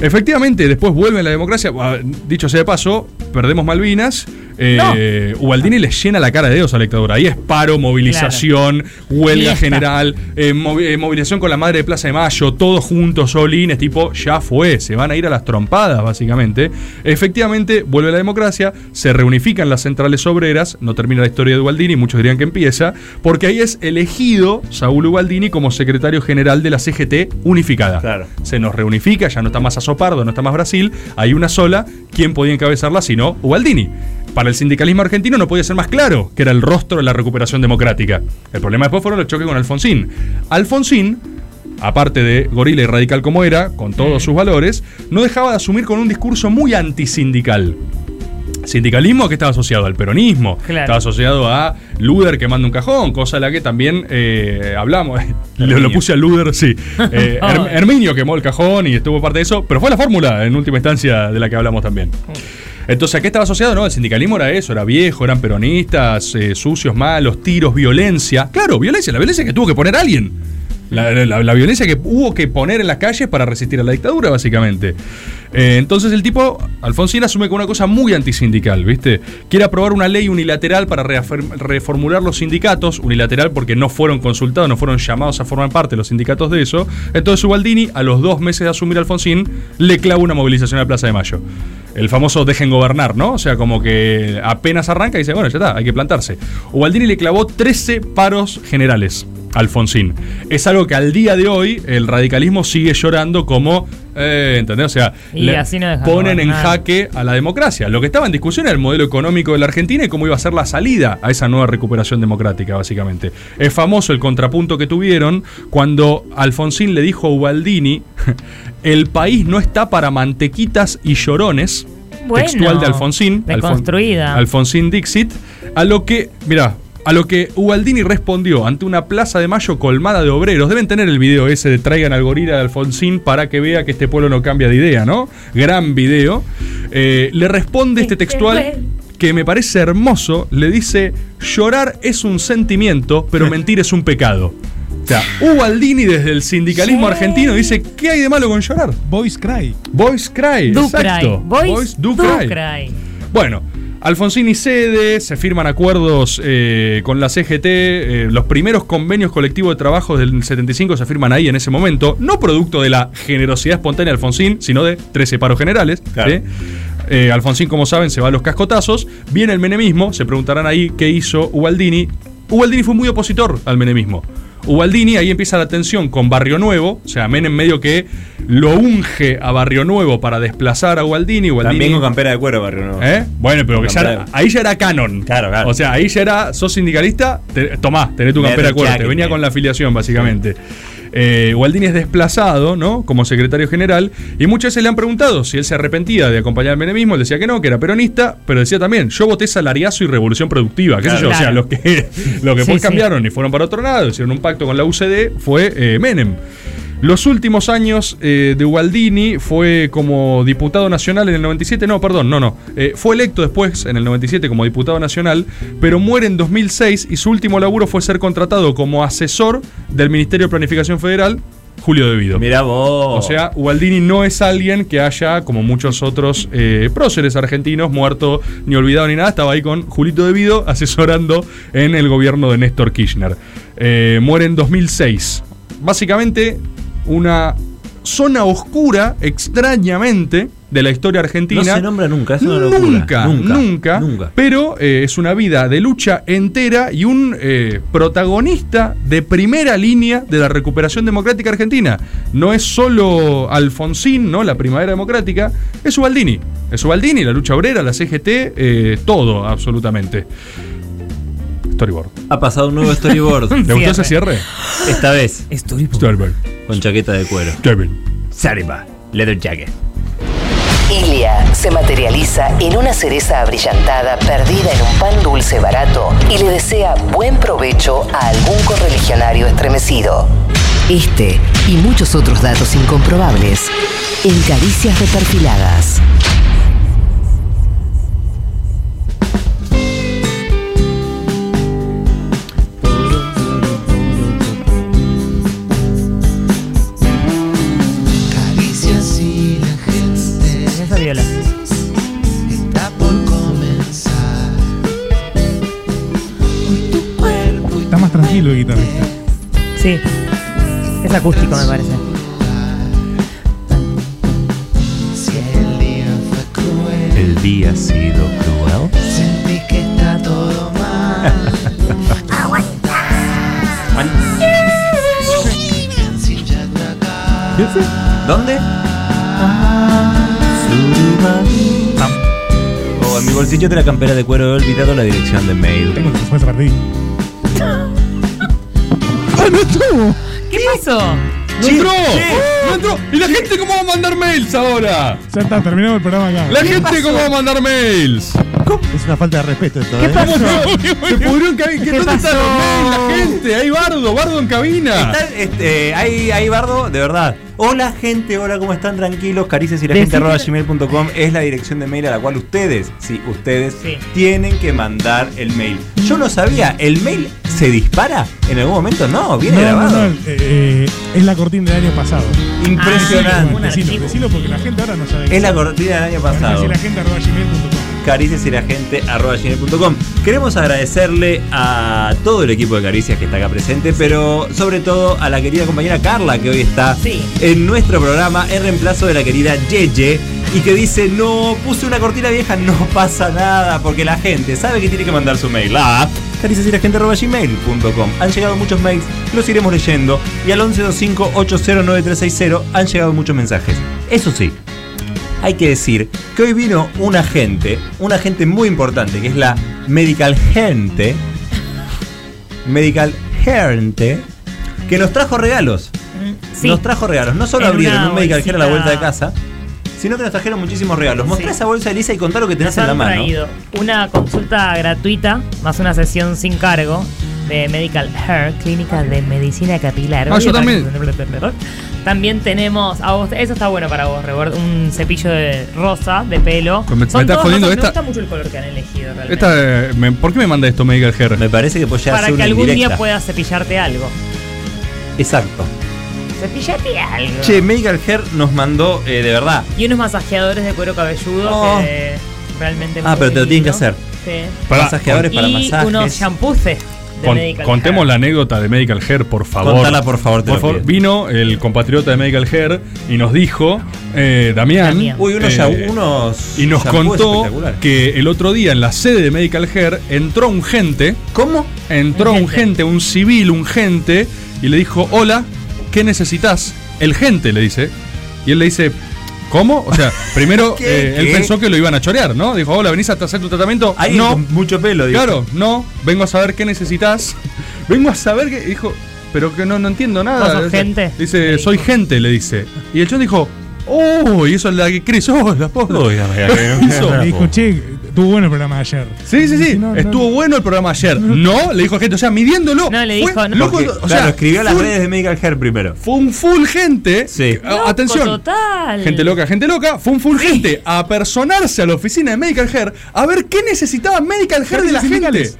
Efectivamente, después vuelve la democracia. Ah, Dicho sea de paso, perdemos Malvinas. Eh, Ubaldini le llena la cara de Dios a la dictadura. Ahí es paro, movilización, huelga
Fiesta.
general, eh, movi- eh, movilización con la madre de Plaza de Mayo, todos juntos, solines, tipo, ya fue, se van a ir a las trompadas, básicamente. Efectivamente, vuelve la democracia, se reunifican las centrales obreras, no termina la historia de Ubaldini, muchos dirían que empieza, porque ahí es elegido Saúl Ubaldini como secretario general de la CGT unificada. Se nos reunifica, ya no está más Azopardo, no está más Brasil, hay una sola, ¿quién podía encabezarla sino Ubaldini? Para el sindicalismo argentino no podía ser más claro que era el rostro de la recuperación democrática. El problema después fueron los choques con Alfonsín. Alfonsín, aparte de gorila y radical como era, con todos sus valores, no dejaba de asumir con un discurso muy antisindical. Sindicalismo que estaba asociado al peronismo,
Claro.
estaba asociado a Luder quemando un cajón, cosa de la que también eh, hablamos. lo, lo puse a Luder, sí. Eh, Herm- Herminio quemó el cajón y estuvo parte de eso, pero fue la fórmula en última instancia de la que hablamos también. Entonces, ¿a qué estaba asociado? No, el sindicalismo era eso, era viejo, eran peronistas, eh, sucios, malos, tiros, violencia. Claro, violencia, la violencia que tuvo que poner alguien. La, la- la violencia que hubo que poner en las calles para resistir a la dictadura, básicamente. Eh, entonces el tipo, Alfonsín, asume con una cosa muy antisindical, ¿viste? Quiere aprobar una ley unilateral para reafirm- reformular los sindicatos, unilateral porque no fueron consultados, no fueron llamados a formar parte los sindicatos de eso. Entonces Ubaldini, a los dos meses de asumir Alfonsín, le clava una movilización a Plaza de Mayo. El famoso dejen gobernar, ¿no? O sea, como que apenas arranca y dice, bueno, ya está, hay que plantarse. Ubaldini le clavó 13 paros generales. Alfonsín. Es algo que al día de hoy el radicalismo sigue llorando como, eh, ¿entendés? O sea,
Y así no dejan
ponen en
gobernar.
jaque a la democracia. Lo que estaba en discusión era el modelo económico de la Argentina y cómo iba a ser la salida a esa nueva recuperación democrática, básicamente. Es famoso el contrapunto que tuvieron cuando Alfonsín le dijo a Ubaldini, el país no está para mantequitas y llorones.
Bueno,
textual de Alfonsín. Alfon-
deconstruida.
Alfonsín Dixit, a lo que, mirá, a lo que Ubaldini respondió ante una plaza de mayo colmada de obreros. Deben tener el video ese de traigan al gorila de Alfonsín para que vea que este pueblo no cambia de idea, ¿no? Gran video. Eh, le responde este textual que me parece hermoso. Le dice, llorar es un sentimiento, pero mentir es un pecado. O sea, Ubaldini desde el sindicalismo
Sí.
argentino dice, ¿qué hay de malo con llorar? Boys cry. Boys cry,
Do
exacto.
cry. Boys,
do cry. Bueno, Alfonsini cede, se firman acuerdos eh, con la CGT, eh, los primeros convenios colectivos de trabajo del 75 se firman ahí en ese momento, no producto de la generosidad espontánea de Alfonsín, sino de 13 paros generales. ¿sí? Eh, Alfonsín, como saben, se va a los cascotazos, viene el menemismo, se preguntarán ahí qué hizo Ubaldini. Ubaldini fue muy opositor al menemismo. Ubaldini, ahí empieza la tensión con Barrio Nuevo, o sea, Menem medio que lo unge a Barrio Nuevo para desplazar a Ubaldini. Ubaldini
También con campera de cuero, barrio nuevo.
¿Eh? Bueno, pero que ya era-
Campera.
ahí ya era canon. Claro, claro. O sea, ahí ya era, sos sindicalista, te- tomá, tenés tu
Me
campera de cuero.
rechaque,
Te venía
me-
con la afiliación, básicamente. Eh, Gualdini es desplazado, ¿no? Como secretario general. Y muchas veces le han preguntado si él se arrepentía de acompañar al menemismo. Él decía que no, que era peronista, pero decía también, yo voté salariazo y revolución productiva. ¿Qué sé
Claro.
yo? O sea,
Claro.
los que, los que
Sí,
después
sí.
cambiaron y fueron para otro lado, hicieron un pacto con la UCD, fue eh, Menem. Los últimos años eh, de Ubaldini fue como diputado nacional en el 97, no, perdón, no, no. Eh, fue electo después, en el 97, como diputado nacional, pero muere en 2006 y su último laburo fue ser contratado como asesor del Ministerio de Planificación Federal, Julio Devido.
Mirá vos.
O sea, Ubaldini no es alguien que haya, como muchos otros eh, próceres argentinos, muerto ni olvidado ni nada. Estaba ahí con Julito Devido asesorando en el gobierno de Néstor Kirchner. Eh, muere en 2006. Básicamente, una zona oscura, extrañamente, de la historia argentina.
No se nombra nunca, es una
nunca,
locura.
nunca, nunca, Pero eh, es una vida de lucha entera y un eh, protagonista de primera línea de la recuperación democrática argentina. No es solo Alfonsín, ¿no? La primavera democrática, es Ubaldini. Es Ubaldini, la lucha obrera, la CGT, eh, todo, absolutamente. Storyboard.
Ha pasado un nuevo storyboard.
¿Te gustó ese cierre?
Esta vez.
Storyboard.
Con chaqueta de cuero.
Storyboard.
Sariba. Leather jacket.
Ilia se materializa en una cereza abrillantada perdida en un pan dulce barato y le desea buen provecho a algún correligionario estremecido. Este y muchos otros datos incomprobables en Caricias Reperfiladas.
Caricias y la gente
Esa viola.
está por comenzar. Hoy tu cuerpo
Está más tranquilo el guitarrista.
Sí. Es acústico, me parece.
si el día fue cruel.
El día ha sido cruel.
Sentí que está todo mal. Ah,
¿Dónde? O Oh, en mi bolsillo de la campera de cuero he olvidado la dirección de mail.
Tengo que fue ese partido.
¡Ah, no estuvo! ¿Qué pasó?
¡No entró! ¡No entró! ¿Y la gente cómo va a mandar mails ahora?
Ya está, terminamos el programa acá.
¿La gente cómo va a mandar mails?
Es una falta de respeto esto. ¿eh?
Se pudrió que ¿Qué ¿Dónde están los mails? La gente. Hay bardo, bardo en cabina.
Está, este, ahí, ahí, Bardo, de verdad. Hola, gente, hola, ¿cómo están? Tranquilos, caricias y la gente
Decime-
arroba gmail.com es la dirección de mail a la cual ustedes, sí, ustedes, tienen que mandar el mail. Yo no sabía, ¿el mail se dispara? ¿En algún momento? No, viene
No, no,
grabado. Ah,
no, eh, eh, es la cortina del año pasado.
Impresionante.
Decilo, decilo, decilo porque la gente ahora no sabe. qué
Es la cortina del año pasado.
Si la gente arroba gmail.com.
caricias y la gente arroba gmail.com. Queremos agradecerle a todo el equipo de Caricias que está acá presente, pero sobre todo a la querida compañera Carla que hoy está en nuestro programa en reemplazo de la querida Yeye y que dice, no, puse una cortina vieja, no pasa nada, porque la gente sabe que tiene que mandar su mail a caricias y la gente arroba gmail.com. Han llegado muchos mails, los iremos leyendo y al 1125-809360 han llegado muchos mensajes. Eso sí, hay que decir que hoy vino un agente, un agente muy importante, que es la Medical Gente. Medical Gente. Que nos trajo regalos.
Mm, Sí.
Nos trajo regalos. No solo
En
abrieron
una
un Medical Hair a la
bolsita.
vuelta de casa, sino que nos trajeron muchísimos regalos. Mostrá esa bolsa de Lisa y contá lo que tenés
Nos
en la
han
mano.
traído una consulta gratuita más una sesión sin cargo de Medical Hair, clínica de medicina capilar.
Ah, yo
Oye, para-
también.
También tenemos, a vos, eso está bueno para vos, Rebord, un cepillo de rosa de pelo.
Me- me
Son
está
todos
jodiendo
rosas, me
esta-
gusta mucho el color que han elegido realmente.
Esta, eh, me- ¿Por qué me manda esto Medical Hair?
Me parece que pues
para que algún día puedas cepillarte algo.
Exacto.
Cepillate algo.
Che, Medical Hair nos mandó, eh, de verdad.
Y unos masajeadores de cuero cabelludo que realmente
Oh. Ah,
muy
pero te lo tienen que
lindo.
hacer.
Sí.
Pará.
Masajeadores para
y
masajes.
unos shampoos de
Con-
Medical
contemos la anécdota de Medical Hair, por favor.
Contala, por favor, te lo pido.
Vino el compatriota de Medical Hair y nos dijo, eh, Damián.
Damián. Uy, unos
eh,
ya- unos
Y nos
shampoos
contó
espectaculares.
que el otro día en la sede de Medical Hair entró un gente.
¿Cómo?
Entró un gente, un civil, un gente, y le dijo, hola, ¿qué necesitas? El gente, le dice. Y él le dice, ¿cómo? O sea, primero
¿Qué?
eh, él
¿Qué?
pensó que lo iban a chorear, ¿no? Dijo, hola, venís a hacer tu tratamiento.
Alguien
no,
con mucho pelo, dijo.
Claro, no, vengo a saber qué necesitas. Vengo a saber qué. Dijo, pero que no, no entiendo nada.
¿Vos sos
Dice-
gente?
Dice, soy gente, le dice. Y el chon dijo, oh, y eso es la que Cris, oh, la posta. Hizo.
Le dijo, che, tuvo bueno el programa de ayer.
Sí, sí, sí. Estuvo bueno el programa ayer. No, le dijo gente, o sea, midiéndolo.
No, le
Fue
dijo, no.
loco,
Porque,
o sea,
claro, escribió a las
full-
redes de Medical Hair primero.
Fue un full gente.
Sí.
Ah, Atención.
pues, total.
Gente loca, gente loca. Fue un full gente a personarse a la oficina de Medical Hair a ver qué necesitaba Medical Hair de la gente.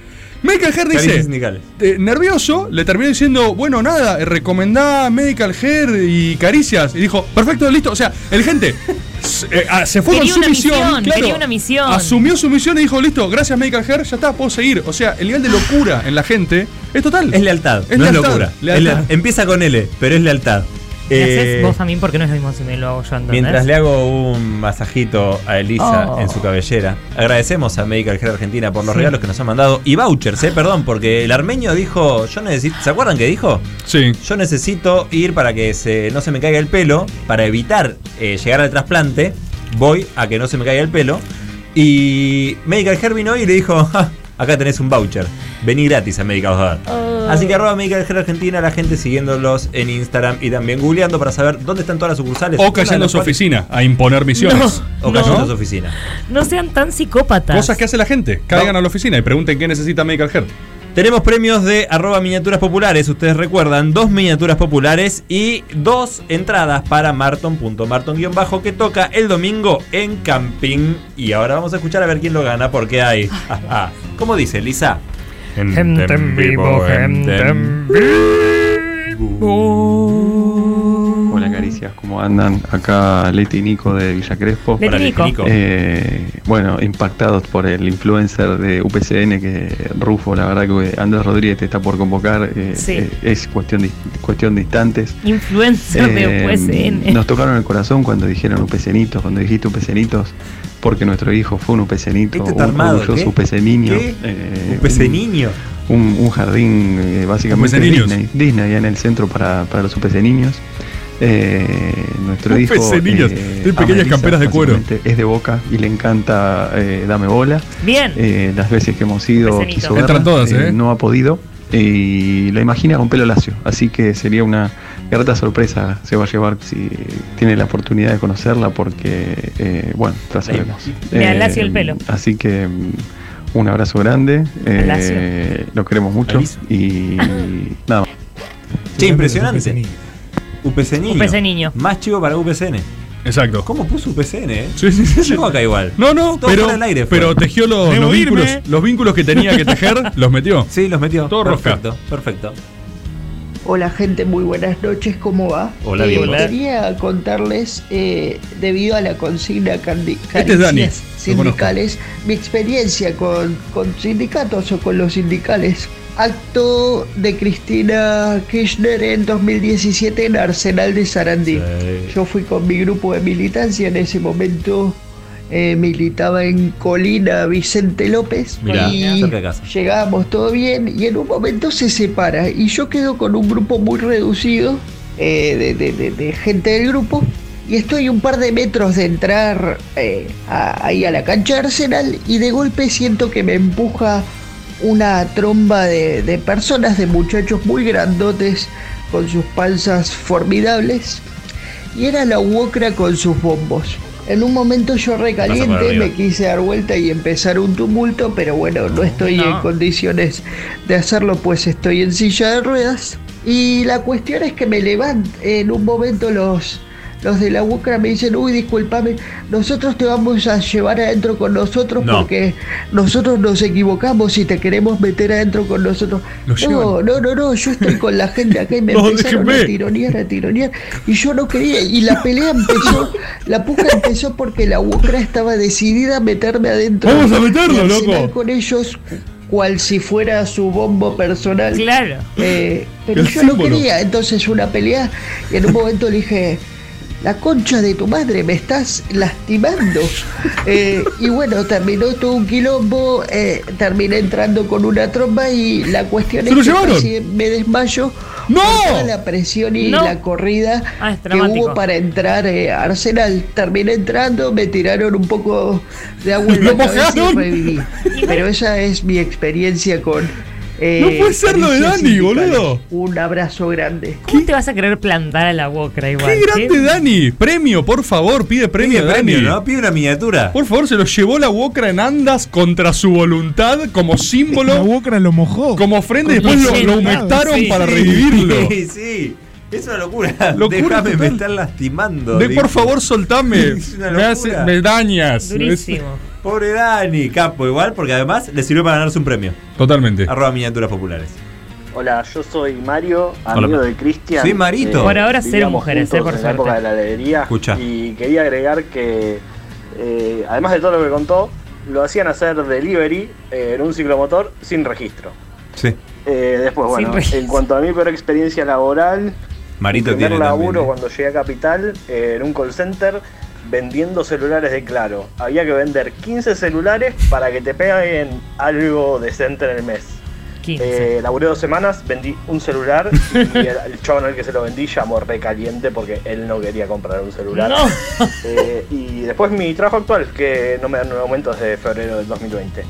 Medical Hair
Caricias
dice,
sindicales.
eh, nervioso, le terminó diciendo, bueno, nada, eh, recomendá Medical Hair y caricias. Y dijo, perfecto, listo. O sea, el gente s- eh, ah, se fue con
Tenía
su
una
misión.
misión,
claro.
tenía una misión.
Asumió su misión y dijo, listo, gracias Medical Hair, ya está, puedo seguir. O sea, el nivel de locura en la gente es total.
Es lealtad,
Es
no
lealtad,
es locura.
lealtad.
Es leal- Empieza con L, pero es lealtad.
Me
Eh,
haces vos a mí porque no es lo mismo si me lo hago yo, ¿entendés?
Mientras le hago un masajito a Elisa
Oh.
en su cabellera, agradecemos a Medical Care Argentina por los
Sí.
regalos que nos han mandado y vouchers, eh, perdón, porque el armenio dijo, yo necesito, ¿se acuerdan que dijo?
Sí.
Yo necesito ir para que se- no se me caiga el pelo, para evitar eh, llegar al trasplante, voy a que no se me caiga el pelo y Medical Care vino y le dijo, "Ja, acá tenés un voucher, vení gratis a Medical Hub.
Ah.
Así que arroba Medical Care Argentina, la gente siguiéndolos en Instagram y también googleando para saber dónde están todas las sucursales.
O cayendo a su oficina a imponer misiones.
No, O cayendo a su oficina.
No sean tan psicópatas.
Cosas que hace la gente. Caigan a la oficina y pregunten qué necesita Medical Health.
Tenemos premios de arroba miniaturas populares, ustedes recuerdan, dos miniaturas populares y dos entradas para marton.marton-bajo que toca el domingo en Camping. Y ahora vamos a escuchar a ver quién lo gana porque hay... ah, ¿Cómo dice Lisa?
Gente en vivo, gente en
"Oh".
Hola caricias, ¿cómo andan? Acá Leti y Nico de Villa Crespo.
Leti Hola, Leti Nico. Nico.
Eh, bueno, impactados por el influencer de UPCN que Rufo, la verdad que Andrés Rodríguez te está por convocar. eh,
Sí.
eh, es cuestión de, cuestión de instantes.
Influencer
Eh,
de UPSN.
Nos tocaron el corazón cuando dijeron upecenitos, cuando dijiste upecenitos, porque nuestro hijo fue un upecenito,
Este está
un
armado, ¿qué?
orgulloso upeceniño.
¿Qué?
eh,
Upeceniño.
Un, un jardín eh, básicamente
Upeceniños.
Disney, Disney allá en el centro para, para los upeceniños. Eh, nuestro hijo
Upeceniños. Tiene
ama
pequeñas
Elisa,
camperas de cuero.
básicamente Es de boca y le encanta eh, Dame Bola.
Bien.
Eh, las veces que hemos ido,
Pecenito.
quiso verla,
Entran todas, ¿eh?
No ha podido. Y la imagina con pelo lacio. Así que sería una grata sorpresa se va a llevar si tiene la oportunidad de conocerla, porque, eh, bueno, ya sabemos.
Le
Eh,
alacio el pelo.
Así que. mm, Un abrazo grande, eh,
Alacio.
lo queremos mucho
Alacio.
y nada más.
Che, impresionante. UPC Niño.
UPC Niño.
Más chivo para UPCN.
Exacto.
¿Cómo puso UPCN, eh?
Sí, sí, sí.
Llegó acá igual.
No, no,
Todo
pero,
fuera del aire fue.
pero tejió los- los,
Debo irme.
vínculos, los vínculos que tenía que tejer, los metió.
Sí, los metió.
Todo rosca.
Perfecto, perfecto.
Hola gente, muy buenas noches, ¿cómo va?
Hola,
Eh,
bien, hola.
Quería contarles, eh, debido a la consigna candi-
Este es Dani,
caricias
lo
sindicales, mi experiencia con, con sindicatos o con los sindicales. Acto de Cristina Kirchner en 2017 en Arsenal de Sarandí. Yo fui con mi grupo de militancia, en ese momento eh, militaba en Colina Vicente López
Mirá,
y
cerca de casa.
Llegamos todo bien y en un momento se separa y yo quedo con un grupo muy reducido eh, de, de- de- de gente del grupo y estoy un par de metros de entrar eh, a- ahí a la cancha de Arsenal y de golpe siento que me empuja una tromba de, de personas, de muchachos muy grandotes con sus panzas formidables y era la UOCRA con sus bombos. En un momento yo
Pasa por
recaliente
arriba.
me quise dar vuelta y empezar un tumulto, pero bueno, no estoy en condiciones de hacerlo, pues estoy en silla de ruedas. Y la cuestión es que me levanto, en un momento los, los de la UOCRA me dicen, uy, discúlpame, nosotros te vamos a llevar adentro con nosotros
No.
porque nosotros nos equivocamos y te queremos meter adentro con nosotros.
Lo
No, no, no, no, yo estoy con la gente acá y me
No,
empezaron
déjenme.
a tironear, a tironear, y yo no quería, y la pelea empezó, la puja empezó porque la UCRA estaba decidida a meterme adentro.
Vamos a meterlo,
y al
loco.
cenar con ellos, cual si fuera su bombo personal.
Claro.
Eh, pero
El
yo no
símbolo.
quería, entonces una pelea, y en un momento le dije, la concha de tu madre, me estás lastimando. Eh, y bueno, terminó todo un quilombo, eh, terminé entrando con una tromba y la cuestión
¿Se
es
lo
que
llevaron?
casi me desmayo
¡No!
por toda la presión y
No.
la corrida
Ah, es
que
dramático.
hubo para entrar eh, a Arsenal. Terminé entrando, me tiraron un poco de agua en la
¡Lo
cabeza y
mojaron!
reviví. Pero esa es mi experiencia con... eh,
No puede ser lo de
caricias
Dani,
sindicales.
boludo.
Un abrazo grande.
¿Cómo te vas a querer plantar a la UOCRA igual?
¡Qué grande Dani! Premio, por favor, pide premio,
Pide premio,
Dani.
¿no?
Pide una miniatura.
Por favor, se lo llevó la Wokra en andas contra su voluntad como símbolo. La
Wokra lo mojó.
Como ofrenda y
Con
después lo,
leche,
lo
¿no?
humectaron
Sí,
para
sí.
revivirlo.
Sí, sí. Es una locura.
Locura
Déjame, me
total.
están lastimando.
De,
dijo.
por favor, soltame.
Es una
me, hace-
locura.
me dañas.
Pobre Dani, capo igual, porque además le sirvió para ganarse un premio.
Totalmente.
Arroba miniaturas populares.
Hola, yo soy Mario, amigo
Hola.
de Cristian. Eh,
Sí, Marito. Por ahora
vivíamos
cero mujeres,
juntos
eh, por
en la
suerte.
época de la heladería.
Escucha.
Y quería agregar que, eh, además de todo lo que contó, lo hacían hacer delivery eh, en un ciclomotor sin registro.
Sí.
Eh, después,
Sin
bueno,
registro.
en cuanto a mi peor experiencia laboral,
Marito
Mi primer
tiene
laburo
también, ¿eh?
cuando llegué a Capital eh, en un call center vendiendo celulares de Claro. Había que vender 15 celulares para que te peguen algo decente en el mes. Eh, laburé dos semanas, vendí un celular y el, el chabón al que se lo vendí llamó recaliente porque él no quería comprar un celular. Eh, y después mi trabajo actual, que no me dan un aumento desde febrero del 2020. Eh,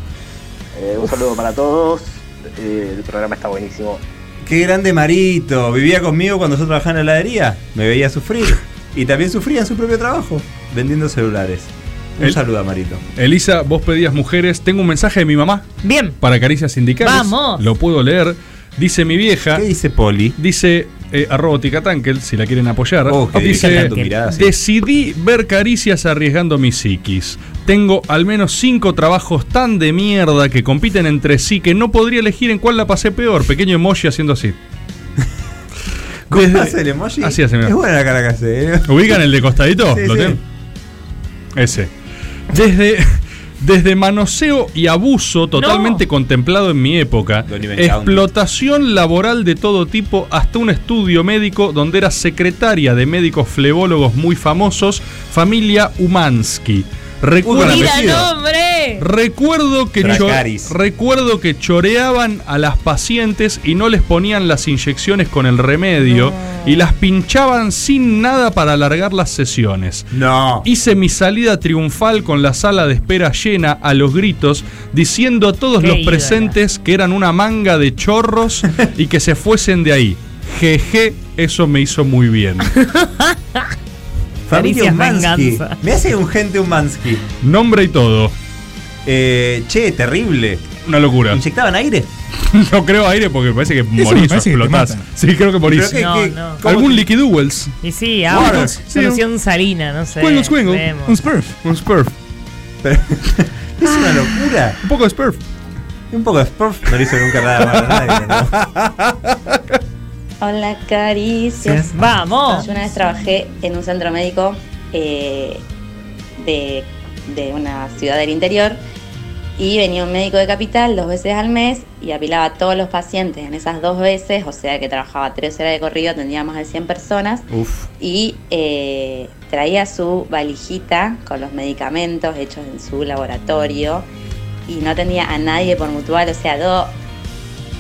un saludo para todos. Eh, el programa está buenísimo.
Qué grande Marito. Vivía conmigo cuando yo trabajaba en la heladería. Me veía sufrir. Y también sufría en su propio trabajo, vendiendo celulares. Un
El-
saludo a Marito.
Elisa, vos pedías mujeres. Tengo un mensaje de mi mamá.
Bien.
Para Caricias Sindicales.
Vamos.
Lo puedo leer. Dice mi vieja. ¿Qué
dice Poli? Oh,
Dice eh, arroba ticatankel, si la quieren apoyar.
qué
dice,
delicada tu mirada, sí.
decidí ver Caricias arriesgando mi psiquis. Tengo al menos cinco trabajos tan de mierda que compiten entre sí que no podría elegir en cuál la pasé peor. Pequeño emoji haciendo así.
¿Cómo hace el emoji?
Así hace, mirá.
Es buena la cara que hace. ¿eh?
¿Ubican el de costadito?
Sí,
¿Lo
sí.
tienen? Ese. Desde, desde manoseo y abuso totalmente contemplado en mi época,
Oliver County.
explotación laboral de todo tipo hasta un estudio médico donde era secretaria de médicos flebólogos muy famosos, familia Umansky. Recuerda-
¡Mira el nombre!
Recuerdo que, cho-
Dracaris.
recuerdo que choreaban a las pacientes y no les ponían las inyecciones con el remedio y las pinchaban sin nada para alargar las sesiones.
No.
Hice mi salida triunfal con la sala de espera llena a los gritos, diciendo a todos
Qué
los
ídola.
presentes que eran una manga de chorros y que se fuesen de ahí. Jeje, eso me hizo muy bien. Caricias
Familia Umansky.
venganza.
Me hace un gente Umansky.
Nombre y todo.
Eh, che, terrible.
Una locura.
¿Inyectaban aire?
No creo aire porque me parece que
me
morís o
parece que te
explotás.
matan.
Sí, creo que morís.
Pero que- que- No, no. ¿cómo
Algún
te-
liquiduels.
Y sí,
Claro.
ahora
Sí,
solución salina, no sé.
Squingle, squingle.
Vemos.
Un spurf. Un spurf.
Es una
Ah.
locura.
Un poco de spurf.
Un poco de spurf. No le hizo nunca nada malo a nadie. ¿no?
Hola, caricias.
Sí.
Vamos.
Yo una vez trabajé en un centro médico eh, de, de una ciudad del interior y venía un médico de capital dos veces al mes y apilaba a todos los pacientes en esas dos veces, o sea que trabajaba tres horas de corrido, atendía más de 100 personas
Uf.
y eh, traía su valijita con los medicamentos hechos en su laboratorio y no atendía a nadie por mutual, o sea, do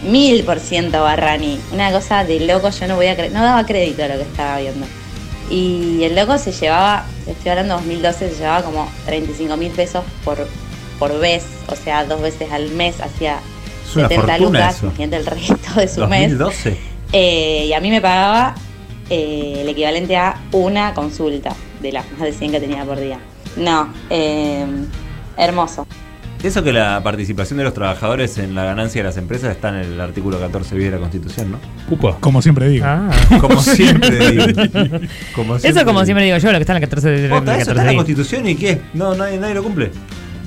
mil por ciento Barrani, una cosa de loco, yo no voy a cre- no daba crédito a lo que estaba viendo. Y el loco se llevaba, estoy hablando 2012, se llevaba como 35 mil pesos por, por vez, o sea, dos veces al mes, hacía
Es una
70
fortuna
lucas,
eso.
imagínate el resto de su mes.
2012.
Eh, y a mí me pagaba eh, el equivalente a una consulta de las más de 100 que tenía por día. No, eh, hermoso.
Eso que la participación de los trabajadores en la ganancia de las empresas está en el artículo 14 bis de la Constitución, ¿no?
Como siempre digo.
Ah. Como siempre digo. Como
Eso como siempre digo yo, lo que está en la 14 de
Posta, eso está en la
14.
Constitución y qué? No, nadie, nadie lo cumple.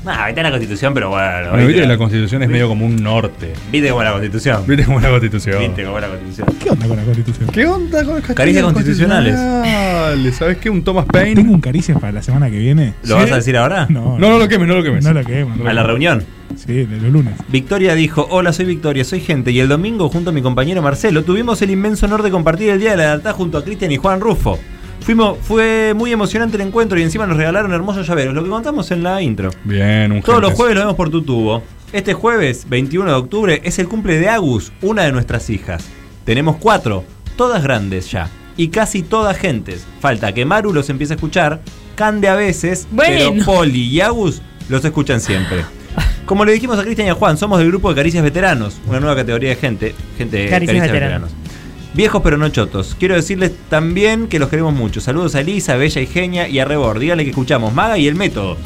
Nah, está en la Constitución, pero bueno.
Bueno, viste que la
la
constitución es medio como un norte.
Viste como la constitución.
Viste como la constitución.
Viste como la constitución.
¿Qué onda con la constitución?
¿Qué onda con las
Caricias constitucionales.
constitucionales? ¿Sabes qué? Un Thomas Paine.
Tengo un caricias para la semana que viene.
¿Lo vas a decir ahora?
No,
No, no lo quemes, no lo quemes.
No lo quemes.
A la reunión.
Sí, de los lunes.
Victoria dijo, hola, soy Victoria, soy gente y el domingo junto a mi compañero Marcelo tuvimos el inmenso honor de compartir el Día de la Libertad junto a Cristian y Juan Rufo. Fuimos, fue muy emocionante el encuentro y encima nos regalaron hermosos llaveros, lo que contamos en la intro.
Bien, un
Todos los
gentis.
jueves lo vemos por tu tubo. Este jueves, 21 de octubre, es el cumple de Agus, una de nuestras hijas. Tenemos cuatro, todas grandes ya, y casi todas gentes. Falta que Maru los empiece a escuchar, Cande a veces, pero
Bueno.
Poli y Agus los escuchan siempre. Como le dijimos a Cristian y a Juan, somos del grupo de Caricias Veteranos, una nueva categoría de gente, gente de
Caricias
Caricias
Veteranos.
Veteranos. Viejos pero no chotos. Quiero decirles también que los queremos mucho. Saludos a Elisa, Bella y Genia y a Rebor. Díganle que escuchamos Maga y El Método.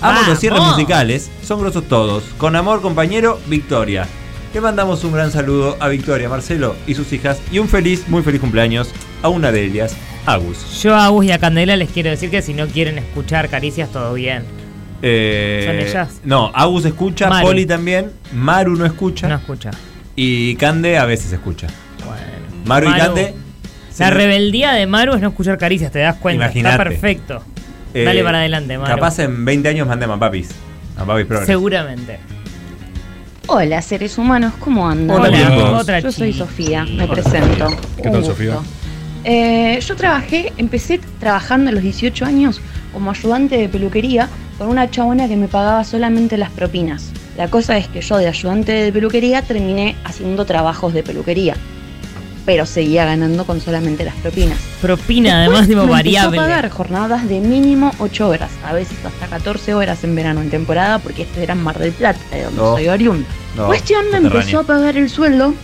Amo los cierres
¡Vamos!
musicales, son grosos todos. Con amor, compañero, Victoria. Le mandamos un gran saludo a Victoria, Marcelo y sus hijas y un feliz, muy feliz cumpleaños a una de ellas, Agus.
Yo a Agus y a Candela les quiero decir que si no quieren escuchar caricias, todo bien.
Eh,
¿Son ellas?
No, Agus escucha,
Maru.
Poli también, Maru no escucha.
No escucha.
Y Cande a veces escucha. Maru, y
Maru.
Cande.
La
se-
rebeldía de Maru es no escuchar caricias, te das cuenta. Está
Imagínate.
perfecto.
eh,
Dale para adelante, Maru.
Capaz en 20 años mandé a Mapapis. A Mapapis Progress.
Seguramente.
Hola, seres humanos, ¿cómo andan?
Hola, Hola, chicos.
otra
Yo soy
chica.
Sofía, me presento.
¿Qué
Un
tal,
gusto.
Sofía?
Eh, yo trabajé, empecé trabajando a los 18 años como ayudante de peluquería con una chabona que me pagaba solamente las propinas. La cosa es que yo de ayudante de peluquería terminé haciendo trabajos de peluquería, pero seguía ganando con solamente las propinas.
Propina,
Después
además, tipo
me empezó
variable.
a pagar jornadas de mínimo 8 horas, a veces hasta 14 horas en verano en temporada, porque este era en Mar del Plata, de donde
No.
soy oriunda.
No,
Cuestión, me
subterráneo.
empezó a pagar el sueldo,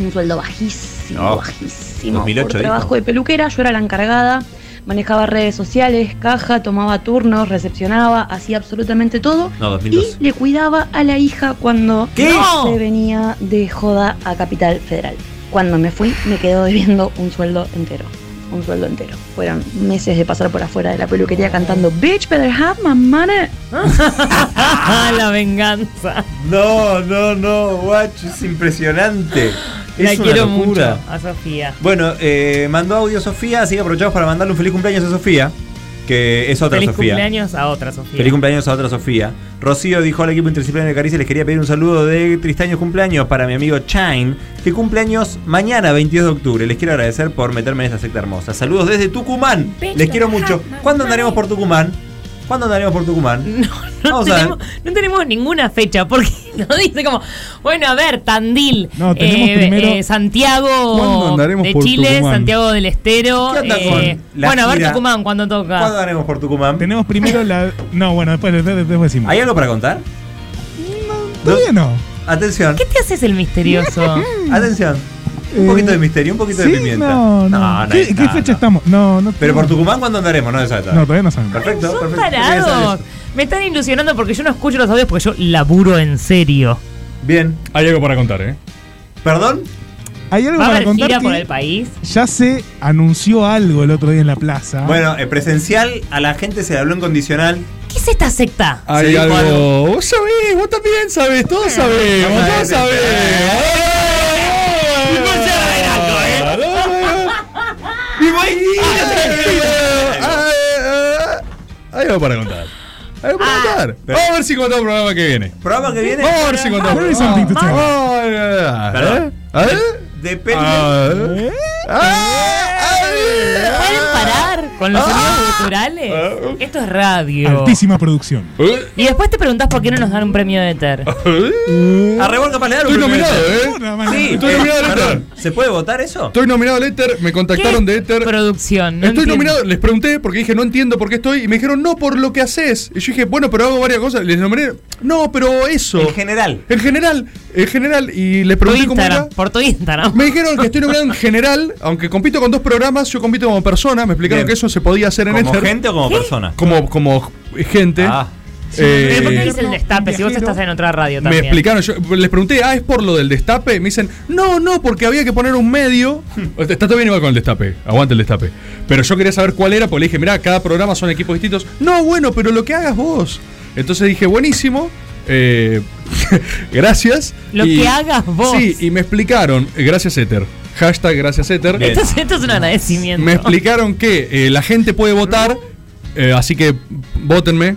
un sueldo bajísimo, bajísimo.
2008
por
dijo.
trabajo de peluquera, yo era la encargada, manejaba redes sociales, caja, tomaba turnos, recepcionaba, hacía absolutamente todo.
No, 2002.
Y le cuidaba a la hija cuando
¿Qué?
no se venía de joda a Capital Federal. Cuando me fui, me quedó debiendo un sueldo entero. Un sueldo entero. Fueron meses de pasar por afuera de la peluquería cantando Bitch, better have my money.
Ah, la venganza.
No, no, no, guacho, es impresionante. Es
La
una
quiero
locura.
mucho a Sofía.
Bueno, eh, mandó audio Sofía, así que aprovechamos para mandarle un feliz cumpleaños a Sofía, que es otra
Feliz
Sofía.
cumpleaños a otra Sofía.
Feliz cumpleaños a otra Sofía. Rocío dijo al equipo interdisciplinario de Caricia, les quería pedir un saludo de Tristaños cumpleaños para mi amigo Chain, que cumpleaños mañana 22 de octubre. Les quiero agradecer por meterme en esta secta hermosa. Saludos desde Tucumán. Les quiero mucho.
Ah,
¿Cuándo andaremos por Tucumán? ¿Cuándo andaremos por Tucumán?
No,
Vamos a ver.
tenemos, no tenemos ninguna fecha porque nos dice como, bueno, a ver, Tandil, eh,
No, tenemos primero- ¿Cuándo
Santiago
andaremos
de
por
Chile,
Tucumán?
Santiago del Estero.
¿Qué onda
eh,
con la
bueno, a ver
gira?
Tucumán cuando toca.
¿Cuándo andaremos por Tucumán?
Tenemos primero la. No, bueno, después, después, después decimos.
¿Hay algo para contar?
Todavía no.
Atención.
¿Qué te haces el misterioso?
Atención. Un poquito de misterio, un poquito de
Sí,
pimienta.
No, no.
No, no
¿Qué,
está,
qué fecha estamos? No, no.
Pero por Tucumán, ¿cuándo andaremos? No, exacto.
No, todavía no sabemos.
Perfecto, perfecto.
Parados. Me están ilusionando porque yo no escucho los audios porque yo laburo en serio.
Bien.
Hay algo para contar, ¿eh?
¿Perdón?
Hay algo
¿Va a
para
haber
contar.
gira
que
por el país?
Ya se anunció algo el otro día en la plaza.
Bueno, eh, presencial a la gente se le habló en condicional.
¿Qué es esta secta?
Se
Hay
dijo
algo. Vos sabés, vos también sabés, todos sabemos, todos sabemos. Hay algo para contar. Hay algo
Ah.
para contar. Vamos a ver si contamos el programa que viene.
¿Programa que viene?
Vamos a ver si contamos. Ah, ¿eh?
There is something to tell.
¿Perdón?
Depende.
Ah,
¿Pueden parar con
Ah.
los sonidos culturales? Esto es radio.
Altísima producción.
Y después te preguntás por qué no nos dan un premio de Ter.
A Rebol Ah, capaz le dan un
Ah. Estoy
premio
nominado,
de Éter.
¿eh?
Una
mala-
Sí,
Estoy
eh,
nominado al Éter.
perdón, ¿Se puede votar eso?
Estoy nominado al Éter, me contactaron de Éter.
Producción.
estoy nominado, les pregunté porque dije, no entiendo por qué estoy. Y me dijeron, no, por lo que haces. Y yo dije, bueno, pero hago varias cosas. Les nombré, no, pero eso. En
general.
En general, en general. Y les
Por
pregunté cómo
Instagram,
era.
por tu Instagram.
Me dijeron que estoy nominado en general, aunque compito con dos programas, yo compito como persona. Me explicaron
Bien.
que eso se podía hacer en
¿Como
Éter.
gente o como ¿Qué? persona? Ah.
Como, como gente. Eh,
¿Pero por qué dice el destape si vos estás en otra radio
me
también?
explicaron, yo les pregunté, ah, es por lo del destape. Me dicen, no, no, porque había que poner un medio. Está todo bien igual con el destape, aguanta el destape. Pero yo quería saber cuál era, porque le dije, mirá, cada programa son equipos distintos. No, bueno, pero lo que hagas vos. Entonces dije, buenísimo, eh, gracias.
Lo que hagas vos.
Sí, y me explicaron, eh, gracias Ether. Hashtag gracias Ether.
Esto, es- esto es un agradecimiento.
Me explicaron que eh, la gente puede votar, eh, así que votenme.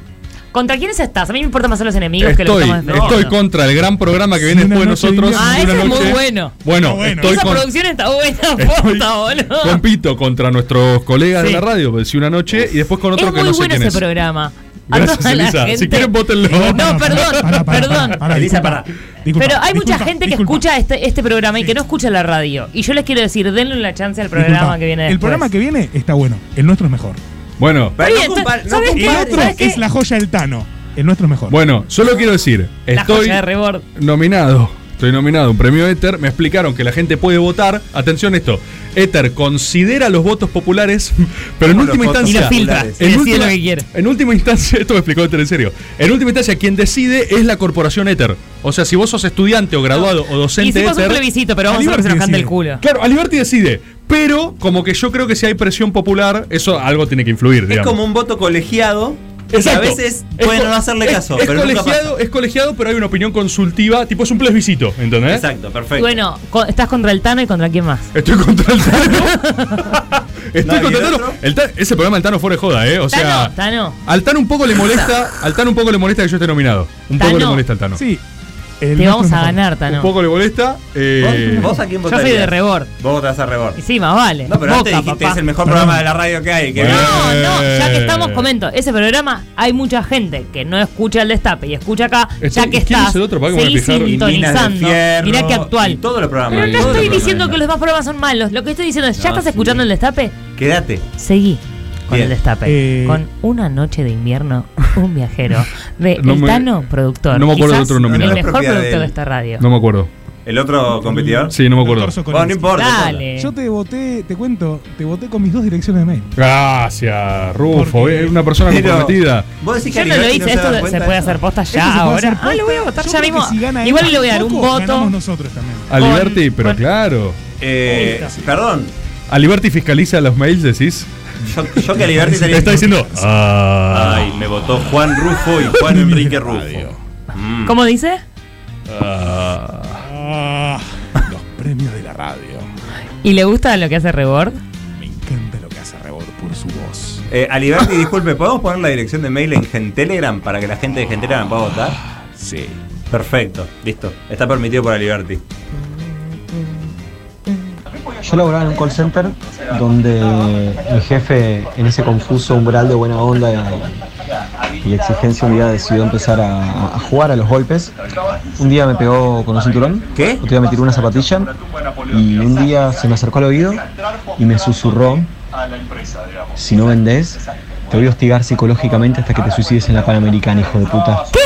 ¿Contra quiénes estás? A mí me importan más son los enemigos que los
Estoy,
que estamos
estoy contra el gran programa que viene después de nosotros.
Ah,
Una
ese es muy
noche-
bueno.
Bueno, estoy
Esa
con-
producción está buena, posta, boludo.
compito contra nuestros colegas
Sí.
de la radio, pues, sí, una noche y después con otro
Es
que
muy
no sé
bueno
quién
ese
es.
programa. A
Gracias,
toda la
Elisa. Si
gente.
quieren, vótenlo.
No, perdón, perdón.
Elisa, para.
Pero hay mucha gente que escucha este, este programa y que no escucha la radio. Y yo les quiero decir, denle una chance al programa
Disculpa,
que viene después.
El programa que viene está bueno. El nuestro es mejor.
Bueno,
Oye,
compar-
¿sabes qué?
El otro
¿Sabes qué?
es la joya del Tano. El nuestro es mejor.
bueno, solo quiero decir,
La
estoy
joya de Rebord.
nominado. Estoy nominado a un premio Éter. Me explicaron que la gente puede votar. Atención a esto. Éter considera los votos populares, pero en
Como
última
los votos
instancia.
Y los filtra,
en
y decide
última-
lo que quiere.
En última instancia, esto me explicó Éter en serio. En última instancia, quien decide es la corporación Éter. O sea, si vos sos estudiante o graduado o docente
Hicimos un
Éter,
plebiscito, pero vamos a ver que se nos
Aliberti
canta el
decide.
culo.
Claro, Aliberti decide. Pero, como que yo creo que si hay presión popular, eso algo tiene que influir,
Es
digamos.
como un voto colegiado. Y a
Exacto.
veces
Es
pueden
co-
no hacerle
es-
caso.
Es,
pero nunca
colegiado, es colegiado, pero hay una opinión consultiva, tipo es un plebiscito, ¿entendés?
Exacto, perfecto.
Bueno, co- estás contra el Tano y contra quién más.
Estoy contra el Tano. Estoy
No, ¿y el
contando. El Tano- ese programa del Tano fuera de joda, ¿eh? O sea,
Tano, Tano.
al Tano un poco le molesta, al Tano un poco le molesta que yo esté nominado. Un poco
Tano.
le molesta al Tano.
Sí.
Te vamos a ganar, Tano.
Un poco le molesta. eh,
¿Vos- vos a quién Yo soy votarías? de Rebord.
Vos votás a Rebord.
Y sí, más vale.
No, pero antes
Boca,
dijiste
papá.
es el mejor programa de la radio que hay. Que
No, no, ya que
Eh.
estamos, comento. Ese programa hay mucha gente que no escucha el destape y escucha acá,
Estoy-
ya que
Este, ¿quién
estás.
es el otro? Para que me
seguís
fijar.
sintonizando.
Minas de Fierro,
Mirá que actual.
y todos los programas.
Pero
Todos los
no estoy
programas
diciendo que los demás programas son malos. Lo que estoy diciendo es, ¿ya
No,
estás escuchando el destape?
Quédate.
Seguí con
Bien.
el destape.
Eh.
Con una noche de invierno, un viajero. De
No
El
me-
Tano, productor.
No me acuerdo del
Quizás
otro nominado.
El mejor
Propiedad de
productor
él.
de esta radio.
No me acuerdo.
¿El otro competidor?
Sí, no me acuerdo.
Bueno, no importa.
Dale.
Yo te voté, te cuento, te voté con mis dos direcciones de mail.
Gracias, Rufo. Es una persona
Pero-
comprometida.
Vos decís
Yo
que
no lo
Arigachi
hice,
no se da
esto se
cuenta
puede
de eso.
hacer posta
Esto se
ya
puede hacer
ahora.
posta.
Ah, lo voy a votar
Yo
ya
creo
mismo.
que si gana él
Igual le voy a dar un
tampoco,
voto.
ganamos nosotros también.
A
Con-
Liberty, pero claro.
Eh, Listo. perdón.
A Liberty fiscaliza los mails, decís.
Yo, yo que a Liberty salí-
Está diciendo. "Ah".
Ay, me votó Juan Rufo y Juan Enrique Rufo. Mm.
¿Cómo dice?
Ah.
Ah.
Ah, Los premios de la radio.
¿Y le gusta lo que hace Rebord?
Canta lo que hace Rebord por su voz.
Eh, Aliberti, disculpe, ¿podemos poner la dirección de mail en Gentelegram para que la gente de Gentelegram pueda votar?
Sí.
Perfecto, listo. Está permitido por Aliberti.
Yo laboraba en un call center donde mi jefe, en ese confuso umbral de buena onda y, y exigencia, un día decidió empezar a, a jugar a los golpes. Un día me pegó con un cinturón, ¿Qué? otro día me tiró una zapatilla y un día se me acercó al oído y me susurró, si no vendés, te voy a hostigar psicológicamente hasta que te suicides en la Panamericana, hijo de puta.
¿Qué?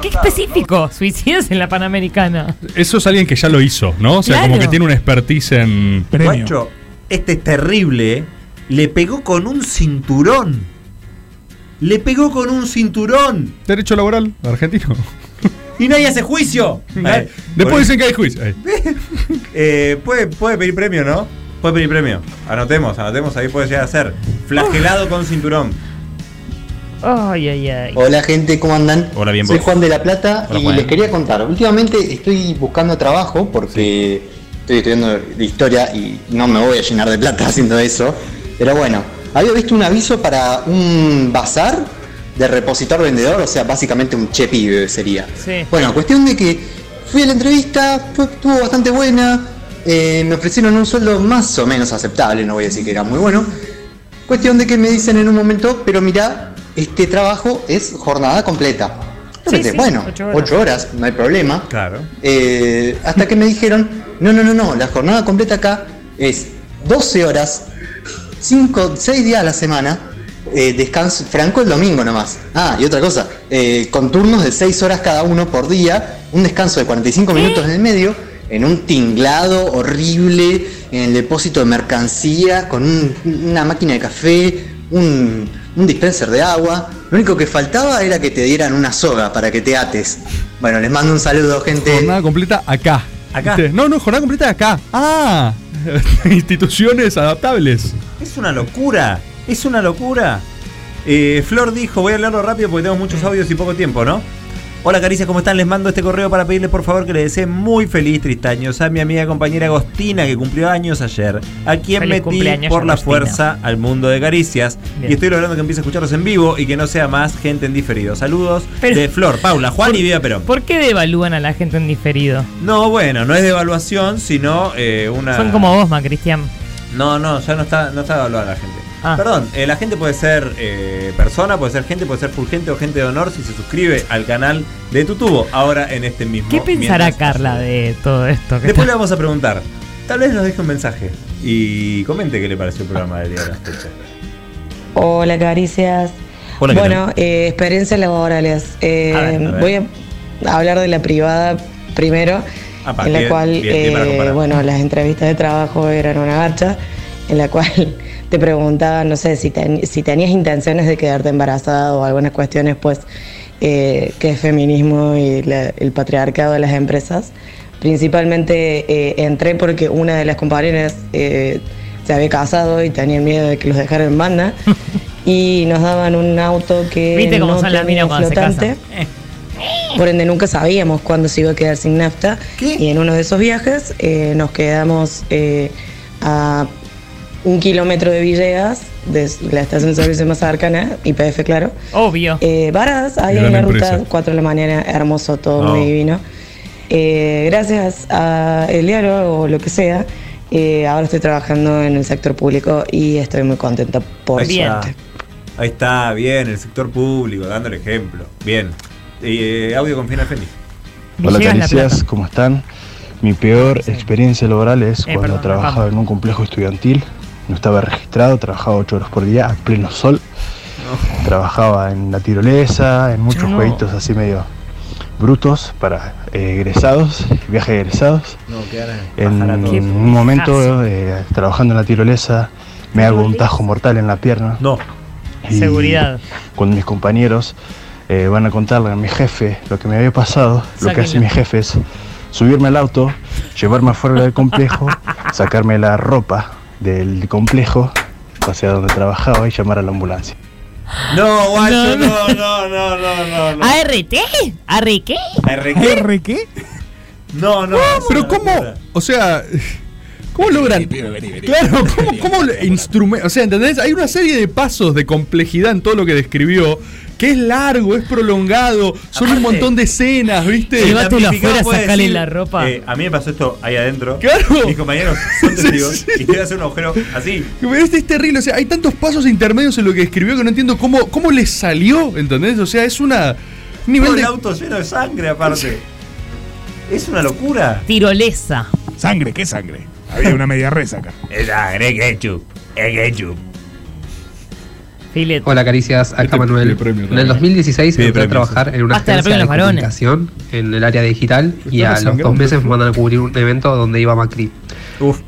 ¿Qué específico? Suicidas en la Panamericana.
Eso es alguien que ya lo hizo, ¿no? O sea, como
Claro.
que tiene una expertise en.
Guacho, este es terrible. ¿eh? Le pegó con un cinturón. Le pegó con un cinturón.
Derecho laboral argentino.
Y nadie hace juicio. Ay, por-
Después dicen que hay juicio. Ay.
Eh, puede, puede pedir premio, ¿no? Puede pedir premio. Anotemos, anotemos, ahí puede llegar a ser. Flagelado con cinturón.
Ay, ay, ay.
Hola gente, ¿cómo andan?
Hola, bien,
Soy
vos.
Juan de la Plata
Hola,
y
Juan.
les quería contar. Últimamente estoy buscando trabajo porque estoy estudiando de historia y no me voy a llenar de plata haciendo eso. Pero bueno, había visto un aviso para un bazar de repositor vendedor, o sea, básicamente un che pibe sería.
Sí.
Bueno, cuestión de que fui a la entrevista, fue- estuvo bastante buena, eh, me ofrecieron un sueldo más o menos aceptable, no voy a decir que era muy bueno. Cuestión de que me dicen en un momento, pero mirá, este trabajo es jornada completa. Yo
Sí,
pensé,
sí,
bueno,
ocho
ocho
horas.
horas. no hay problema. Eh,
Claro.
hasta que me dijeron, no, no, no, no, la jornada completa acá es 12 horas, 5, 6 días a la semana, eh, descanso franco el domingo nomás. Ah, y otra cosa, eh, con turnos de 6 horas cada uno por día, un descanso de 45 minutos en el medio, en un tinglado horrible, en el depósito de mercancía, con un- una máquina de café, un, un dispenser de agua. Lo único que faltaba era que te dieran una soga para que te ates. Bueno, les mando un saludo, gente.
Jornada completa acá.
Acá.
¿Viste? No, no, jornada completa acá. Ah. Instituciones adaptables.
Es una locura. Es una locura. Eh, Flor dijo, voy a leerlo rápido porque tenemos muchos audios y poco tiempo, ¿no? Hola Caricias, ¿cómo están? Les mando este correo para pedirles por favor que le deseen muy feliz tristaños a mi amiga y compañera Agostina que cumplió años ayer, a quien
Feliz
metí
cumpleaños,
por la
Agostina.
fuerza al mundo de Caricias.
Bien.
Y estoy logrando que empiece a escucharlos en vivo y que no sea más gente en diferido. Saludos
Pero-
de Flor, Paula, Juan y Viva Perón.
¿Por qué devalúan a la gente en diferido?
No, bueno, no es de evaluación, sino eh, una...
Son como vos, Macristian.
No, no, ya no está, no está evaluada la gente.
Ah.
Perdón, eh, la gente puede ser eh, persona, puede ser gente, puede ser full gente o gente de honor si se suscribe al canal de Tutubo. Ahora en este mismo.
¿Qué pensará
mientras-
Carla de todo esto? que
Después le
está-
vamos a preguntar. Tal vez nos deje un mensaje y comente qué le pareció el programa del día de la fecha.
Hola, caricias.
Hola, ¿qué
bueno, eh, experiencias laborales. Eh,
A ver, a ver.
Voy a hablar de la privada primero,
Apa,
en la
Ah, bien,
cual,
bien, bien para
eh,
comparar.
bueno, las entrevistas de trabajo eran una garcha, en la cual te preguntaban, no sé, si, ten- si tenías intenciones de quedarte embarazada o algunas cuestiones, pues, eh, que es feminismo y la- el patriarcado de las empresas. Principalmente eh, entré porque una de las compañeras eh, se había casado y tenía miedo de que los dejaran en banda. y nos daban un auto que
¿Viste cómo
no
son las
tenía
minas cuando se
flotante.
casan? Eh.
Por ende nunca sabíamos cuándo se iba a quedar sin nafta. Y en uno de esos viajes eh, nos quedamos eh, a un kilómetro de Villegas, de la estación de servicio más cercana, IPF claro.
Obvio.
Eh, varadas, ahí
Gran
en la
empresa.
ruta, 4 de la mañana, hermoso, todo
No.
muy divino. Eh, gracias a Eliaro o lo que sea, eh, ahora estoy trabajando en el sector público y estoy muy contenta por
Ahí está.
suerte.
Ahí está, bien, el sector público, dando el ejemplo. Bien. Eh, audio con Final Feliz. Me
Hola
llega la
caricias, ¿cómo están? Mi peor experiencia laboral es
Eh,
cuando
perdón,
trabajaba en un complejo estudiantil, no estaba registrado, trabajaba 8 horas por día a pleno sol, trabajaba en la tirolesa, en muchos
No.
jueguitos así medio brutos para eh, egresados, viajes de egresados.
No, qué ganas de
En
bajar a todos.
un momento, eh, trabajando en la tirolesa, me hago un tajo mortal en la pierna.
No.
Seguridad.
Cuando mis compañeros eh, van a contarle a mi jefe lo que me había pasado, lo que
Sáquenlo.
hace mi jefe es subirme al auto, llevarme afuera del complejo, sacarme la ropa del complejo hacia donde trabajaba y llamar a la ambulancia.
No, guacho, no, no, no, no, no. no.
¿ART? ¿ART qué?
¿R qué? No, no.
Pero ¿cómo? O sea, ¿cómo logran? Claro, ¿cómo, cómo lo- instrumen- O sea, ¿entendés? Hay una serie de pasos de complejidad en todo lo que describió, que es largo, es prolongado, son un montón de escenas, ¿viste? Eh,
la ropa. Eh, a mí me pasó esto ahí adentro.
Claro.
Mis compañeros son testigos. Y te voy a hacer un agujero así.
Este es terrible, o sea, hay tantos pasos intermedios en lo que escribió que no entiendo cómo, cómo le salió, ¿entendés? O sea, es una... un
Todo
Nivel
el
de...
auto lleno de sangre, aparte. Es una locura.
Tirolesa.
Sangre, ¿qué sangre? Había una media res acá.
Es sangre, es ketchup. Es ketchup.
Hola caricias, acá Manuel. En el 2016 entré a trabajar en una
Hasta la premio
agencia de
los varones.
comunicación en el área digital
Estaba
y a los dos
sangrando.
meses me mandan a cubrir un evento donde iba Macri.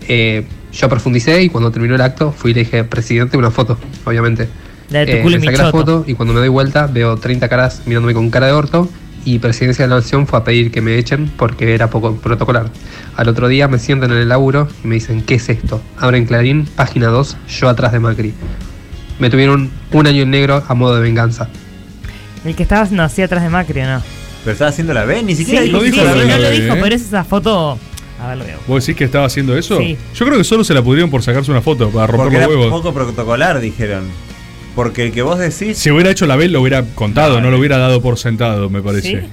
Eh, yo profundicé y cuando terminó el acto fui y le dije, presidente, una foto, obviamente.
La de tu
Eh,
culo y
le
mi
saqué la
choto.
foto y cuando me doy vuelta veo 30 caras mirándome con cara de orto y presidencia de la nación fue a pedir que me echen porque era poco protocolar. Al otro día me sientan en el laburo y me dicen, ¿qué es esto? Abren Clarín, página 2, yo atrás de Macri. Me tuvieron un año en negro a modo de venganza.
El que estaba no, así atrás de Macri, ¿o ¿no?
Pero estaba haciendo la B, ni siquiera
sí,
dijo
sí,
que estaba
sí,
bien.
no lo
B,
dijo,
¿eh?
pero es esa foto... A ver, lo veo.
¿Vos decís que estaba haciendo eso?
Sí.
Yo creo que solo se la pudieron por sacarse una foto, para romper
Porque
los
era
huevos.
poco protocolar, dijeron. Porque el que vos decís.
Si hubiera hecho la B, lo hubiera contado, no, lo hubiera dado por sentado, me parece.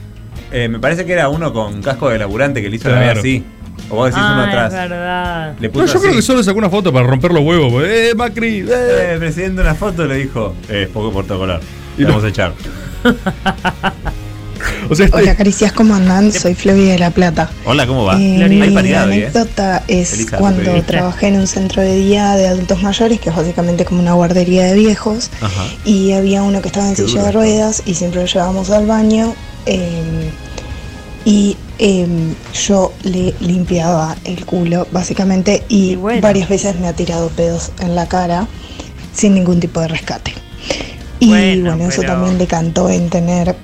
eh, me parece que era uno con casco de laburante que le hizo la B
Claro.
así. O vos decís uno
Ah, es
atrás.
verdad.
Le puso
No, yo creo que solo sacó una foto para romper los huevos. porque, Eh, Macri.
Eh, el presidente una foto le dijo. Eh, es poco protocolar. Y lo vamos a echar.
o sea,
Hola, caricias, ¿cómo andan? Soy Flavia de La Plata.
Hola, ¿cómo va?
Eh,
Eh, Hay
mi
paridad hoy, eh.
anécdota es
Elisa,
cuando
Rodríguez.
trabajé en un centro de día de adultos mayores, que es básicamente como una guardería de viejos,
Ajá.
y había uno que estaba en
Qué
silla
duro
de
esto.
ruedas y siempre lo llevábamos al baño. eh, y eh, yo le limpiaba el culo, básicamente, y, varias veces me ha tirado pedos en la cara sin ningún tipo de rescate. Y bueno, eso
pero-
también decantó en tener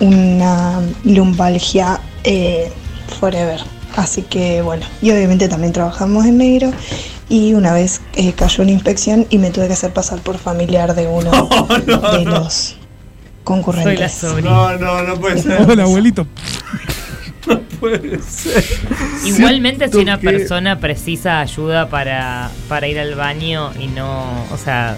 una lumbalgia eh, forever. Así que bueno, y obviamente también trabajamos en negro y una vez eh, cayó una inspección y me tuve que hacer pasar por familiar de uno de los concurrentes.
No, no, no puede ser.
Hola,
abuelito. No puede ser.
Igualmente si una
que-
persona precisa ayuda para, para ir al baño y no, o sea,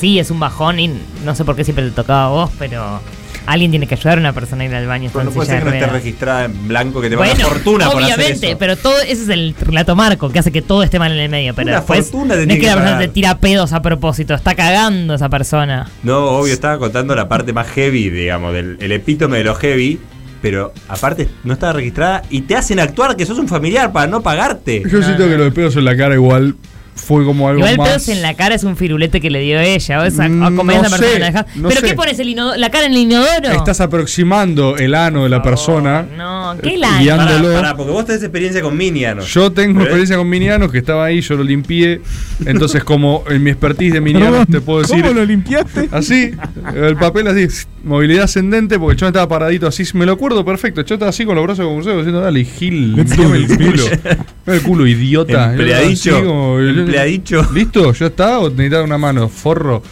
sí es un bajón y no sé por qué siempre te tocaba a vos, pero alguien tiene que ayudar a una persona a ir al baño.
Pero Pues no puede ser que no esté registrada en blanco, que te paga
bueno,
una fortuna por hacer
obviamente,
eso.
pero todo ese es el relato marco que hace que todo esté mal en el medio, pero
Una
después
fortuna
no es
tenía
que,
que
la persona
pagar.
te tira pedos a propósito, está cagando esa persona.
No, obvio, estaba contando la parte más heavy, digamos, del el epítome de lo heavy. Pero aparte, no estaba registrada y te hacen actuar que sos un familiar para no pagarte.
Yo siento que lo de pedos en la cara igual fue como algo
Igual
más.
pedos en la cara es un firulete que le dio ella, o esa
Mm,
o comer a
no
esa persona
sé,
la dejás-
no
¿Pero
sé.
qué pones el inodo- la cara en el inodoro?
Estás aproximando el ano de la persona.
No, qué
Eh,
lana.
guiándolo.
Pará, porque vos tenés experiencia con Miniano.
Yo tengo
¿Eh?
experiencia con Minianos que estaba ahí, yo lo limpié. Entonces, como en mi expertise de Minianos, te puedo decir.
¿Cómo lo limpiaste?
Así, el papel así, movilidad ascendente, porque yo estaba paradito así, me lo acuerdo perfecto. Yo estaba así con los brazos cruzados diciendo, dale, Gil, limpiame el culo. Limpiame el culo, idiota.
Empleadicho,
Yo estaba así como-
empleadicho.
¿Listo? ¿Ya está? ¿O necesitaba una mano? Forro.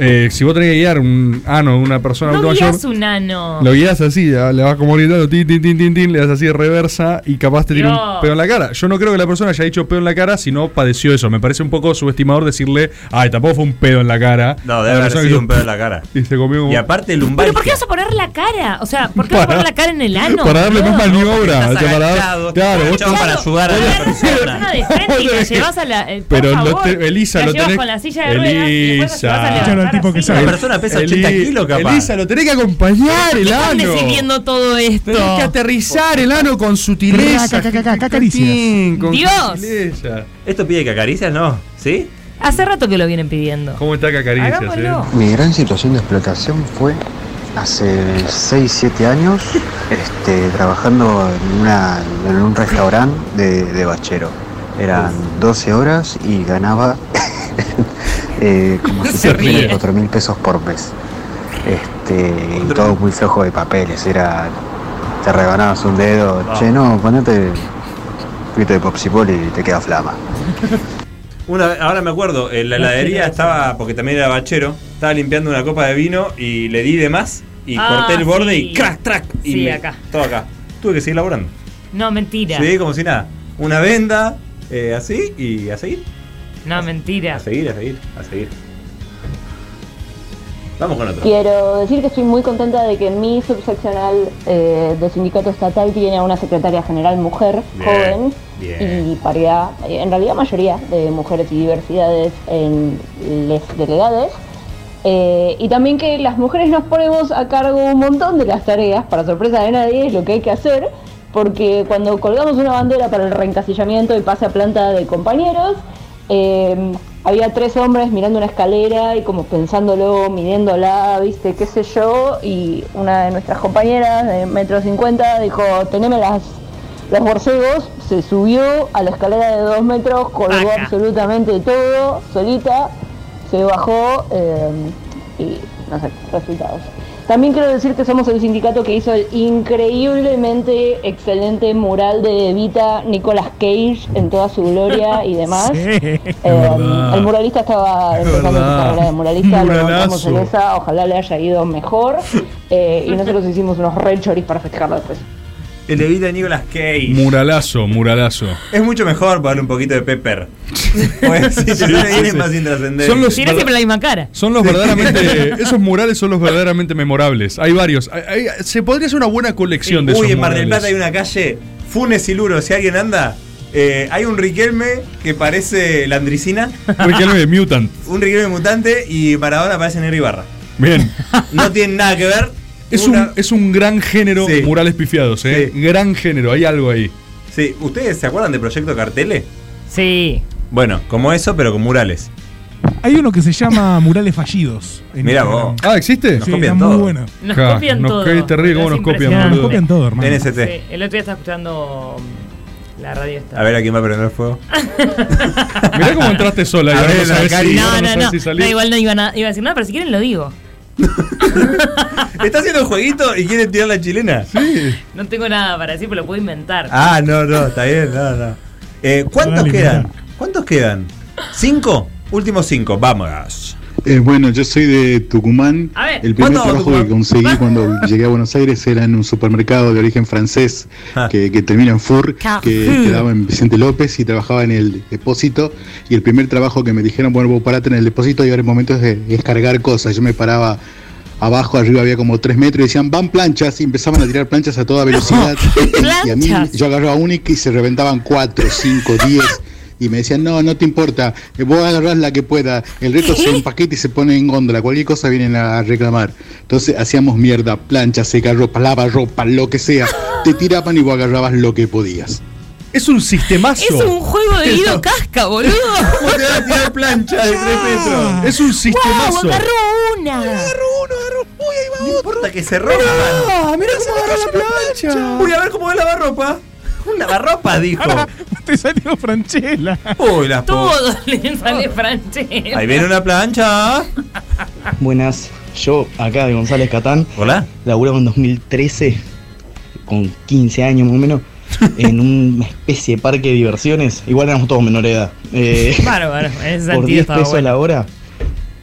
Eh, si vos tenés que guiar un ano de una persona
No
adulta
guías
mayor,
un ano.
lo guías así, ya, le vas como gritando, tin, tin, tin, tin, tin, le das así de reversa y capaz te tira
Dios.
un pedo en la cara. Yo no creo que la persona haya dicho pedo en la cara si no padeció eso. Me parece un poco subestimador decirle, ay, tampoco fue un pedo en la cara.
No, debe
La
haber
persona
sido
hizo-
un pedo en la cara.
Y se comió como.
Y aparte el lumbar.
¿Pero por qué vas a poner la cara? O sea, ¿por qué vas a
Para-
poner la cara en el ano?
para darle
Ah, boludo?
más maniobra.
estás
o sea, para dar-
agachado,
claro, vos-
agachado para ayudar a la persona.
Una de frente y la
Vos
llevas a la. eh, por
Pero lo
favor,
te- Elisa
la
lo
llevas
tenés.
con la silla de ruedas.
Elisa.
Escuchalo al tipo que
sabe. La persona pesa 80 kilos, capaz.
Elisa, lo tenés que acompañar el
están
ano.
decidiendo todo esto?
Tenés que aterrizar el ano con sutileza.
Ca, ca, ca, ca, ca,
Tin, con
Dios.
sutileza.
¿Esto pide que acaricias? No. ¿Sí?
Hace rato que lo vienen pidiendo.
¿Cómo está eh? Cacaricias?
Hagámoslo.
Mi gran situación de explotación fue hace 6, 7 años este, trabajando en, una- en un restaurante de, de bachero. Eran 12 horas y ganaba eh, como
Se
6 mil,
ríe.
4 mil pesos por mes. Este, y todo muy flojo de papeles. Era, te rebanabas un dedo,
Ah.
che, no, ponete un poquito de popsipol y te queda flama.
Una, ahora me acuerdo, en la heladería estaba, porque también era bachero, estaba limpiando una copa de vino y le di de más y
Ah,
corté el borde
sí.
y crack, crack. Y
Sí,
me-
acá.
Todo acá. Tuve que seguir laburando.
No, mentira.
Sí, como si nada. Una venda, eh, así y a seguir.
No, mentira.
A seguir, a seguir, a seguir. Vamos con otro.
Quiero decir que estoy muy contenta de que mi subseccional eh, de sindicato estatal tiene a una secretaria general mujer,
Bien,
joven,
bien.
y paridad, eh, en realidad mayoría de mujeres y diversidades en las delegades. Eh, y también que las mujeres nos ponemos a cargo un montón de las tareas, para sorpresa de nadie, es lo que hay que hacer, porque cuando colgamos una bandera para el reencasillamiento y pase a planta de compañeros, eh, había tres hombres mirando una escalera y como pensándolo, midiéndola, viste, qué sé yo, y una de nuestras compañeras de metro cincuenta dijo, teneme las, los borcegos, se subió a la escalera de dos metros, colgó absolutamente todo, solita, se bajó eh, y no sé, resultados. También quiero decir que somos el sindicato que hizo el increíblemente excelente mural de Evita, Nicolas Cage en toda su gloria y demás.
Sí,
Eh,
verdad.
el muralista estaba empezando su
Ah. verdad.
carrera de muralista, lo
Muralazo.
bancamos en esa, ojalá le haya ido mejor. Eh, y nosotros hicimos unos re choris para festejarlo después.
El de vida Nicolas Cage.
Muralazo, muralazo.
Es mucho mejor para darle un poquito de pepper. pues si te
Sí,
viene
sí, sí.
más intrascendente.
Son los-
Tiene siempre la misma cara.
Son los verdaderamente. Esos murales son los verdaderamente memorables. Hay varios. Hay- hay- se podría hacer una buena colección de esos
Uy, en Mar del
murales.
Plata hay una calle, Funes y Luro, si alguien anda, eh, hay un Riquelme que parece Landricina,
Riquelme de Mutant.
un Riquelme mutante y Maradona parece Negro Ibarra.
Bien.
No tienen nada que ver.
Ah. Es, un, es un gran género murales pifiados, ¿eh? Gran género, hay algo ahí.
Sí, ¿ustedes se acuerdan de Proyecto Cartele?
Sí.
Bueno, como eso, pero con murales.
Hay uno que se llama Murales Fallidos. en
Mirá
Instagram.
vos.
Ah, ¿existe?
Nos Sí, copian está muy todo. bueno.
Nos
Ja,
copian
nos
todo.
cae terrible cómo nos copian,
impresionante.
boludo.
Nos copian todo, hermano.
NST.
Sí, el otro día estaba escuchando mm, la radio esta.
A ver a quién va a prender fuego.
Mirá cómo entraste sola. y ahora no sabes si-
no,
ahora
no,
sabes
no.
si salís.
No, igual no iba, na- iba a decir nada, pero si quieren lo digo.
¿Está haciendo un jueguito y quiere tirar la chilena?
Sí.
No tengo nada para decir, pero lo puedo inventar.
Ah, no, no, está bien, no, no. Eh, ¿Cuántos
Dale,
quedan? ¿Cuántos quedan? ¿Cinco? Últimos cinco, vámonos.
Eh, bueno, yo soy de Tucumán.
A ver,
el primer
¿cuánto
trabajo
Tucumán?
que conseguí cuando llegué a Buenos Aires era en un supermercado de origen francés
Ah.
que, que termina en Fur, que
Carrefour.
quedaba en Vicente López y trabajaba en el depósito. Y el primer trabajo que me dijeron, bueno, vos parate en el depósito y ahora el momento es de descargar cosas. Yo me paraba abajo, arriba había como tres metros y decían, van planchas y empezaban a tirar planchas a toda velocidad. Y a mí
Planchas.
yo agarraba una y se reventaban cuatro, cinco, diez. Y me decían, no, no te importa, eh, vos agarrás la que pueda, el resto se empaqueta y se pone en góndola, cualquier cosa vienen a reclamar. Entonces hacíamos mierda, plancha, seca ropa, lava ropa, lo que sea. Te tiraban y vos agarrabas lo que podías.
Es un sistemazo.
Es un juego de Guido Casca, boludo.
¿Cómo te vas a tirar plancha de 3 metros?
Es un
¡Wow!
sistemazo.
Agarró una.
No importa que se roba.
mira cómo agarró la plancha.
Voy a ver cómo va la lavarropa. Un lavarropa, dijo.
Te salió Franchella.
Uy, las po-
Todo le sale Franchella.
Oh. Ahí viene una plancha.
Buenas, yo acá de González Catán.
Hola.
Laburaba en 2013, con 15 años más o menos, en una especie de parque de diversiones. Igual éramos todos menor de edad. Eh,
Bárbaro, en ese
por
sentido
10
estaba
pesos
bueno.
la hora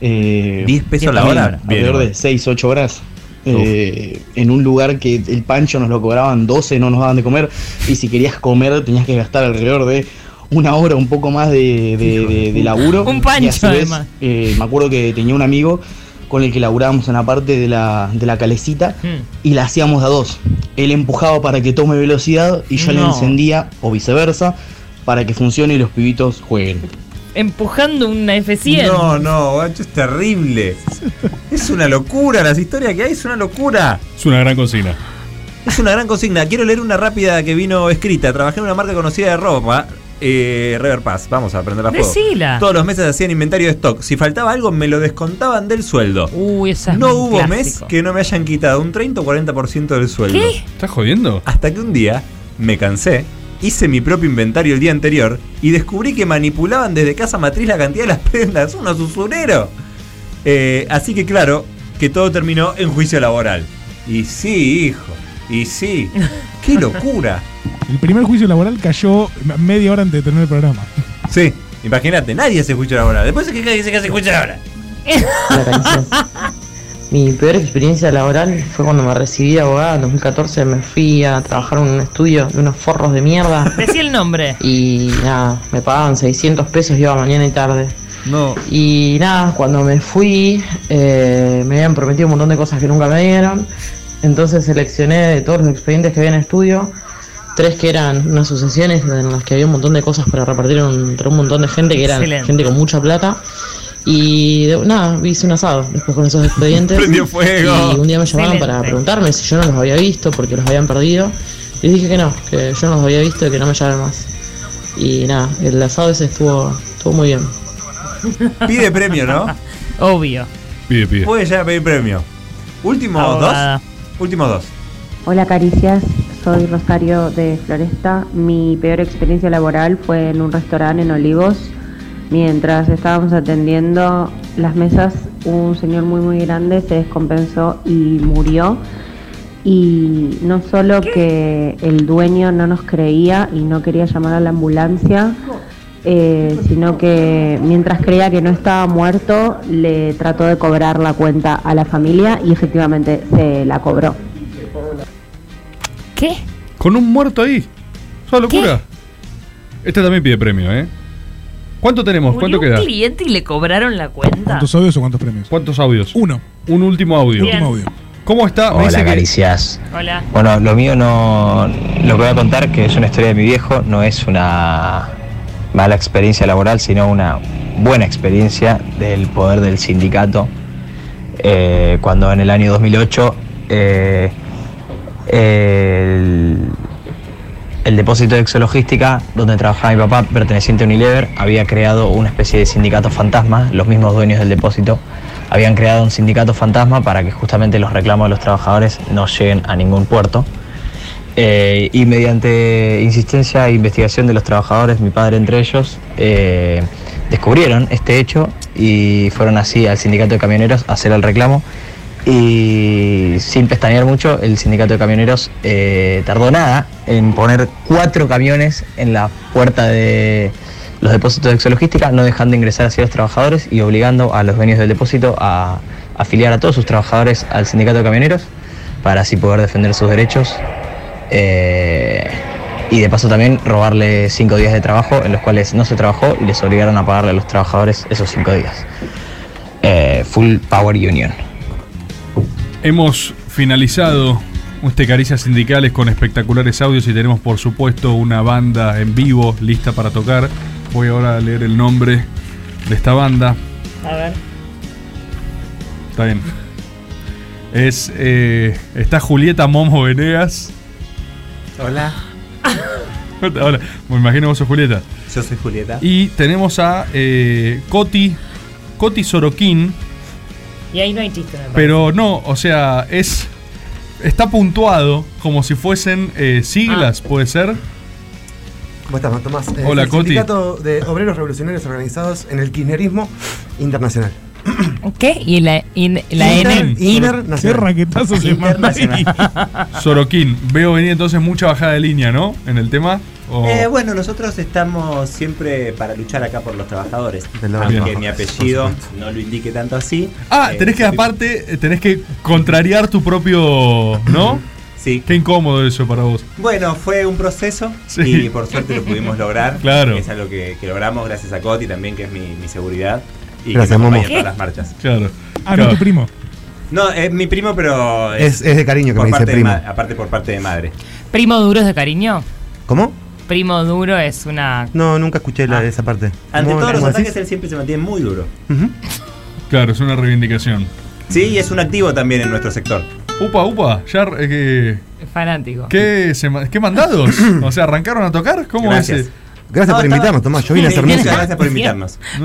eh,
10 pesos la
también,
hora. Bien,
Alrededor
igual.
de 6, 8 horas. eh, en un lugar que el pancho nos lo cobraban 12, no nos daban de comer. Y si querías comer, tenías que gastar alrededor de una hora, un poco más de, de- de- de laburo.
Un
Y
pancho,
a su vez,
además.
eh, me acuerdo que tenía un amigo con el que laburábamos en la parte de la, de la calecita
Mm.
Hmm.
y la hacíamos de a dos. Él empujaba para que tome velocidad y yo le
No.
encendía, o viceversa, para que funcione y los pibitos jueguen.
Empujando una F100.
No, no, guacho, es terrible. Es una locura, las historias que hay es una locura.
Es una gran consigna.
Es una gran consigna. Quiero leer una rápida que vino escrita. Trabajé en una marca conocida de ropa, eh, River Pass. Vamos a aprender la fuego.
Decila.
Todos los meses hacían inventario de stock. Si faltaba algo, me lo descontaban del sueldo.
Uy, esa es
no
un
hubo mes
clásico.
que no me hayan quitado un 30 o 40% del sueldo.
¿Qué?
¿Estás jodiendo? Hasta que un día me cansé, hice mi propio inventario el día anterior y descubrí que manipulaban desde casa matriz la cantidad de las prendas. ¡Unos usureros! Eh, así que claro, que todo terminó en juicio laboral. Y sí, hijo. Y sí. ¡Qué locura!
El primer juicio laboral cayó media hora antes de terminar el programa.
Sí. Imagínate, nadie hace juicio laboral. Después es que dice que hace juicio laboral.
Hola, Caricias. Mi peor experiencia laboral fue cuando me recibí de abogada en 2014. Me fui a trabajar en un estudio de unos forros de mierda.
Decí el nombre.
Y nada, me pagaban 600 pesos, iba mañana y tarde.
No.
Y nada, cuando me fui, eh, me habían prometido un montón de cosas que nunca me dieron. Entonces seleccioné de todos los expedientes que había en el estudio, tres que eran unas sucesiones en las que había un montón de cosas para repartir entre un montón de gente, que eran
Excelente.
gente con mucha plata. Y de- nada, hice un asado después con esos expedientes.
Prendió fuego.
Y un día me llamaron para
Excelente.
preguntarme si yo no los había visto porque los habían perdido. Y dije que no, que yo no los había visto y que no me llamen más. Y nada, el asado ese estuvo, estuvo muy bien.
Pide premio, ¿no?
Obvio.
Pide, pide.
Puede ya pedir premio. Últimos
Abogada.
dos. Últimos dos.
Hola Caricias, soy Rosario de Floresta. Mi peor experiencia laboral fue en un restaurante en Olivos. Mientras estábamos atendiendo las mesas, un señor muy muy grande se descompensó y murió. Y no solo que el dueño no nos creía y no quería llamar a la ambulancia, eh, sino que mientras creía que no estaba muerto, le trató de cobrar la cuenta a la familia y efectivamente se la cobró.
¿Qué?
Con un muerto ahí. Es una locura. Este también pide premio, ¿eh? ¿Cuánto tenemos?
Murió
¿Cuánto
un
queda?
cliente y le cobraron la cuenta.
¿Cuántos audios o cuántos premios? ¿Cuántos audios? Uno. Un último audio.
Bien. Último audio.
¿Cómo está? Me dice
Hola,
que-
Caricias.
Hola.
Bueno, lo mío no. Lo que voy a contar, que es una historia de mi viejo, no es una mala experiencia laboral, sino una buena experiencia del poder del sindicato. Eh, cuando en el año 2008 eh, el, el depósito de exologística donde trabajaba mi papá, perteneciente a Unilever, había creado una especie de sindicato fantasma, los mismos dueños del depósito habían creado un sindicato fantasma para que justamente los reclamos de los trabajadores no lleguen a ningún puerto. Eh, y mediante insistencia e investigación de los trabajadores, mi padre entre ellos, eh, descubrieron este hecho y fueron así al sindicato de camioneros a hacer el reclamo. Y sin pestañear mucho, el sindicato de camioneros eh, tardó nada en poner cuatro camiones en la puerta de los depósitos de exologística, no dejando ingresar así a los trabajadores y obligando a los dueños del depósito a afiliar a todos sus trabajadores al sindicato de camioneros para así poder defender sus derechos eh, y de paso también robarle cinco días de trabajo en los cuales no se trabajó y les obligaron a pagarle a los trabajadores esos cinco días. Eh, full Power Union.
Hemos finalizado este Caricias Sindicales con espectaculares audios y tenemos por supuesto una banda en vivo lista para tocar. Voy ahora a leer el nombre de esta banda.
A ver.
Está bien. Es, eh, está Julieta Momo Venegas.
Hola.
Hola, me imagino vos sos Julieta.
Yo soy Julieta.
Y tenemos a eh, Coti, Coti Sorokin.
Y ahí no hay chiste, me parece.
Pero no, o sea, es. Está puntuado como si fuesen eh, siglas, puede ser.
¿Cómo estás, Tomás? Eh,
Hola,
el
Coti.
Sindicato de Obreros Revolucionarios Organizados en el Kirchnerismo Internacional.
¿Qué? Y la, y la N.
raquetazo se manda
Sorokin, veo venir entonces mucha bajada de línea, ¿no? En el tema. o-
Eh, bueno, nosotros estamos siempre para luchar acá por los trabajadores.
De los
Aunque
trabajadores,
mi apellido
por
no lo indique tanto así.
Ah,
Eh,
tenés que aparte, eh, tenés que contrariar tu propio. ¿No?
Sí.
Qué incómodo eso para vos.
Bueno, fue un proceso
Sí.
y por suerte lo pudimos lograr.
Claro.
Es algo que, que logramos gracias a Coti también, que es mi, mi seguridad. Y
Gracias,
que me acompaña
Momo.
en todas las marchas.
Claro.
Ah, no, tu primo.
No, es mi primo, pero.
Es- es de cariño que
por
me dice
parte de
primo.
ma- aparte por parte de madre.
Primo duro es de cariño.
¿Cómo?
Primo duro es una.
No, nunca escuché la- esa parte.
Ah. Ante
¿Cómo-
todos los
cómo decís?
ataques, él siempre se mantiene muy duro.
Claro, es una reivindicación.
Sí, y es un activo también en nuestro sector.
Upa, upa, ya. eh, que-
Fanático.
¿Qué, sema- qué mandados? o sea, ¿arrancaron a tocar? ¿Cómo
Gracias.
es?
Gracias por invitarnos, Tomás. Yo vine a hacer música.
No, está
¿Por qué
bien.
dicen gracias?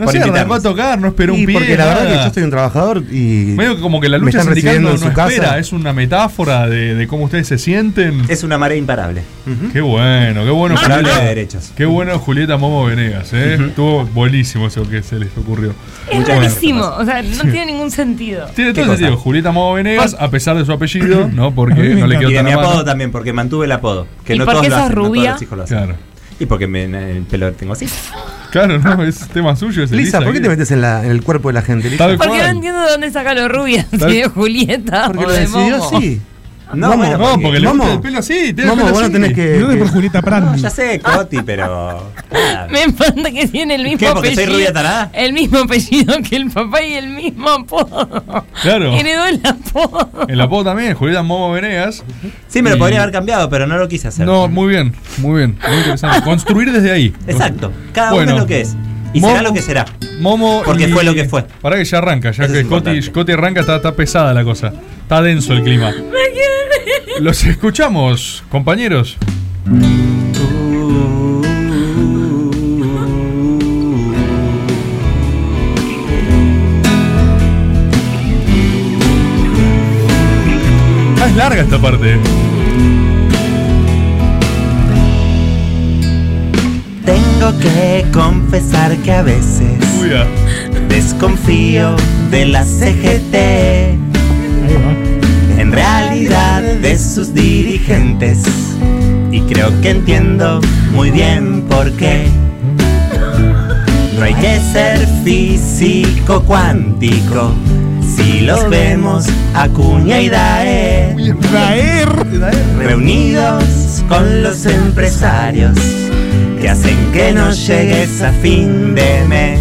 No sé, arrancó a tocar, Ah, no esperó un
Y
pie.
porque la verdad
nada.
que yo soy un trabajador y.
Medio que como que la
me
lucha
están
sindical
recibiendo
no,
en su
no
casa.
espera, es una metáfora de, de cómo ustedes se sienten.
Es una marea imparable.
Qué bueno, qué bueno.
Imparable
Julieta.
de derechos.
Qué bueno Julieta Momo Venegas, ¿eh? Estuvo buenísimo eso que se les ocurrió.
Es
Bueno.
rarísimo. O sea, no tiene ningún sentido.
Tiene todo sentido. Julieta Momo Venegas, a pesar de su apellido, ¿no? Porque no le quedó
Y de
tan
mi
a mano.
apodo también, porque mantuve el apodo. Que
¿Y
no
por
todos
qué
lo
sos
hacen, no todos
rubia?
los hijos lo hacen. Y porque me, eh, el pelo tengo así.
Claro, no, es tema suyo. Es
Lisa, ¿por qué te
metes?
metes en, la- en el cuerpo de la gente, Lisa?
Tal
Porque no entiendo de dónde saca los rubias, si
Tal-
de Julieta
Porque
o
lo
de
decidió
Momo.
así.
No,
Momo,
bueno, porque,
porque le gusta Momo, el
pelo así,
tiene el Momo, pelo vos no así. tenés que- No, que- por
Julieta
No, ya sé, Coti, pero.
Me encanta que tiene el mismo
¿Qué? ¿Porque soy
apellido.
rubia tarada?
El mismo apellido que el papá y el mismo apodo.
Claro.
Heredó el apodo.
El apodo también, Julieta Momo Venegas.
Sí, me lo podría haber cambiado, pero no lo quise hacer.
No, muy bien, muy bien. Muy interesante. Construir desde ahí.
Exacto. Cada uno es lo que es. Y será lo que será.
Momo.
Porque fue lo que
fue. Pará que ya arranca, ya que Coti, Coti arranca, está, está pesada la cosa. Está denso el clima. Los escuchamos, compañeros. Ah, es larga esta parte.
Tengo que confesar que a veces desconfío de la CGT. En realidad de sus dirigentes. Y creo que entiendo muy bien por qué. No hay que ser físico cuántico. Si los vemos a Cuña y Daer. Reunidos con los empresarios que hacen que no llegues a fin de mes.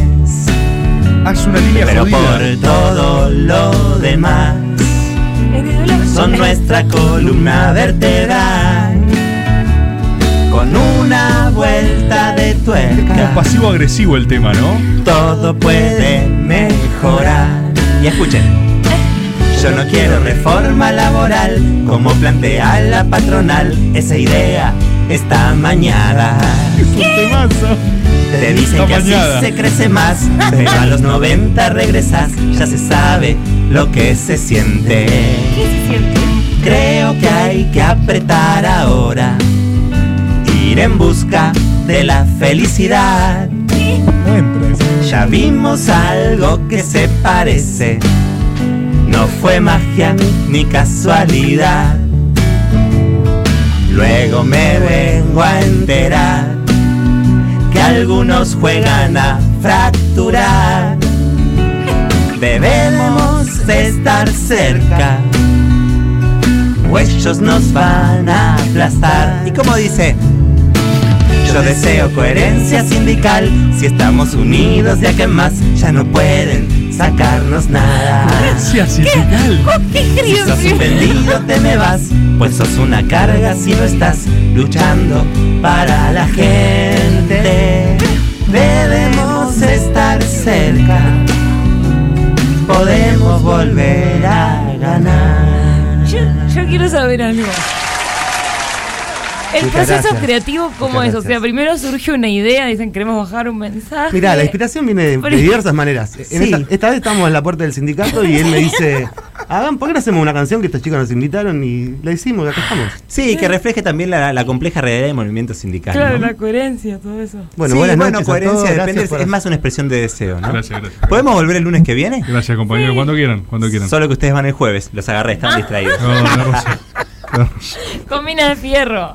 Haz una línea
Pero
jodida.
por todo lo demás, son nuestra columna vertebral. Con una vuelta de tuerca,
Como pasivo-agresivo el tema, ¿no?
todo puede mejorar. Y escuchen. Yo no quiero reforma laboral, como plantea la patronal. Esa idea está amañada. Te dicen
Está
que así
amañada.
se crece más, pero a los 90 regresas, ya se sabe lo que se siente. Creo que hay que apretar ahora, ir en busca de la felicidad. Ya vimos algo que se parece, no fue magia ni casualidad. Luego me vengo a enterar que algunos juegan a fracturar. Debemos estar cerca, o ellos nos van a aplastar. Y como dice, yo deseo coherencia sindical. Si estamos unidos, ya que más ya no pueden sacarnos nada.
Coherencia sindical.
Si sos suspendido, te me vas. Pues sos una carga si no estás luchando para la gente. Debemos estar cerca. Podemos volver a ganar.
Yo, yo quiero saber algo. El
Muchas
proceso
gracias.
creativo, ¿cómo
Muchas
es? O sea, primero surge una idea, dicen queremos bajar un mensaje.
Mirá, la inspiración viene de, de
Porque-
diversas maneras. En
Sí.
esta, esta vez estamos en la puerta del sindicato y él me dice,
Hagan, ¿por qué no hacemos una canción que estos chicos nos invitaron y la hicimos? y Acá estamos.
Sí, que refleje también la, la compleja realidad del movimiento sindical.
Claro,
¿no?
la coherencia, todo eso.
Bueno,
Sí,
buenas
bueno,
noches. a
coherencia,
todos.
depende-
Gracias por- es más una expresión de deseo, ¿no?
Gracias, gracias.
¿Podemos volver el lunes que viene?
Gracias, compañero. Cuando quieran, cuando quieran.
Solo que ustedes van el jueves. Los agarré, están distraídos.
No, la Rosa.
Combina de fierro.